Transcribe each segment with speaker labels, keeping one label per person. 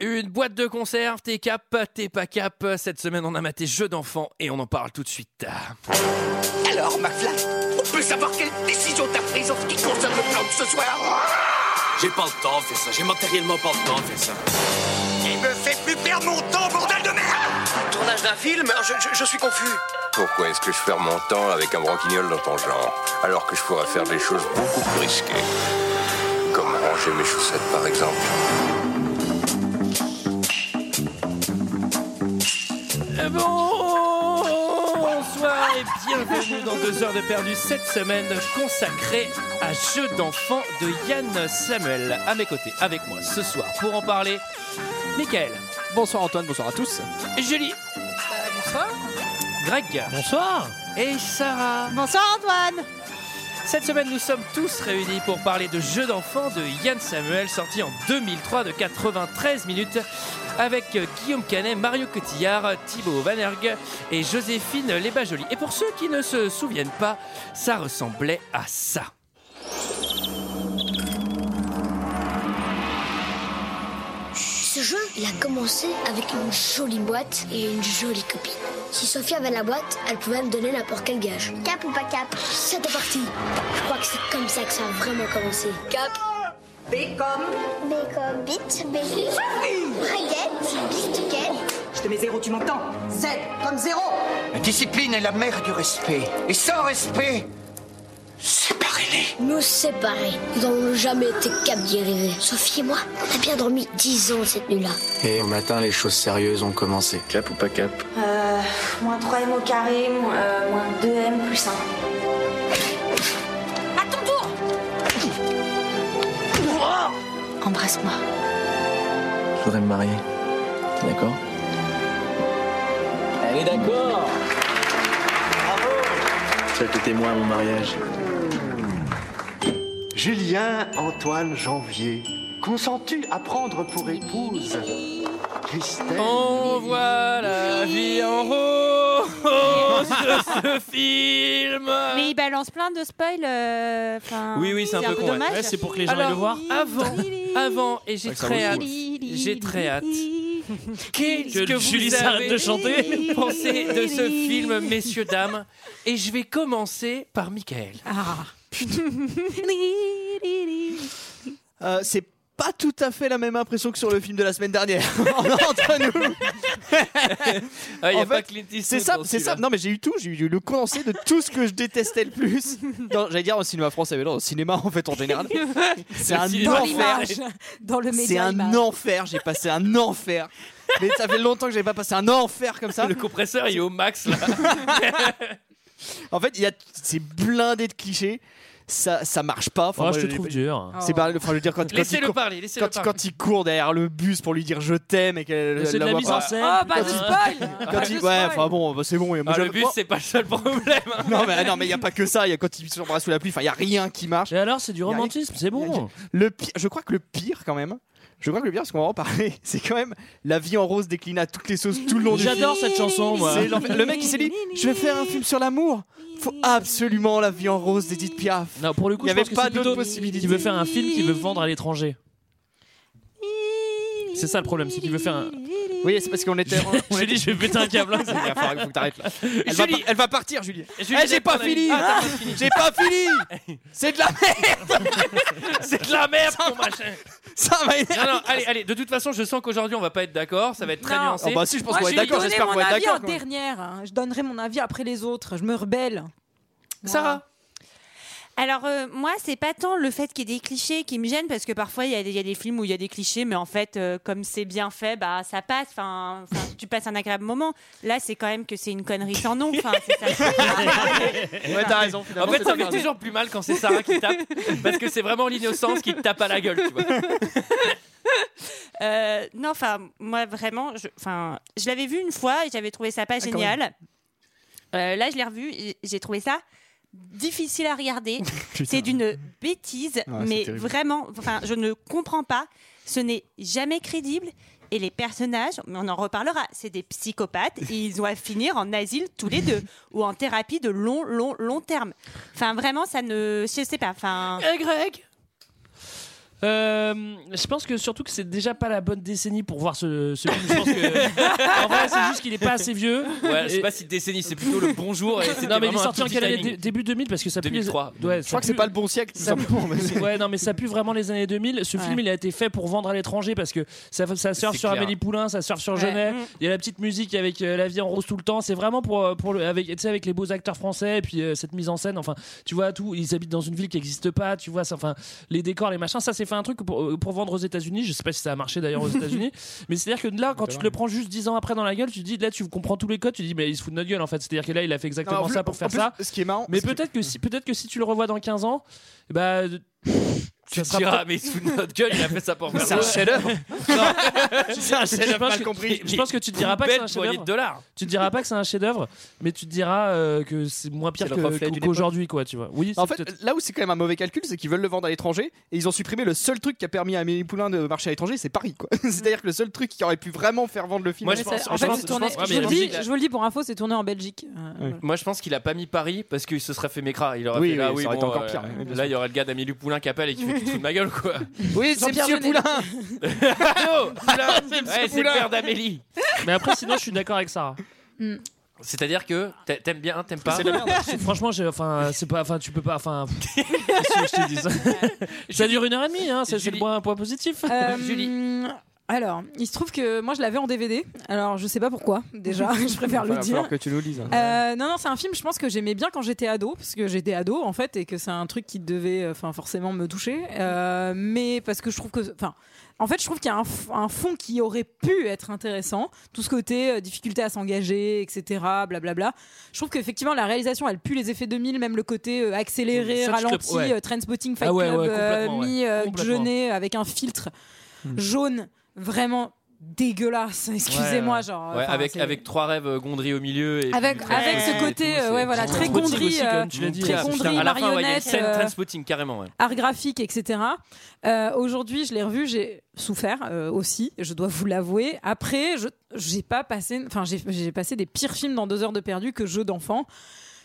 Speaker 1: Une boîte de conserve, t'es cap, t'es pas cap. Cette semaine, on a maté Jeux d'enfants et on en parle tout de suite.
Speaker 2: Alors, McFly, on peut savoir quelle décision t'as prise en ce qui concerne le plan de ce soir
Speaker 3: J'ai pas le temps de faire ça, j'ai matériellement pas le temps de faire ça.
Speaker 2: Il me fait plus perdre mon temps, bordel de merde
Speaker 4: Tournage d'un film je, je- je suis confus.
Speaker 5: Pourquoi est-ce que je perds mon temps avec un broquignol dans ton genre, alors que je pourrais faire des choses beaucoup plus risquées Comme ranger mes chaussettes, par exemple.
Speaker 1: Euh, Bonsoir et bienvenue dans deux heures de perdu cette semaine consacrée à Jeux d'enfants de Yann Samuel. À mes côtés, avec moi ce soir pour en parler, Michael,
Speaker 6: Bonsoir Antoine, bonsoir à tous.
Speaker 1: Julie, Greg
Speaker 7: Bonsoir
Speaker 1: et Sarah.
Speaker 8: Bonsoir Antoine
Speaker 1: Cette semaine, nous sommes tous réunis pour parler de Jeux d'enfants de Yann Samuel, sorti en 2003 de 93 minutes, avec euh, Guillaume Canet, Mario Cotillard, Thibaut Vanergue et Joséphine Lébajolie. Et pour ceux qui ne se souviennent pas, ça ressemblait à ça.
Speaker 9: Ce jeu, il a commencé avec une jolie boîte et une jolie copine. Si Sophie avait la boîte, elle pouvait me donner n'importe quel gage. Cap ou pas cap C'était parti. Je crois que c'est comme ça que ça a vraiment commencé. Cap.
Speaker 10: B comme
Speaker 9: B comme bit, B. Braguette, bistuquette.
Speaker 10: je te mets zéro, tu m'entends Z comme zéro.
Speaker 2: La discipline est la mère du respect. Et sans respect, séparez-les.
Speaker 9: Nous séparer. Nous n'avons jamais été cap d'y arriver. Sophie et moi, on a bien dormi 10 ans cette nuit-là.
Speaker 6: Et au matin, les choses sérieuses ont commencé.
Speaker 5: Cap ou pas cap
Speaker 11: Euh, moins 3m au carré, moins, euh, moins 2m plus 1.
Speaker 10: À ton tour
Speaker 11: Embrasse-moi.
Speaker 6: Je voudrais me marier. T'es d'accord Elle est d'accord Bravo Tu as témoin à mon mariage.
Speaker 12: Julien Antoine Janvier, consens-tu à prendre pour épouse Christelle
Speaker 1: On voit la vie en rose de ce film.
Speaker 8: Mais il balance plein de spoils. euh, enfin,
Speaker 1: Oui, oui, c'est un peu con, ouais.
Speaker 8: dommage.
Speaker 7: Ouais, C'est pour que les gens
Speaker 1: Alors,
Speaker 7: aillent le voir.
Speaker 1: Avant, avant, et j'ai
Speaker 7: Ouais, ça
Speaker 1: très
Speaker 7: vaut le
Speaker 1: hâte.
Speaker 7: coup,
Speaker 1: J'ai très hâte. Qu'est-ce
Speaker 7: Que
Speaker 1: que
Speaker 7: Julie
Speaker 1: vous
Speaker 7: s'arrête
Speaker 1: avez
Speaker 7: de chanter.
Speaker 1: pensé de ce film, messieurs dames Et je vais commencer par Michael.
Speaker 8: Ah.
Speaker 6: Euh, c'est pas tout à fait la même impression que sur le film de la semaine dernière. Entre nous.
Speaker 1: Ah, y a
Speaker 6: En
Speaker 1: pas
Speaker 6: fait,
Speaker 1: Clint Eastwood
Speaker 6: C'est ça,
Speaker 1: dans
Speaker 6: c'est
Speaker 1: celui-là.
Speaker 6: ça. Non, mais j'ai eu tout. J'ai eu le condensé de tout ce que je détestais le plus. Dans- J'allais dire au cinéma français, mais non, au cinéma en fait en général. C'est un
Speaker 1: cinéma
Speaker 8: Dans
Speaker 6: enfer.
Speaker 8: l'image. Dans le
Speaker 6: C'est
Speaker 8: média
Speaker 6: un
Speaker 8: image.
Speaker 6: enfer. J'ai passé un enfer. Mais ça fait longtemps que j'avais pas passé un enfer comme ça.
Speaker 1: Le compresseur il est au max là.
Speaker 7: Ah,
Speaker 6: En fait, il y a c'est blindé de clichés. Ça, ça marche pas.
Speaker 7: Oh,
Speaker 6: Enfin, moi,
Speaker 7: je te
Speaker 6: j'ai-
Speaker 7: trouve dur.
Speaker 6: C'est pas. Enfin, je veux dire quand, quand il
Speaker 1: Ah. Laissez-le
Speaker 6: court-
Speaker 1: parler, laissez-le
Speaker 6: quand,
Speaker 1: parler.
Speaker 6: quand il court derrière le bus pour lui dire je t'aime et qu'elle
Speaker 7: C'est
Speaker 6: elle
Speaker 7: de
Speaker 6: la
Speaker 7: la
Speaker 6: voit
Speaker 7: mise
Speaker 6: pas.
Speaker 7: en scène.
Speaker 8: Oh, pas de spoil
Speaker 6: Quand il- ouais, enfin bon, bah, c'est bon. moi,
Speaker 1: Ah, le
Speaker 6: j'avoue-
Speaker 1: bus
Speaker 6: moi-
Speaker 1: c'est pas le seul problème. hein.
Speaker 6: Non mais non mais il y a pas que ça. Il y a quand il s'embrasse sous la pluie. Enfin, il y a rien qui marche.
Speaker 7: Et alors, c'est du
Speaker 6: a-
Speaker 7: romantisme, c'est
Speaker 6: y a-
Speaker 7: bon.
Speaker 6: Le pire, je crois que le pire quand même. Je crois que le pire, parce qu'on va en parler, c'est quand même la vie en rose déclinée à toutes les sauces tout le long du film.
Speaker 7: J'adore cette chanson, moi.
Speaker 6: C'est l'enfer. Le mec il s'est dit, je vais faire un film sur l'amour. Faut absolument la vie en rose d'Edith Piaf.
Speaker 7: Non, pour le coup,
Speaker 6: Il y
Speaker 7: je
Speaker 6: avait
Speaker 7: pense que
Speaker 6: pas
Speaker 7: c'est
Speaker 6: d'autre
Speaker 7: plutôt
Speaker 6: possibilité.
Speaker 7: Il veut faire un film qui veut vendre à l'étranger. C'est ça le problème, c'est qu'il veut faire un.
Speaker 6: Oui, c'est parce qu'on était. on
Speaker 7: J'ai
Speaker 6: était-
Speaker 7: dit, je vais péter un câble.
Speaker 1: hein,
Speaker 6: C'est bien, faut, faut que t'arrêtes là. Elle, va,
Speaker 1: Julie.
Speaker 6: par- elle va partir, Julie.
Speaker 1: Julie,
Speaker 6: Eh, j'ai pas
Speaker 1: ton avis.
Speaker 6: fini.
Speaker 1: Ah, t'as pas fini.
Speaker 6: J'ai pas fini. C'est de la merde.
Speaker 1: C'est de la merde ton machin.
Speaker 6: Ça va
Speaker 1: Non,
Speaker 6: énerver.
Speaker 1: non, allez, allez, de toute façon, je sens qu'aujourd'hui on va pas être d'accord, ça va être très
Speaker 8: Non.
Speaker 1: nuancé.
Speaker 6: Oh, bah si, je pense
Speaker 8: Moi,
Speaker 6: qu'on
Speaker 8: Ah, je
Speaker 6: est
Speaker 8: vais
Speaker 6: d'accord.
Speaker 8: donner
Speaker 6: J'espère
Speaker 8: mon
Speaker 6: qu'on est
Speaker 8: avis en
Speaker 6: d'accord. quoi.
Speaker 8: dernière. hein. Je donnerai mon avis après les autres. Je me rebelle.
Speaker 1: Sarah
Speaker 11: Alors, euh, moi, c'est pas tant le fait qu'il y ait des clichés qui me gênent, parce que parfois, il y, a des- il y a des films où il y a des clichés, mais en fait, euh, comme c'est bien fait, bah, ça passe. Enfin, enfin, tu passes un agréable moment. Là, c'est quand même que c'est une connerie sans nom. Enfin, c'est ça.
Speaker 6: Ouais, t'as raison.
Speaker 1: En
Speaker 6: finalement,
Speaker 1: fait, ça
Speaker 6: c'est de la
Speaker 1: fait
Speaker 6: merde.
Speaker 1: toujours plus mal quand c'est Sarah qui tape, parce que c'est vraiment l'innocence qui te tape à la gueule, tu vois.
Speaker 11: Euh, non, enfin, moi vraiment, je, enfin, je l'avais vu une fois et j'avais trouvé ça pas
Speaker 6: Ah, quand
Speaker 11: génial. Euh, là, je l'ai revu, et j'ai trouvé ça difficile à regarder.
Speaker 6: Putain. Ah,
Speaker 11: C'est d'une bêtise,
Speaker 6: c'est
Speaker 11: mais
Speaker 6: terrible.
Speaker 11: vraiment, enfin, je ne comprends pas. Ce n'est jamais crédible. Et les personnages, mais on en reparlera, c'est des psychopathes et ils doivent finir en asile tous les deux ou en thérapie de long,
Speaker 6: Euh,
Speaker 11: long, long terme. Enfin, vraiment, ça ne. Je sais pas. Enfin.
Speaker 1: Eh, Greg
Speaker 7: Euh, je pense que surtout que c'est déjà pas la bonne décennie pour voir ce, ce film. Je pense que- en vrai, c'est juste qu'il est pas assez vieux.
Speaker 1: Ouais, je sais
Speaker 7: Et-
Speaker 1: pas si décennie, c'est plutôt le bonjour. Et c'était
Speaker 7: non mais il est
Speaker 1: vraiment un
Speaker 7: sorti en
Speaker 1: tout
Speaker 7: quelle année
Speaker 1: timing.
Speaker 7: Dé- Début 2000 parce que ça pue les-
Speaker 1: 2003.
Speaker 7: Ouais,
Speaker 2: Je crois que c'est pas le bon siècle, tout simplement, mais-
Speaker 7: ouais, non mais ça pue vraiment les années 2000. Ce
Speaker 2: Ouais.
Speaker 7: film il a été fait pour vendre à l'étranger parce que ça, ça surfe
Speaker 2: C'est
Speaker 7: sur
Speaker 2: clair.
Speaker 7: Amélie Poulain, ça surfe sur
Speaker 2: Ouais.
Speaker 7: Genet.
Speaker 2: Mm.
Speaker 7: Il y a la petite musique avec euh, la vie en rose tout le temps. C'est vraiment pour, euh, pour le, avec, tu sais, avec les beaux acteurs français et puis euh, cette mise en scène. Enfin, tu vois tout. Ils habitent dans une ville qui n'existe pas. Tu vois, ça, enfin les décors, les machins. Ça c'est fait un truc pour, euh, pour vendre aux États-Unis. Je sais pas si ça a marché d'ailleurs aux États-Unis, mais c'est à dire que là quand tu te le prends juste 10 ans après dans la gueule, tu te dis là tu comprends tous les codes. Tu te dis mais il se fout de notre gueule en fait. C'est à dire que là il a fait exactement
Speaker 2: Non, en plus-
Speaker 7: ça pour faire
Speaker 2: en plus,
Speaker 7: ça.
Speaker 2: Ce qui est marrant.
Speaker 7: Mais peut-être que si peut-être que si tu le revois dans 15 ans, eh bah
Speaker 1: Tu te diras, mais sous notre gueule, il a fait ça pour faire ça.
Speaker 7: C'est un
Speaker 1: chef-d'œuvre, mal compris.
Speaker 7: Je pense que tu te diras pas que c'est un
Speaker 1: Belle poignée de
Speaker 7: chef-d'œuvre.
Speaker 1: dollars.
Speaker 7: Tu te diras pas que c'est un chef-d'œuvre, mais tu te diras euh, que c'est moins pire
Speaker 2: C'est le
Speaker 7: que-
Speaker 2: reflet d'une
Speaker 7: qu'aujourd'hui, quoi, tu vois. Oui,
Speaker 2: En
Speaker 7: c'est
Speaker 2: fait,
Speaker 7: peut-être-
Speaker 2: là où c'est quand même un mauvais calcul, c'est qu'ils veulent le vendre à l'étranger et ils ont supprimé le seul truc qui a permis à Amélie Poulain de marcher à l'étranger, c'est Paris. quoi. C'est-à-dire que le seul truc qui aurait pu vraiment faire vendre le film.
Speaker 1: Moi, je pense-
Speaker 6: En
Speaker 1: je
Speaker 6: fait,
Speaker 1: pense-
Speaker 6: c'est tourné-
Speaker 1: je pense- ouais, mais
Speaker 6: je vous le
Speaker 1: la
Speaker 6: dis-
Speaker 1: musique, là-
Speaker 6: je vous le dis pour info, c'est tourné en Belgique. Euh, voilà.
Speaker 1: Moi, je pense qu'il a pas mis Paris parce qu'il se serait fait mécra. Il aurait
Speaker 2: Oui,
Speaker 1: fait là,
Speaker 2: oui,
Speaker 1: oui,
Speaker 2: ça aurait
Speaker 1: bon,
Speaker 2: été encore
Speaker 1: euh,
Speaker 2: pire, oui, bien
Speaker 1: là, il y aurait le gars d'Amélie Poulain qui appelle et qui fait qu'il te fout de ma gueule, quoi.
Speaker 2: Oui, c'est
Speaker 1: Jean-Pierre
Speaker 2: Monsieur Poulain
Speaker 1: Allô, Poulain Ouais,
Speaker 7: C'est Monsieur
Speaker 1: Ah c'est le
Speaker 7: Poulain.
Speaker 1: père d'Amélie.
Speaker 7: Mais après, sinon, je suis d'accord avec Sarah.
Speaker 1: Mm. C'est-à-dire que t'a- t'aimes bien, t'aimes pas.
Speaker 7: C'est la merde. C'est- Franchement, j'ai- enfin, c'est pas, enfin, tu peux pas, enfin. qu'est-ce que je te dis ça Ça dure une heure et demie, hein. C'est c'est le point, un point positif.
Speaker 6: Euh, Alors, il se trouve que moi je l'avais en DVD. Alors, je sais pas pourquoi, déjà, je préfère le
Speaker 2: Enfin, il va falloir
Speaker 6: dire.
Speaker 2: que tu nous hein. lises.
Speaker 6: Euh, non, non, c'est un film, je pense que j'aimais bien quand j'étais ado, parce que j'étais ado en fait, et que c'est un truc qui devait euh, enfin, forcément me toucher. Euh, mais parce que je trouve que. Enfin, en fait, je trouve qu'il y a un, f- un fond qui aurait pu être intéressant. Tout ce côté euh, difficulté à s'engager, etc. Blablabla. Je trouve qu'effectivement, la réalisation, elle pue les effets 2000, même le côté euh, accéléré,
Speaker 7: Ça, tu te le-
Speaker 6: ralenti,
Speaker 7: ouais.
Speaker 6: euh, Trainspotting, Fight
Speaker 7: Ah ouais,
Speaker 6: Club,
Speaker 7: ouais, complètement, ouais.
Speaker 6: mis euh,
Speaker 7: Complètement. Hmm.
Speaker 6: jeuné avec un filtre jaune, vraiment dégueulasse. Excusez-moi,
Speaker 1: Ouais,
Speaker 6: genre.
Speaker 1: ouais,
Speaker 6: enfin,
Speaker 1: avec
Speaker 6: c'est-
Speaker 1: avec trois rêves euh, Gondry au milieu. Et
Speaker 6: avec,
Speaker 1: puis-
Speaker 6: avec ce côté, euh, ouais, voilà, très gondry, euh, très
Speaker 1: Ah, Putain,
Speaker 6: gondry,
Speaker 1: à la fin, ouais, il y a une
Speaker 6: marionnette,
Speaker 1: scène
Speaker 6: euh,
Speaker 1: Trainspotting, carrément. ouais.
Speaker 6: art graphique, etc. Euh, Aujourd'hui, je l'ai revu, j'ai souffert euh, aussi, je dois vous l'avouer. Après, je- j'ai pas passé, enfin, j'ai- j'ai passé des pires films dans deux heures de perdu que jeux d'enfant.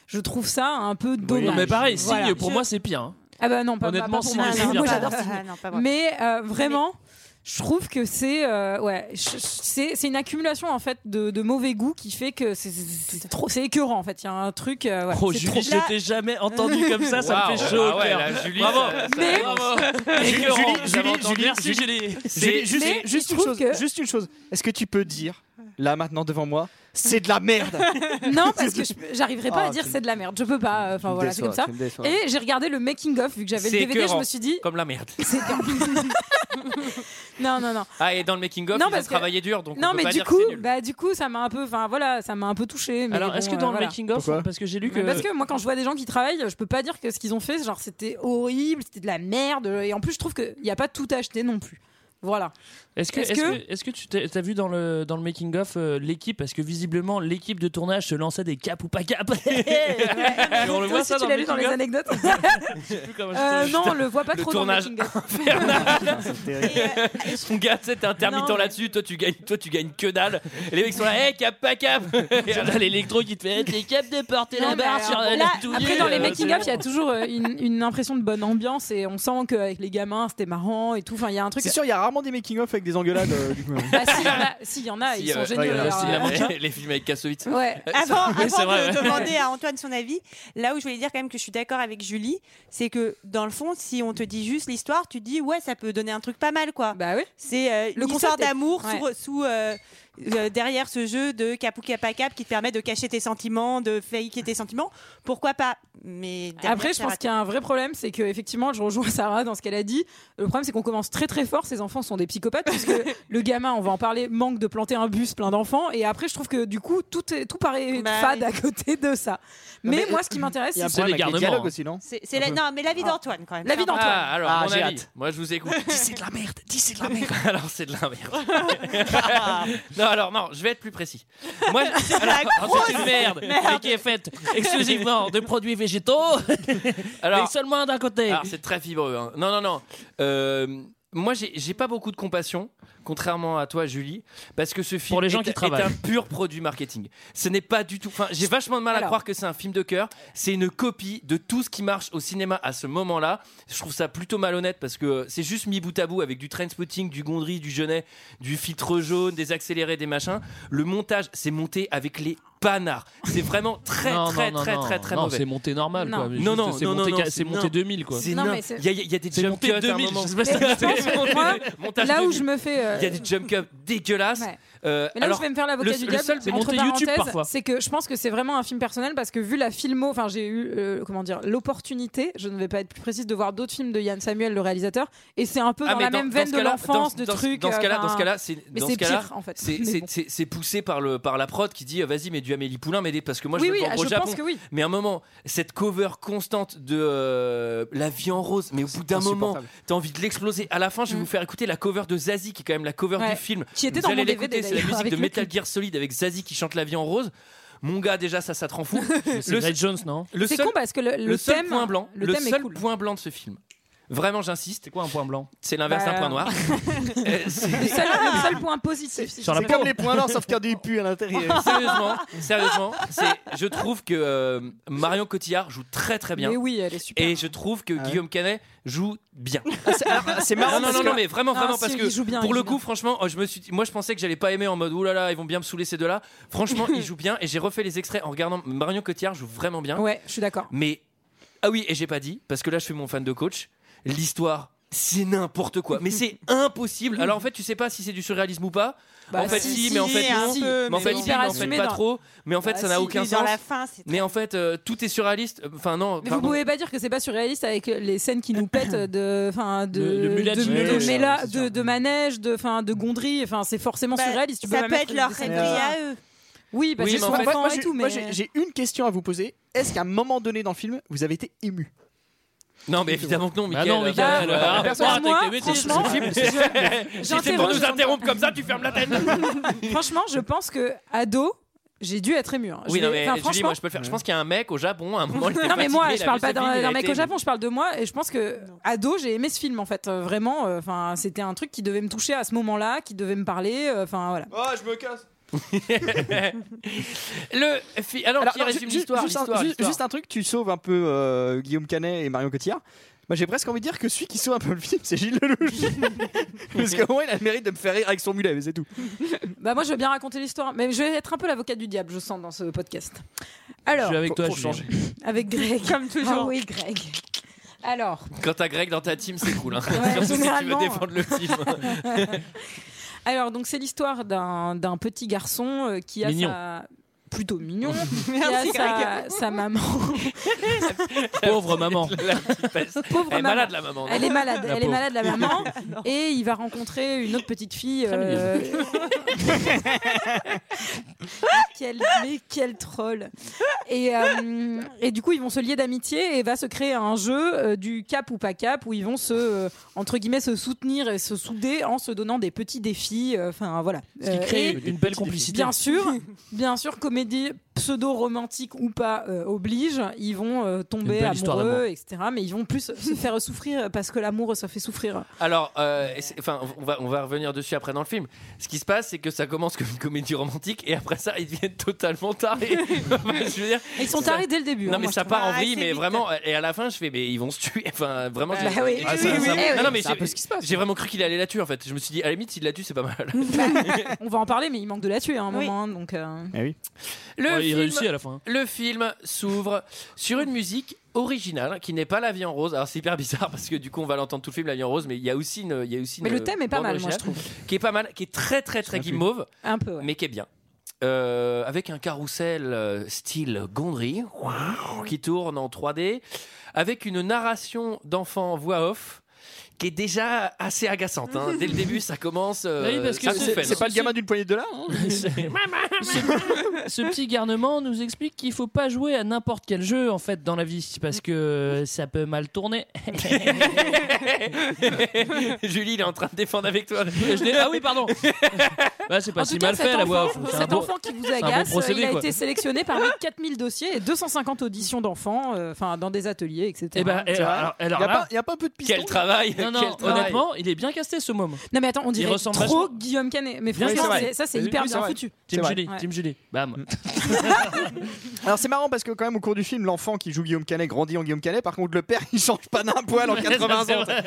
Speaker 6: Je trouve ça un peu dommage.
Speaker 7: Non, mais pareil,
Speaker 6: Voilà.
Speaker 7: signe, pour moi, c'est pire. hein.
Speaker 6: Ah bah non, pas,
Speaker 7: Honnêtement,
Speaker 6: pas pour
Speaker 7: Signe,
Speaker 6: moi.
Speaker 7: c'est
Speaker 6: Alors,
Speaker 7: bien.
Speaker 6: moi, j'adore
Speaker 7: Ah,
Speaker 6: Signe.
Speaker 11: non, pas moi.
Speaker 6: Mais euh, vraiment, je trouve que c'est euh, ouais, je- je- c'est c'est une accumulation en fait de, de mauvais goût qui fait que c'est- c'est c'est trop, c'est écœurant en fait. Il y a un truc. euh, ouais,
Speaker 7: Oh,
Speaker 6: c'est
Speaker 7: Julie,
Speaker 6: trop-
Speaker 7: je t'ai jamais entendu comme ça, ça me
Speaker 1: Waouh,
Speaker 7: fait chaud au
Speaker 1: ah ouais,
Speaker 7: cœur.
Speaker 1: là, Julie,
Speaker 7: Bravo.
Speaker 1: ça- ça-
Speaker 7: Mais-
Speaker 1: bravo.
Speaker 7: Mais
Speaker 2: Julie,
Speaker 7: Laurent,
Speaker 2: Julie,
Speaker 7: vous
Speaker 2: Julie,
Speaker 7: avez entendu.
Speaker 2: Julie,
Speaker 7: Merci,
Speaker 2: Julie.
Speaker 7: Julie.
Speaker 2: Julie, juste,
Speaker 6: mais
Speaker 2: juste
Speaker 6: il
Speaker 2: une chose,
Speaker 6: se trouve que-
Speaker 2: juste une chose. Est-ce que tu peux dire, là maintenant devant moi, c'est de la merde
Speaker 6: non, parce que je peux- j'arriverai pas
Speaker 2: Ah,
Speaker 6: à dire
Speaker 2: tu-
Speaker 6: c'est de la merde. Je peux pas. euh, Enfin
Speaker 2: me
Speaker 6: voilà, c'est
Speaker 2: déçois,
Speaker 6: comme ça.
Speaker 2: tu me déçois.
Speaker 6: Et j'ai regardé le making of vu que j'avais le
Speaker 1: C'est
Speaker 6: DVD. Je
Speaker 1: écœurant,
Speaker 6: me suis dit
Speaker 1: Comme la merde.
Speaker 6: c'est écœurant. non non non.
Speaker 1: Ah, et dans le making-of, ils
Speaker 6: Non,
Speaker 1: ont
Speaker 6: parce que-
Speaker 1: travaillé dur, donc
Speaker 6: non
Speaker 1: on peut
Speaker 6: mais
Speaker 1: pas
Speaker 6: du
Speaker 1: dire
Speaker 6: coup,
Speaker 1: que c'est nul.
Speaker 6: bah du coup, ça m'a un peu, enfin voilà, ça m'a un peu touché.
Speaker 7: Alors, est-ce que
Speaker 11: euh,
Speaker 7: dans le making-of, parce que j'ai lu que.
Speaker 6: Parce que moi, quand je vois des gens qui travaillent, je peux pas dire que ce qu'ils ont fait, genre c'était horrible, c'était de la merde. Et en plus, je trouve qu'il n'y a pas tout acheté non plus. Voilà.
Speaker 7: Est-ce que,
Speaker 6: Est-ce
Speaker 7: est-ce que...
Speaker 6: que-
Speaker 7: est-ce que tu t'es- t'as vu dans le, dans le making-of euh, l'équipe Parce que visiblement, l'équipe de tournage se lançait des caps ou pas caps. Et on le
Speaker 6: Toi
Speaker 7: voit
Speaker 6: aussi,
Speaker 7: ça
Speaker 6: tu
Speaker 7: dans
Speaker 6: l'as
Speaker 7: le
Speaker 6: lu dans les
Speaker 7: making-of.
Speaker 6: anecdotes
Speaker 7: Je sais plus comment
Speaker 6: Euh,
Speaker 7: je-
Speaker 6: Non, on le voit pas
Speaker 1: Le
Speaker 6: trop dans le
Speaker 1: tournage
Speaker 6: making-of.
Speaker 1: Mon gars, tu sais, t'es intermittent
Speaker 6: Non, mais-
Speaker 1: là-dessus, toi tu gagnes, toi tu gagnes que dalle. Et les mecs sont là, hé, cap, pas cap. Et là, l'électro qui te fait, t'es cap de porter
Speaker 6: Non,
Speaker 1: la
Speaker 6: mais
Speaker 1: barre
Speaker 6: alors,
Speaker 1: sur euh,
Speaker 6: là, bah,
Speaker 1: les tout
Speaker 6: après
Speaker 1: nus,
Speaker 6: dans les
Speaker 1: euh,
Speaker 6: making
Speaker 1: c'est
Speaker 6: of il y a toujours euh, une, une impression de bonne ambiance et on sent qu'avec les gamins c'était marrant et tout enfin il y a un truc
Speaker 2: C'est sûr, il y a rarement des making-of avec des engueulades. euh, du coup.
Speaker 6: Ah, si, il y en a- si, il y en a,
Speaker 1: Si,
Speaker 6: Ah, ils sont
Speaker 1: euh,
Speaker 6: géniaux.
Speaker 1: ouais,
Speaker 6: alors,
Speaker 1: aussi,
Speaker 6: euh,
Speaker 1: la- les films avec Kassovitz.
Speaker 6: Ouais.
Speaker 1: Euh,
Speaker 11: Avant,
Speaker 1: ça-
Speaker 11: avant de demander à Antoine son avis, là où je voulais dire quand même que je suis d'accord avec Julie, c'est que dans le fond, si on te dit juste l'histoire, tu te dis ouais, ça peut donner un truc pas mal quoi.
Speaker 6: Bah oui.
Speaker 11: C'est euh,
Speaker 6: Le
Speaker 11: une histoire
Speaker 6: concept est-
Speaker 11: d'amour
Speaker 6: ouais.
Speaker 11: sous, sous, euh, euh, derrière ce jeu de cap ou cap à cap qui te permet de cacher tes sentiments, de faker tes sentiments. Pourquoi pas Mais derrière,
Speaker 6: Après, je
Speaker 11: ça
Speaker 6: pense
Speaker 11: rate.
Speaker 6: qu'il y a un vrai problème, c'est que effectivement, je rejoins Sarah dans ce qu'elle a dit. Le problème, c'est qu'on commence très très fort. Ces enfants sont des psychopathes parce que le gamin, on va en parler, manque de planter un bus plein d'enfants. Et après, je trouve que du coup, tout est, tout paraît
Speaker 11: Bah
Speaker 6: fade
Speaker 11: oui.
Speaker 6: à côté de ça.
Speaker 2: Non,
Speaker 6: Mais,
Speaker 2: mais,
Speaker 6: moi,
Speaker 2: euh,
Speaker 6: ce qui m'intéresse,
Speaker 2: il y a un
Speaker 6: c'est
Speaker 2: problèmes avec les
Speaker 7: garnements,
Speaker 2: dialogues
Speaker 7: hein.
Speaker 2: aussi, non
Speaker 11: C'est- c'est la- non, mais l'avis d'Antoine quand même.
Speaker 6: L'avis
Speaker 11: Clairement.
Speaker 6: d'Antoine.
Speaker 1: Ah, alors,
Speaker 2: Ah,
Speaker 1: mon
Speaker 2: j'ai
Speaker 1: avis.
Speaker 2: hâte.
Speaker 1: Moi, je vous écoute.
Speaker 2: Dis c'est de la merde, dis c'est de la merde.
Speaker 1: alors, c'est de la merde. non, alors, non, je vais être plus précis. Moi, je- alors, oh,
Speaker 7: Alors, c'est une merde, mais qui est faite exclusivement de produits végétaux,
Speaker 1: alors,
Speaker 7: mais seulement d'un côté.
Speaker 1: alors, c'est très fibreux. hein. Non, non, non. Euh, moi, j'ai j'ai pas beaucoup de compassion, contrairement à toi, Julie, parce que ce film
Speaker 7: Pour les gens
Speaker 1: est,
Speaker 7: qui
Speaker 1: est
Speaker 7: travaillent.
Speaker 1: un pur produit marketing. Ce n'est pas du tout. Enfin, j'ai vachement de mal à
Speaker 7: Alors.
Speaker 1: croire que c'est un film de cœur. C'est une copie de tout ce qui marche au cinéma à ce moment-là. Je trouve ça plutôt malhonnête parce que c'est juste mis bout à bout avec du train spotting, du gondry, du genet, du filtre jaune, des accélérés, des machins. Le montage, c'est monté avec les panards. C'est vraiment très,
Speaker 7: Non,
Speaker 1: très,
Speaker 7: non, non,
Speaker 1: très,
Speaker 7: non.
Speaker 1: très, très
Speaker 7: Non,
Speaker 1: mauvais.
Speaker 7: c'est monté normal,
Speaker 1: Non,
Speaker 7: quoi.
Speaker 1: non,
Speaker 7: Mais juste,
Speaker 1: non,
Speaker 7: c'est
Speaker 1: non,
Speaker 7: monté-
Speaker 1: non,
Speaker 7: c'est monté
Speaker 1: non.
Speaker 7: 2000, quoi.
Speaker 1: C'est
Speaker 6: Non,
Speaker 1: nain.
Speaker 6: mais c'est-
Speaker 1: Il y, a- il y a des
Speaker 7: C'est
Speaker 1: jump
Speaker 7: monté
Speaker 1: cuts à un
Speaker 7: 2000,
Speaker 1: moment.
Speaker 7: je sais pas si Mais c'est-
Speaker 6: je pense que moi,
Speaker 1: Montage
Speaker 6: là où
Speaker 1: 2000.
Speaker 6: je me fais, euh,
Speaker 1: Il y a des jump cuts dégueulasses.
Speaker 6: Ouais.
Speaker 1: Euh,
Speaker 6: Mais là
Speaker 1: alors,
Speaker 6: où je vais me faire l'avocat
Speaker 1: le-
Speaker 6: du
Speaker 1: le
Speaker 6: diable,
Speaker 1: seul- c'est
Speaker 6: entre
Speaker 1: monté
Speaker 6: parenthèses,
Speaker 1: YouTube parfois.
Speaker 6: c'est que je pense que c'est vraiment un film personnel parce que vu la filmo, enfin j'ai eu euh, comment dire l'opportunité, je ne vais pas être plus précise, de voir d'autres films de Yann Samuel, le réalisateur, et c'est un peu
Speaker 1: Ah,
Speaker 6: dans
Speaker 1: mais
Speaker 6: la même veine
Speaker 1: ce
Speaker 6: de
Speaker 1: cas-là-
Speaker 6: l'enfance,
Speaker 1: dans-
Speaker 6: de
Speaker 1: dans-
Speaker 6: trucs.
Speaker 1: Dans ce cas-là,
Speaker 6: euh,
Speaker 1: dans ce cas-là,
Speaker 6: enfin,
Speaker 1: c'est
Speaker 6: mais
Speaker 1: dans
Speaker 6: c'est
Speaker 1: ce cas-là,
Speaker 6: pire en fait.
Speaker 1: c'est-
Speaker 6: Mais
Speaker 1: c'est-
Speaker 6: bon.
Speaker 1: c'est- c'est poussé par le par la prod qui dit vas-y mais du Amélie Poulain mais des parce que moi
Speaker 6: Oui,
Speaker 1: je veux
Speaker 6: oui,
Speaker 1: vendre au
Speaker 6: je
Speaker 1: Japon.
Speaker 6: pense que oui.
Speaker 1: Mais à un moment cette cover constante de euh, la vie en rose mais au bout d'un moment
Speaker 2: insupportable.
Speaker 1: t'as envie de l'exploser. À la fin je vais vous faire écouter la cover de Zazie qui est quand même la cover
Speaker 6: Mm. Ouais.
Speaker 1: du film.
Speaker 6: Qui était
Speaker 1: Vous
Speaker 6: dans
Speaker 1: allez
Speaker 6: mon DVD,
Speaker 1: l'écouter, c'est la
Speaker 6: d'ailleurs,
Speaker 1: musique
Speaker 6: avec
Speaker 1: de
Speaker 6: le
Speaker 1: Metal Gear Solid avec Zazie qui chante la vie en rose. Mon gars déjà ça ça te rend fou. Le-
Speaker 7: Red Jones, non
Speaker 1: le
Speaker 6: C'est
Speaker 1: seul-
Speaker 6: con parce que le, le
Speaker 1: le seul
Speaker 6: thème,
Speaker 1: point blanc,
Speaker 6: le
Speaker 1: le,
Speaker 6: thème est
Speaker 1: seul
Speaker 6: cool.
Speaker 1: point blanc de ce film. Vraiment, j'insiste. C'est
Speaker 7: quoi un point blanc
Speaker 1: C'est l'inverse d'un
Speaker 6: Bah,
Speaker 1: point noir. Euh, c'est-
Speaker 6: Le seul, le seul point positif. si
Speaker 7: Sur
Speaker 6: tu
Speaker 7: la
Speaker 6: veux.
Speaker 7: peau.
Speaker 2: Comme les points noirs, sauf qu'il y a du pu à l'intérieur.
Speaker 1: sérieusement, sérieusement, c'est, je trouve que euh, Marion Cotillard joue très très bien.
Speaker 6: Mais oui, elle est super.
Speaker 1: Et je trouve
Speaker 6: Ah
Speaker 1: que Guillaume Canet joue bien.
Speaker 2: C'est
Speaker 1: Non,
Speaker 2: marrant
Speaker 1: non,
Speaker 2: parce
Speaker 1: non,
Speaker 2: que-
Speaker 1: non, mais vraiment,
Speaker 6: Ah,
Speaker 1: vraiment,
Speaker 6: si,
Speaker 1: parce
Speaker 6: il
Speaker 1: que
Speaker 6: joue bien, il
Speaker 1: pour
Speaker 6: joue
Speaker 1: le coup,
Speaker 6: bien.
Speaker 1: franchement, oh, je me suis, dit- moi, je pensais que j'allais pas aimer en mode, oulala, là là, ils vont bien me saouler ces deux-là. Franchement, il joue bien, et j'ai refait les extraits en regardant Marion Cotillard joue vraiment bien.
Speaker 6: Ouais, je suis d'accord.
Speaker 1: Mais ah oui, et j'ai pas dit parce que là je suis mon fan de coach. L'histoire, c'est n'importe quoi. Mais c'est impossible. Alors en fait, tu sais pas si c'est du surréalisme ou pas.
Speaker 6: Bah,
Speaker 1: en fait,
Speaker 6: si,
Speaker 1: si,
Speaker 6: si,
Speaker 1: mais en fait
Speaker 11: un
Speaker 1: non.
Speaker 11: peu,
Speaker 1: mais en
Speaker 11: mais
Speaker 1: fait, si,
Speaker 6: c'est
Speaker 1: mais
Speaker 6: hyper
Speaker 1: en fait,
Speaker 6: assumé
Speaker 1: pas
Speaker 6: dans-
Speaker 1: trop. Mais en fait,
Speaker 6: Bah,
Speaker 1: ça n'a
Speaker 6: si,
Speaker 1: aucun
Speaker 11: Et Dans
Speaker 1: sens.
Speaker 11: la fin, c'est.
Speaker 1: Mais en fait, euh, tout est surréaliste. Enfin non.
Speaker 6: Mais vous
Speaker 1: pardon.
Speaker 6: pouvez pas dire que c'est pas surréaliste avec les scènes qui nous pètent de, enfin de,
Speaker 7: Le- le
Speaker 6: de,
Speaker 7: mulage,
Speaker 6: de-
Speaker 7: oui,
Speaker 6: de
Speaker 7: oui,
Speaker 6: Mela-
Speaker 7: ça, c'est sûr.
Speaker 6: de- de manège, de, enfin de gondry. Enfin, c'est forcément
Speaker 11: Bah,
Speaker 6: surréaliste. Tu peux
Speaker 11: ça
Speaker 6: pas
Speaker 11: peut
Speaker 6: mettre
Speaker 11: être
Speaker 6: des
Speaker 11: leur
Speaker 6: scènes
Speaker 11: rêverie
Speaker 6: comme ça.
Speaker 11: à eux.
Speaker 6: Oui, parce
Speaker 1: Oui,
Speaker 6: qu'ils
Speaker 1: mais
Speaker 6: sont
Speaker 1: en fait,
Speaker 2: Moi,
Speaker 6: enfants
Speaker 2: moi,
Speaker 6: et
Speaker 2: j'ai-
Speaker 6: tout.
Speaker 2: moi,
Speaker 6: Mais
Speaker 2: j'ai j'ai une question à vous poser. Est-ce qu'à un moment donné dans le film, vous avez été ému
Speaker 1: Non, mais évidemment que non,
Speaker 7: Bah
Speaker 1: Michael.
Speaker 7: non, Michael,
Speaker 1: euh,
Speaker 7: euh,
Speaker 6: Personne,
Speaker 7: arrête
Speaker 6: moi,
Speaker 7: avec les bêtises.
Speaker 6: franchement,
Speaker 1: Si c'est pour nous interrompre comme ça, tu fermes la tête.
Speaker 6: franchement, je pense que ado, j'ai dû être ému. hein. Je
Speaker 1: Oui, non,
Speaker 6: l'ai-
Speaker 1: mais
Speaker 6: enfin,
Speaker 1: Julie,
Speaker 6: franchement.
Speaker 1: moi, je peux le faire. Je pense qu'il y a un mec au Japon à un moment. il était
Speaker 6: Non mais moi,
Speaker 1: fatigué,
Speaker 6: je
Speaker 1: il a
Speaker 6: parle
Speaker 1: vu
Speaker 6: pas
Speaker 1: cette
Speaker 6: d'un
Speaker 1: ville, il a
Speaker 6: d'un mec
Speaker 1: été-
Speaker 6: au Japon, je parle de moi et je pense que ado, j'ai aimé ce film en fait, Euh, vraiment. euh, Enfin, c'était un truc qui devait me toucher à ce moment-là, qui devait me parler. euh, Enfin voilà.
Speaker 2: Ah, je me casse.
Speaker 1: Le fi- alors, qui
Speaker 2: ju-
Speaker 1: résume
Speaker 2: ju-
Speaker 1: l'histoire
Speaker 2: juste, un-
Speaker 1: l'histoire, Ah,
Speaker 2: ju-
Speaker 1: l'histoire.
Speaker 2: juste un truc, tu sauves un peu euh, Guillaume Canet et Marion Cotillard. Moi, j'ai presque envie de dire que celui qui sauve un peu le film, c'est Gilles Lelouch. Parce qu'au moins, il a le mérite de me faire rire avec son mulet, mais c'est tout.
Speaker 6: Bah moi je veux bien raconter l'histoire, mais je vais être un peu l'avocat du diable, je sens dans ce podcast.
Speaker 7: Je
Speaker 6: Alors,
Speaker 7: suis avec toi,
Speaker 2: Faut- faut
Speaker 7: Julien.
Speaker 2: changer.
Speaker 6: avec Greg.
Speaker 11: Comme toujours.
Speaker 6: Ah oui, Greg. Alors,
Speaker 1: Quand t'as Greg dans ta team, c'est cool. Hein. Surtout si tu veux
Speaker 6: généralement.
Speaker 1: défendre le film.
Speaker 6: alors donc c'est l'histoire d'un d'un petit garçon euh, qui a
Speaker 7: Mignon.
Speaker 6: sa plutôt mignon, qui a
Speaker 11: Merci,
Speaker 6: sa, sa maman.
Speaker 7: Pauvre maman.
Speaker 1: La petite peste.
Speaker 6: Pauvre
Speaker 1: Elle est
Speaker 6: maman.
Speaker 1: malade, la maman. non
Speaker 6: Elle est malade,
Speaker 7: La
Speaker 6: elle est
Speaker 7: pauvre.
Speaker 6: malade la maman et il va rencontrer une autre petite fille euh, quel, mais quel troll et, euh, et du coup ils vont se lier d'amitié et va se créer un jeu euh, du cap ou pas cap où ils vont se euh, entre guillemets se soutenir et se souder en se donnant des petits défis euh, enfin voilà
Speaker 7: Ce qui
Speaker 6: Euh,
Speaker 7: crée
Speaker 6: et
Speaker 7: une belle complicité.
Speaker 6: Bien sûr, bien sûr, comédie pseudo-romantique ou pas euh, oblige, ils vont euh, tomber
Speaker 7: Une belle histoire
Speaker 6: amoureux,
Speaker 7: d'amour.
Speaker 6: etc. Mais ils vont plus se faire souffrir parce que l'amour, ça fait souffrir.
Speaker 1: Alors, euh, et c'est- enfin, on va, on va revenir dessus après dans le film. Ce qui se passe, c'est que ça commence comme une comédie romantique et après ça, ils deviennent totalement tarés. je veux dire,
Speaker 6: Ils sont
Speaker 1: Ça-
Speaker 6: tarés dès le début. hein,
Speaker 1: non mais
Speaker 6: moi,
Speaker 1: ça
Speaker 6: je trouve.
Speaker 1: part en
Speaker 11: Ah,
Speaker 1: vrille,
Speaker 11: c'est
Speaker 1: mais
Speaker 11: vite.
Speaker 1: vraiment. euh, Et à la fin, je fais, mais ils vont se tuer. Enfin, vraiment. j'ai-
Speaker 6: Bah oui,
Speaker 1: Ah,
Speaker 6: oui,
Speaker 1: ça-
Speaker 6: oui,
Speaker 1: ça-
Speaker 6: oui,
Speaker 1: Non, non, mais
Speaker 2: C'est un
Speaker 1: j'ai-
Speaker 2: peu ce qui se passe.
Speaker 1: j'ai vraiment cru qu'il allait la tuer en fait. Je me suis dit, à la limite, s'il la tue, c'est pas mal.
Speaker 6: Mm. On va en parler, mais il manque de la tuer à un
Speaker 11: Oui.
Speaker 6: moment. hein, donc,
Speaker 7: Ah
Speaker 6: euh,
Speaker 1: Le
Speaker 7: Ouais, Il
Speaker 1: film-
Speaker 7: réussit à la fin.
Speaker 1: Le film s'ouvre sur une musique originale qui n'est pas La Vie en Rose. Alors c'est hyper bizarre parce que du coup on va l'entendre tout le film La Vie en Rose, mais il y a aussi une, il y a aussi
Speaker 6: Mais
Speaker 1: une
Speaker 6: le thème est pas
Speaker 1: bande
Speaker 6: mal, moi, je
Speaker 1: originale
Speaker 6: trouve.
Speaker 1: qui est pas mal, qui est très très très guimauve,
Speaker 6: Un peu, ouais.
Speaker 1: mais qui est bien. Euh, avec un carrousel euh, style Gondry qui tourne en 3D, avec une narration d'enfant en voix off qui est déjà assez agaçante. hein. Dès le début, ça commence. euh,
Speaker 7: Oui, parce que
Speaker 1: ça
Speaker 7: c'est-
Speaker 1: gonfle.
Speaker 2: C'est pas le gamin d'une poignée de dollars. hein
Speaker 7: ce petit garnement nous explique qu'il faut pas jouer à n'importe quel jeu en fait dans la vie parce que ça peut mal tourner.
Speaker 1: Julie, il est en train de défendre avec toi.
Speaker 7: Je l'ai- ah oui, pardon. Bah, c'est pas
Speaker 6: En
Speaker 7: si
Speaker 6: tout cas,
Speaker 7: mal
Speaker 6: cet
Speaker 7: fait la voix off.
Speaker 6: enfant,
Speaker 7: C'est un
Speaker 6: cet
Speaker 7: bon-
Speaker 6: enfant qui vous
Speaker 7: un bon
Speaker 6: agace,
Speaker 7: procédé,
Speaker 6: il a
Speaker 7: quoi.
Speaker 6: été sélectionné parmi 4000 dossiers et 250 auditions d'enfants, euh, enfin dans des ateliers, etc.
Speaker 7: Eh ben, eh,
Speaker 2: Tu vois
Speaker 7: alors, alors
Speaker 2: y a,
Speaker 7: là,
Speaker 2: pas, y a pas un peu de piston
Speaker 1: Quel travail
Speaker 7: Non, non, non, honnêtement, il est bien casté ce moment.
Speaker 6: Non mais attends, on
Speaker 7: Il
Speaker 6: dirait trop
Speaker 7: ressemble vachement-
Speaker 6: Guillaume Canet. Mais
Speaker 7: Bien
Speaker 6: franchement,
Speaker 7: casté.
Speaker 6: c'est- ça c'est
Speaker 7: Oui,
Speaker 6: hyper
Speaker 7: oui,
Speaker 6: bien
Speaker 7: vrai.
Speaker 6: foutu.
Speaker 7: Team
Speaker 2: C'est
Speaker 7: Julie,
Speaker 2: vrai.
Speaker 7: Team Julie. Bah, Bam.
Speaker 2: Alors c'est marrant parce que quand même au cours du film, l'enfant qui joue Guillaume Canet grandit en Guillaume Canet. Par contre, le père, il change pas d'un poil en 80
Speaker 7: C'est
Speaker 2: ans.
Speaker 7: vrai.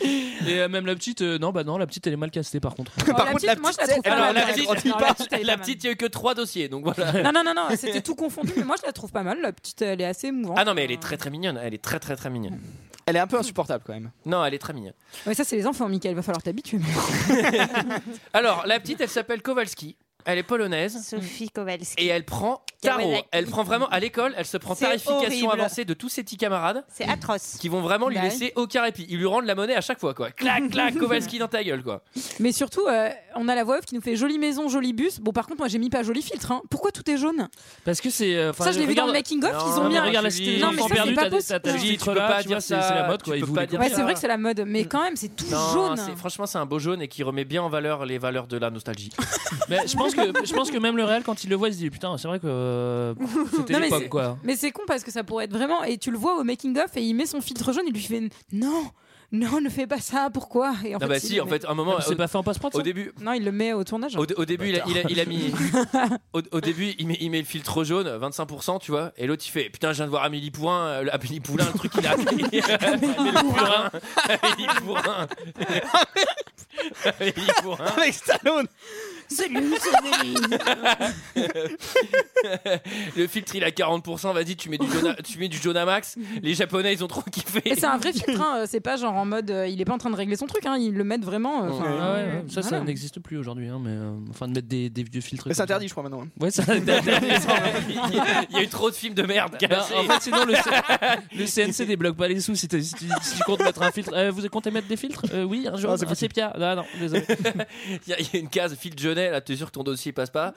Speaker 7: Et euh, même la petite, euh, non, bah non, la petite elle est mal castée par contre.
Speaker 6: la petite, moi je Ah, la trouve pas
Speaker 1: Alors,
Speaker 6: mal.
Speaker 1: la petite,
Speaker 6: Non,
Speaker 1: la petite,
Speaker 6: la petite, elle est
Speaker 1: la
Speaker 6: pas mal.
Speaker 1: petite, il y a eu que trois dossiers, donc voilà.
Speaker 6: Non, non, non, non, c'était tout confondu, mais moi je la trouve pas mal. La petite, elle est assez émouvante.
Speaker 1: Ah non, mais elle est très très mignonne. Elle est très très très mignonne.
Speaker 2: Elle est un peu insupportable quand même.
Speaker 1: Non, elle est très mignonne.
Speaker 6: Ouais, ça, c'est les enfants, Michael, va falloir t'habituer.
Speaker 1: Alors, la petite, elle s'appelle Kowalski. Elle est polonaise.
Speaker 11: Sophie Kowalski.
Speaker 1: Et elle prend tarot.
Speaker 11: Kowalski.
Speaker 1: Elle prend vraiment à l'école, elle se prend
Speaker 11: C'est
Speaker 1: tarification
Speaker 11: horrible.
Speaker 1: avancée de tous ses petits camarades
Speaker 11: C'est atroce.
Speaker 1: qui vont vraiment lui
Speaker 6: Bah
Speaker 1: laisser aucun répit. Ils lui rendent la monnaie à chaque fois, quoi. Clac, clac, Kowalski dans ta gueule, quoi.
Speaker 6: Mais surtout, euh, on a la voix off qui nous fait jolie maison, joli bus. Bon, par contre, moi j'ai mis pas joli filtre. hein. Pourquoi tout est jaune
Speaker 7: Parce que c'est. euh, enfin,
Speaker 6: Ça, je l'ai vu dans
Speaker 7: regarde-
Speaker 6: le making-of,
Speaker 7: Non,
Speaker 6: ils ont
Speaker 7: mais
Speaker 6: mis un.
Speaker 7: Regarde la cité des
Speaker 6: non, mais
Speaker 7: enfants
Speaker 6: ça,
Speaker 7: perdus,
Speaker 6: c'est pas
Speaker 7: t'as t'as- t'as
Speaker 6: possible.
Speaker 7: le
Speaker 1: Tu
Speaker 7: titre
Speaker 1: peux pas
Speaker 7: là, tu vois,
Speaker 1: dire
Speaker 7: c'est
Speaker 1: ça,
Speaker 7: c'est la mode
Speaker 1: tu
Speaker 7: quoi. ils
Speaker 1: peux
Speaker 7: voulaient
Speaker 1: pas dire
Speaker 6: Ouais,
Speaker 1: ça.
Speaker 6: c'est vrai que c'est la mode, mais quand même, c'est tout
Speaker 1: Mm. Non,
Speaker 6: jaune.
Speaker 1: c'est- franchement, c'est un beau jaune et qui remet bien en valeur les valeurs de la nostalgie.
Speaker 7: Mais je pense que je pense que même le réel quand il le voit, il se dit putain, c'est vrai que euh, c'était
Speaker 6: Non, mais
Speaker 7: l'époque
Speaker 6: c'est-
Speaker 1: hein.
Speaker 7: quoi.
Speaker 6: Mais c'est con parce que ça pourrait être vraiment. Et tu le vois au making-of et il met son filtre jaune et lui fait Non, non, ne fais pas ça, pourquoi et en
Speaker 1: Non, bah
Speaker 6: il
Speaker 1: si,
Speaker 6: le
Speaker 1: en
Speaker 6: met.
Speaker 1: fait, à un moment,
Speaker 7: Ah, mais C'est
Speaker 1: au-
Speaker 7: pas fait en passe-prod.
Speaker 1: au
Speaker 7: ça
Speaker 1: début,
Speaker 6: Non, il le met au tournage.
Speaker 1: Au, dé- au début, il a, il a- il a mis. au, au début, il met, il met le filtre jaune, 25%, tu vois. Et l'autre, il fait Putain, je viens de voir Amélie Pourin, euh, le- Amélie Poulain, le truc qu'il a appelé. Amélie Pourin. Amélie Pourin. Amélie Pourin.
Speaker 2: Avec Stallone.
Speaker 6: Salut,
Speaker 1: Le filtre, il a 40%. Vas-y, tu mets du jaune, à- tu mets du jaune à max. Les Japonais, ils ont trop kiffé.
Speaker 6: Et c'est un vrai filtre, hein, euh, c'est pas genre en mode euh, il est pas en train de régler son truc, hein, ils le mettent vraiment. euh, enfin,
Speaker 7: Ah ouais, ouais, ça, ça
Speaker 6: voilà.
Speaker 7: n'existe plus aujourd'hui, hein, mais euh, enfin de mettre des, des vieux filtres.
Speaker 2: Mais c'est
Speaker 7: comme ça.
Speaker 2: interdit, je crois maintenant. hein.
Speaker 7: Ouais, ça c'est interdit.
Speaker 1: Il y a eu trop de films de merde.
Speaker 7: Bah,
Speaker 1: cassés.
Speaker 7: en fait, sinon le, C- le CNC débloque pas les sous si, t'as- si tu, si tu comptes mettre un filtre. Euh, vous comptez mettre des filtres Euh, Oui, un jour.
Speaker 2: Ah, c'est
Speaker 7: Ah, c'est Pia. Ah, non, désolé.
Speaker 1: Il y, a- il y a une case fil jeunet, là, t'es sûr que ton dossier passe pas.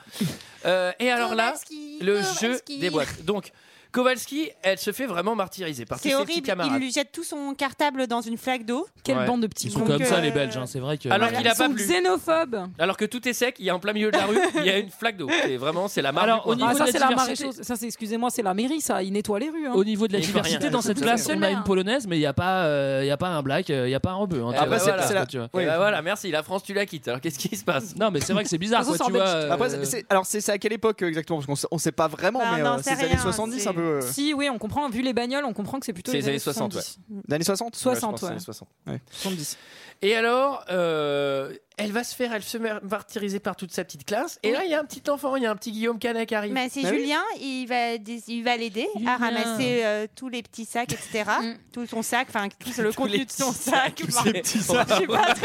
Speaker 1: Euh, et alors là, le jeu des boîtes. Donc, Kowalski, elle se fait vraiment martyriser par tous
Speaker 11: C'est
Speaker 1: ses petits
Speaker 11: horrible. Il
Speaker 1: camarades.
Speaker 11: lui jette tout son cartable dans une flaque d'eau.
Speaker 6: Quelle
Speaker 1: Ouais.
Speaker 6: bande de petits
Speaker 7: Ils sont
Speaker 6: cons.
Speaker 11: Donc,
Speaker 7: comme ça
Speaker 11: euh,
Speaker 7: les Belges. hein, c'est vrai que.
Speaker 1: Alors qu'il a
Speaker 6: Ils
Speaker 1: pas
Speaker 6: sont
Speaker 1: plu.
Speaker 6: xénophobes.
Speaker 1: Alors que tout est sec, il y a en plein milieu de la rue, il y a une flaque d'eau. Et vraiment, c'est la marque.
Speaker 7: Alors, au niveau
Speaker 6: Ah,
Speaker 7: de
Speaker 6: ça,
Speaker 7: la
Speaker 6: c'est la marée
Speaker 7: diversité-
Speaker 6: chose- Ça, c'est, excusez-moi, c'est la mairie, ça. Ils nettoient les rues. hein.
Speaker 7: Au niveau de la
Speaker 1: Il faut rien.
Speaker 7: diversité dans cette
Speaker 6: C'est
Speaker 7: classe, on a
Speaker 6: exceptionnel,
Speaker 7: une
Speaker 6: hein.
Speaker 7: polonaise, mais il n'y a pas, euh, il y a pas un black, euh, il n'y a pas un rebeu. hein, tu
Speaker 1: Après,
Speaker 7: vois,
Speaker 1: c'est-
Speaker 7: voilà,
Speaker 1: Ah, c'est
Speaker 2: la-
Speaker 7: tu vois.
Speaker 1: Et bah voilà, merci, la France, tu la quittes. Alors qu'est-ce qui se passe
Speaker 7: Non, mais c'est vrai que c'est bizarre.
Speaker 6: De toute
Speaker 7: Quoi, tu
Speaker 6: façon, c'est en
Speaker 7: vois, euh,
Speaker 2: Après, Ah, bah, c'est- c'est- alors c'est c'est à quelle époque euh, exactement Parce qu'on sait- on sait pas vraiment,
Speaker 11: Bah,
Speaker 2: mais
Speaker 11: non,
Speaker 2: euh,
Speaker 11: c'est
Speaker 2: c'est les
Speaker 11: rien,
Speaker 2: années 70
Speaker 11: c'est-
Speaker 2: un peu. euh,
Speaker 6: Si, oui, on comprend. Vu les bagnoles, on comprend que c'est plutôt
Speaker 1: C'est
Speaker 6: les,
Speaker 1: les années 60,
Speaker 6: 70.
Speaker 2: des années 60
Speaker 6: 60,
Speaker 1: Ouais, je pense que c'est
Speaker 6: ouais.
Speaker 1: les 60.
Speaker 6: 70.
Speaker 1: Et alors, euh, elle va se faire, elle se mar- martyriser par toute sa petite classe. Et là, il y a un petit enfant, il y a un petit Guillaume Canet qui arrive.
Speaker 11: Mais c'est
Speaker 2: Bah oui.
Speaker 11: Julien, il va, dé- il va l'aider
Speaker 7: Julien.
Speaker 11: à ramasser euh, tous les petits sacs, etc. tout son sac, enfin tout le contenu de son sac.
Speaker 2: Ces petits sacs.
Speaker 11: Je sais pas.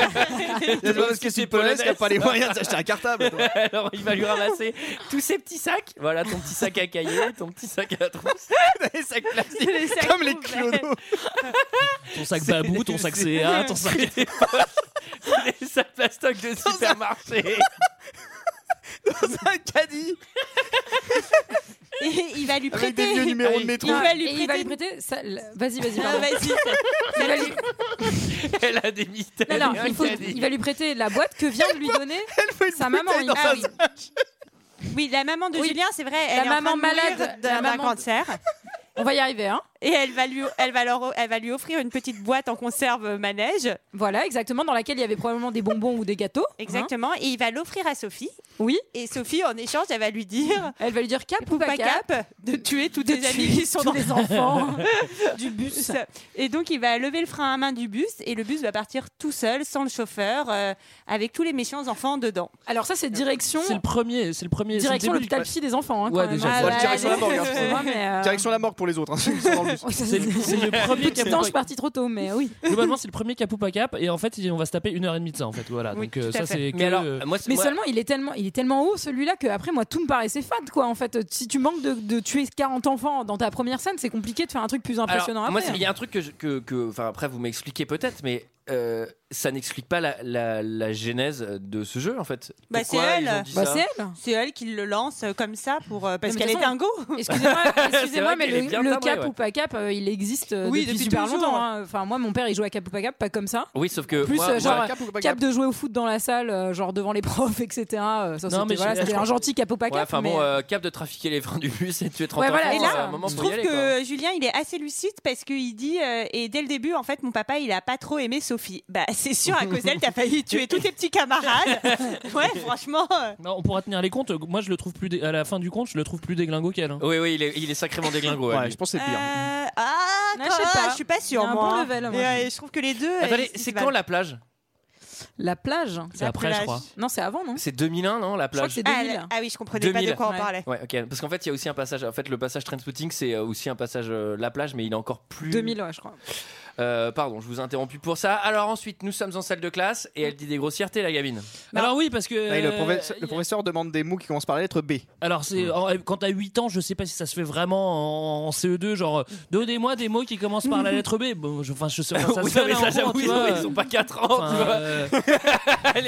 Speaker 2: C'est pas parce que c'est polonaise qu'il n'y a pas les moyens de s'acheter un cartable. toi.
Speaker 1: Alors il va lui ramasser tous ses petits sacs. Voilà ton petit sac à cahier, ton petit sac à trousse, les sacs plastiques.
Speaker 11: Les sacs
Speaker 2: Comme les
Speaker 11: ouverts.
Speaker 2: clodos.
Speaker 7: ton sac
Speaker 1: c'est-
Speaker 7: babou, ton sac CA, ton sac.
Speaker 1: Les sacs plastoc de supermarché.
Speaker 2: Dans un caddie.
Speaker 11: Et il va lui
Speaker 2: Avec des vieux
Speaker 11: prêter.
Speaker 2: numéros
Speaker 1: oui.
Speaker 2: de métro.
Speaker 11: Il va lui
Speaker 6: Et il va lui
Speaker 11: prêter.
Speaker 6: prêter. ça- l- Vas-y, vas-y.
Speaker 11: Ah,
Speaker 6: pardon.
Speaker 11: vas-y.
Speaker 6: Il va lui-
Speaker 1: Elle a des mystères.
Speaker 6: Non, non,
Speaker 1: et un
Speaker 6: il faut-
Speaker 1: caddie.
Speaker 6: il va lui prêter la boîte que vient de lui donner
Speaker 2: Elle fait une
Speaker 6: sa maman.
Speaker 2: bouteille
Speaker 6: il-
Speaker 2: dans
Speaker 6: Ah
Speaker 2: un-
Speaker 6: oui.
Speaker 11: Oui, la maman de
Speaker 6: Oui.
Speaker 11: Julien, c'est vrai, elle
Speaker 6: La
Speaker 11: est en train
Speaker 6: maman
Speaker 11: de mourir
Speaker 6: malade,
Speaker 11: d'un
Speaker 6: la
Speaker 11: d'un
Speaker 6: maman de-
Speaker 11: cancer.
Speaker 6: On va y arriver, hein.
Speaker 11: Et elle va, lui, elle, va leur, elle va lui offrir une petite boîte en conserve manège.
Speaker 6: Voilà, exactement, dans laquelle il y avait probablement des bonbons ou des gâteaux. Hein
Speaker 11: Exactement. et il va l'offrir à Sophie.
Speaker 6: oui.
Speaker 11: Et Sophie, en échange, elle va lui dire
Speaker 6: Elle va lui dire cap ou
Speaker 11: pas
Speaker 6: pas cap.
Speaker 11: cap de tuer tous
Speaker 6: de
Speaker 11: tes amis
Speaker 6: tuer
Speaker 11: qui sont
Speaker 6: tous
Speaker 11: dans
Speaker 6: les enfants du bus.
Speaker 11: Et donc, il va lever le frein à main du bus et le bus va partir tout seul, sans le chauffeur, euh, avec tous les méchants enfants dedans.
Speaker 6: Alors ça, c'est direction,
Speaker 7: C'est le premier, c'est le premier. c'est le
Speaker 6: direction
Speaker 7: début
Speaker 6: l'hôpital psy des enfants. Hein,
Speaker 7: Ouais,
Speaker 6: quand même.
Speaker 7: déjà,
Speaker 6: Ah,
Speaker 7: faut
Speaker 6: bah,
Speaker 2: aller direction
Speaker 6: allez.
Speaker 2: la morgue, hein.
Speaker 6: Excuse-moi, mais, euh,
Speaker 2: Direction la mort pour les autres. hein, ceux qui sont dans le bus.
Speaker 6: ouais, ça,
Speaker 7: C'est le- c'est le premier
Speaker 6: Putain,
Speaker 7: capou.
Speaker 6: je suis partie trop tôt, mais oui.
Speaker 7: du- Globalement, c'est le premier capou à cap, et en fait, on va se taper une heure et demie de ça, en fait. Voilà.
Speaker 11: Oui,
Speaker 7: Donc euh,
Speaker 11: tout à
Speaker 7: ça,
Speaker 11: fait.
Speaker 7: c'est que.
Speaker 1: Mais alors,
Speaker 7: euh,
Speaker 1: moi, c'est-
Speaker 6: Mais
Speaker 1: moi-
Speaker 6: seulement, il est tellement, il est tellement haut celui-là que après moi, tout me paraissait fade, quoi. En fait, si tu manques de, de tuer 40 enfants dans ta première scène, c'est compliqué de faire un truc plus
Speaker 1: alors,
Speaker 6: impressionnant
Speaker 1: moi,
Speaker 6: après.
Speaker 1: c'est- il y a un truc que, je- que, que- enfin après vous m'expliquez peut-être, mais euh, ça n'explique pas la, la- la genèse de ce jeu en fait.
Speaker 11: Bah, c'est
Speaker 1: Pourquoi ils ont
Speaker 11: elle.
Speaker 1: dit ça
Speaker 11: c'est elle. qui le lance euh, comme ça pour euh, parce
Speaker 6: Non, mais
Speaker 11: qu'elle
Speaker 6: de
Speaker 11: est
Speaker 6: toute façon,
Speaker 11: dingo.
Speaker 6: Excusez-moi, excusez-moi,
Speaker 11: C'est vrai
Speaker 6: mais
Speaker 11: qu'elle est
Speaker 6: le,
Speaker 11: bien
Speaker 6: le
Speaker 11: timbrée,
Speaker 6: cap
Speaker 11: ouais.
Speaker 6: ou pas cap, euh, il existe euh,
Speaker 11: Oui,
Speaker 6: depuis,
Speaker 11: depuis
Speaker 6: super
Speaker 11: toujours.
Speaker 6: longtemps. hein. Enfin, moi, mon père, il joue à cap ou pas cap, pas comme ça.
Speaker 1: Oui, sauf que
Speaker 6: Plus,
Speaker 1: moi,
Speaker 6: euh,
Speaker 1: moi-
Speaker 6: genre, cap, de jouer au foot dans la salle, euh, genre devant les profs, etc. Euh, ça,
Speaker 1: Non,
Speaker 6: c'était
Speaker 1: mais
Speaker 6: voilà,
Speaker 1: je-
Speaker 6: c'était
Speaker 1: je
Speaker 6: un
Speaker 1: comprends.
Speaker 6: gentil cap ou pas
Speaker 1: Ouais,
Speaker 6: cap.
Speaker 1: enfin
Speaker 6: mais-
Speaker 1: bon, euh, cap de trafiquer les freins du bus et de tuer 30
Speaker 6: Ouais, voilà,
Speaker 1: enfants,
Speaker 6: et là,
Speaker 1: euh, à un moment,
Speaker 11: je
Speaker 1: faut y
Speaker 11: trouve
Speaker 1: aller,
Speaker 11: que
Speaker 1: quoi.
Speaker 11: Julien il est assez lucide parce qu'il dit euh, et dès le début en fait mon papa il a pas trop aimé Sophie. Bah c'est sûr à cause d'elle t'as failli tuer tous tes petits camarades. ouais franchement. euh,
Speaker 7: Non, on pourra tenir les comptes. Moi, je le trouve plus. dé- À la fin du compte, je le trouve plus déglingo qu'elle. hein.
Speaker 1: Oui, oui, il est, il est sacrément déglingo.
Speaker 7: Ouais,
Speaker 1: lui.
Speaker 7: je pense que c'est
Speaker 11: euh, ah
Speaker 6: Non, je sais
Speaker 11: quand-
Speaker 6: pas.
Speaker 11: je suis pas
Speaker 6: Il
Speaker 11: sûre
Speaker 6: y a un
Speaker 11: moi.
Speaker 6: bon
Speaker 11: hein.
Speaker 6: level, moi,
Speaker 11: Et,
Speaker 6: je
Speaker 11: euh,
Speaker 6: trouve.
Speaker 11: je trouve que les deux.
Speaker 1: Attendez, c'est quand la plage
Speaker 6: La plage.
Speaker 1: C'est après, je crois.
Speaker 6: Non, c'est avant, non
Speaker 1: C'est 2001, non, la plage
Speaker 6: c'est 2000.
Speaker 11: Ah, oui, je comprenais pas de
Speaker 1: 2000.
Speaker 11: quoi on parlait.
Speaker 1: Ouais, ok. Parce qu'en fait, il y a aussi un passage. En fait, le passage Trainspotting, c'est euh, aussi un passage euh, la plage, mais il est encore plus.
Speaker 6: 2000, ouais, je crois.
Speaker 1: Euh, pardon, je vous ai interrompu pour ça. Alors ensuite, nous sommes en salle de classe et elle dit des grossièretés, la gamine.
Speaker 7: Alors oui, parce que
Speaker 2: Ouais, le,
Speaker 7: euh,
Speaker 2: professe- le professeur demande des mots qui commencent par la lettre B.
Speaker 7: Alors, c'est
Speaker 2: Hmm.
Speaker 7: en- quand t'as 8 ans, je sais pas si ça se fait vraiment en, en CE2, genre euh, donnez-moi des mots qui commencent par la lettre B. Bon, je, enfin, je sais enfin, ça
Speaker 1: Oui,
Speaker 7: se fait
Speaker 1: non, mais
Speaker 7: là,
Speaker 1: ça,
Speaker 7: en
Speaker 1: j'avoue,
Speaker 7: cours,
Speaker 1: ils
Speaker 7: tu vois.
Speaker 1: ont- ils ont pas 4 ans, tu vois.
Speaker 7: euh,
Speaker 1: Les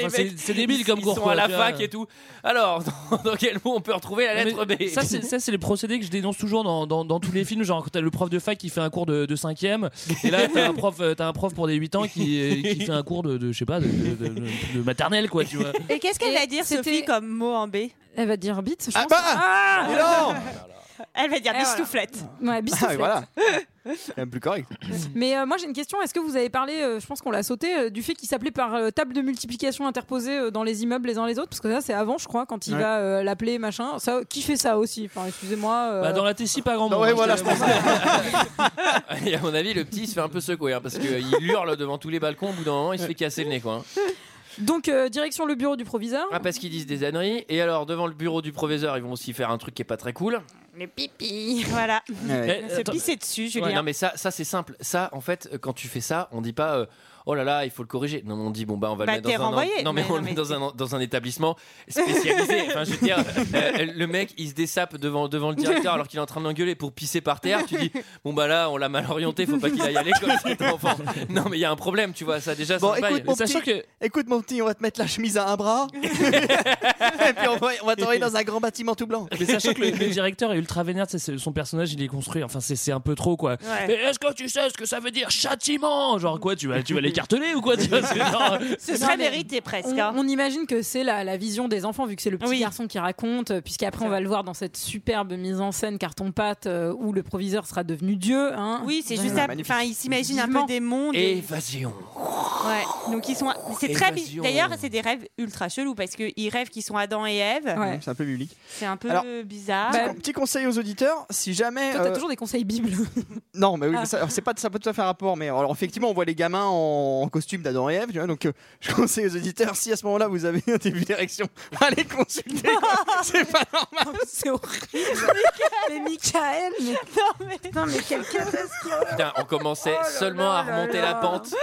Speaker 7: enfin, c'est-
Speaker 1: mecs,
Speaker 7: c'est débile
Speaker 1: ils-
Speaker 7: comme cours,
Speaker 1: Ils sont
Speaker 7: quoi,
Speaker 1: à la
Speaker 7: tu vois.
Speaker 1: fac et tout. Alors, dans, dans quel mot on peut retrouver la
Speaker 7: Mais
Speaker 1: lettre B
Speaker 7: Ça, c'est ça, c'est le procédé que je dénonce toujours dans, dans, dans tous les films. Genre, quand t'as le prof de fac qui fait un cours de, de 5ème, et là, t'as un, prof, euh, t'as un prof pour des 8 ans qui, euh, qui fait un cours de, de, je sais pas, de, de- de- de- de maternelle, quoi, tu vois.
Speaker 11: Et qu'est-ce qu'elle
Speaker 6: Et
Speaker 11: va dire Sophie comme mot en B
Speaker 6: Elle va dire bite, je pense.
Speaker 2: Ah, mais non
Speaker 11: Elle va dire
Speaker 6: Et Eh, voilà.
Speaker 11: bistouflette.
Speaker 6: Ouais,
Speaker 2: Ah, et
Speaker 6: bistouflette.
Speaker 2: voilà. C'est même plus correct.
Speaker 6: Mais euh, moi j'ai une question, est-ce que vous avez parlé, euh, je pense qu'on l'a sauté, euh, du fait qu'il s'appelait par euh, table de multiplication interposée euh, dans les immeubles les uns les autres Parce que ça c'est avant je crois, quand il
Speaker 7: Ouais.
Speaker 6: va euh, l'appeler machin. Ça, qui fait ça aussi Enfin excusez-moi. euh,
Speaker 7: Bah, dans la Tessie, pas grand
Speaker 2: Non,
Speaker 7: monde.
Speaker 2: ouais,
Speaker 7: hein,
Speaker 2: voilà,
Speaker 7: je
Speaker 2: je
Speaker 7: te-
Speaker 2: pense.
Speaker 1: Et à mon avis, le petit il se fait un peu secouer hein, parce qu'il hurle devant tous les balcons. Au bout d'un moment, il se fait casser le nez. Quoi, hein.
Speaker 6: Donc euh, direction le bureau du proviseur.
Speaker 1: Ah, parce qu'ils disent des âneries. Et alors, devant le bureau du proviseur, ils vont aussi faire un truc qui est pas très cool.
Speaker 11: Le pipi. Voilà.
Speaker 1: Ouais.
Speaker 11: Se
Speaker 1: Eh, Attends.
Speaker 11: pisser dessus,
Speaker 1: Ouais,
Speaker 11: Julien.
Speaker 1: non, mais ça, ça c'est simple. Ça, en fait, euh, quand tu fais ça, on dit pas. euh, Oh là là, il faut le corriger. Non, on dit bon bah on va
Speaker 11: Bah,
Speaker 1: le mettre
Speaker 11: t'es
Speaker 1: dans un
Speaker 11: renvoyé.
Speaker 1: non mais,
Speaker 11: Mais
Speaker 1: on
Speaker 11: non,
Speaker 1: le met
Speaker 11: mais-
Speaker 1: dans un dans un établissement spécialisé. enfin, je veux dire, euh, le mec il se dessape devant devant le directeur alors qu'il est en train de l'engueuler pour pisser par terre. Tu dis bon bah là on l'a mal orienté, faut pas qu'il aille à l'école cet enfant. Non mais il y a un problème, tu vois ça déjà. ça
Speaker 2: Bon,
Speaker 1: me
Speaker 2: écoute,
Speaker 1: paille.
Speaker 2: mon
Speaker 7: Sachant
Speaker 2: petit,
Speaker 7: que
Speaker 2: écoute, mon petit, on va te mettre la chemise à un bras. et puis on va, on va t'envoyer dans un grand bâtiment tout blanc.
Speaker 7: Mais sachant que le, le directeur est ultra vénère, c'est- c'est- son personnage il est construit, enfin c'est c'est un peu trop quoi.
Speaker 11: Ouais.
Speaker 7: Mais Est-ce que tu sais ce que ça veut dire châtiment Genre quoi, tu vas, tu vas l'écarteler ou quoi tu vois, c'est genre-
Speaker 11: Ce serait
Speaker 6: Non, mais-
Speaker 11: mérité presque.
Speaker 6: On,
Speaker 11: hein.
Speaker 6: on imagine que c'est la, la vision des enfants, vu que c'est le petit
Speaker 11: Oui.
Speaker 6: garçon qui raconte, euh, puisqu'après on va le voir dans cette superbe mise en scène carton-pâte euh, où le proviseur sera devenu Dieu. hein.
Speaker 11: Oui, c'est juste.
Speaker 2: Ouais,
Speaker 11: à-
Speaker 2: magnifique.
Speaker 11: Enfin, ils s'imaginent un peu
Speaker 6: Vivement.
Speaker 11: des mondes. et-
Speaker 1: Évasion.
Speaker 11: Ouais. Donc ils sont. C'est très. bi-
Speaker 1: Évasion.
Speaker 11: D'ailleurs, c'est des rêves ultra chelous parce qu'ils rêvent qu'ils sont Adam et Ève.
Speaker 6: Ouais.
Speaker 2: C'est un peu biblique.
Speaker 11: C'est un peu
Speaker 2: Alors-
Speaker 11: bizarre.
Speaker 6: Bah,
Speaker 2: Petit con- Petit conseil aux auditeurs, si jamais.
Speaker 6: Toi, t'as
Speaker 2: euh,
Speaker 6: toujours des conseils bibles.
Speaker 2: Non, mais oui,
Speaker 6: Ah.
Speaker 2: mais ça, alors, c'est pas, ça peut tout à fait un rapport, mais alors effectivement, on voit les gamins en, en costume d'Adam et Ève, tu vois, donc euh, je conseille aux auditeurs, si à ce moment-là vous avez un début d'érection, allez consulter, quoi. c'est pas normal.
Speaker 6: c'est horrible. mais Michael, mais
Speaker 11: Non, mais-
Speaker 6: putain, mais quelle catastrophe.
Speaker 1: Putain, on
Speaker 6: Oh
Speaker 1: commençait seulement à remonter la pente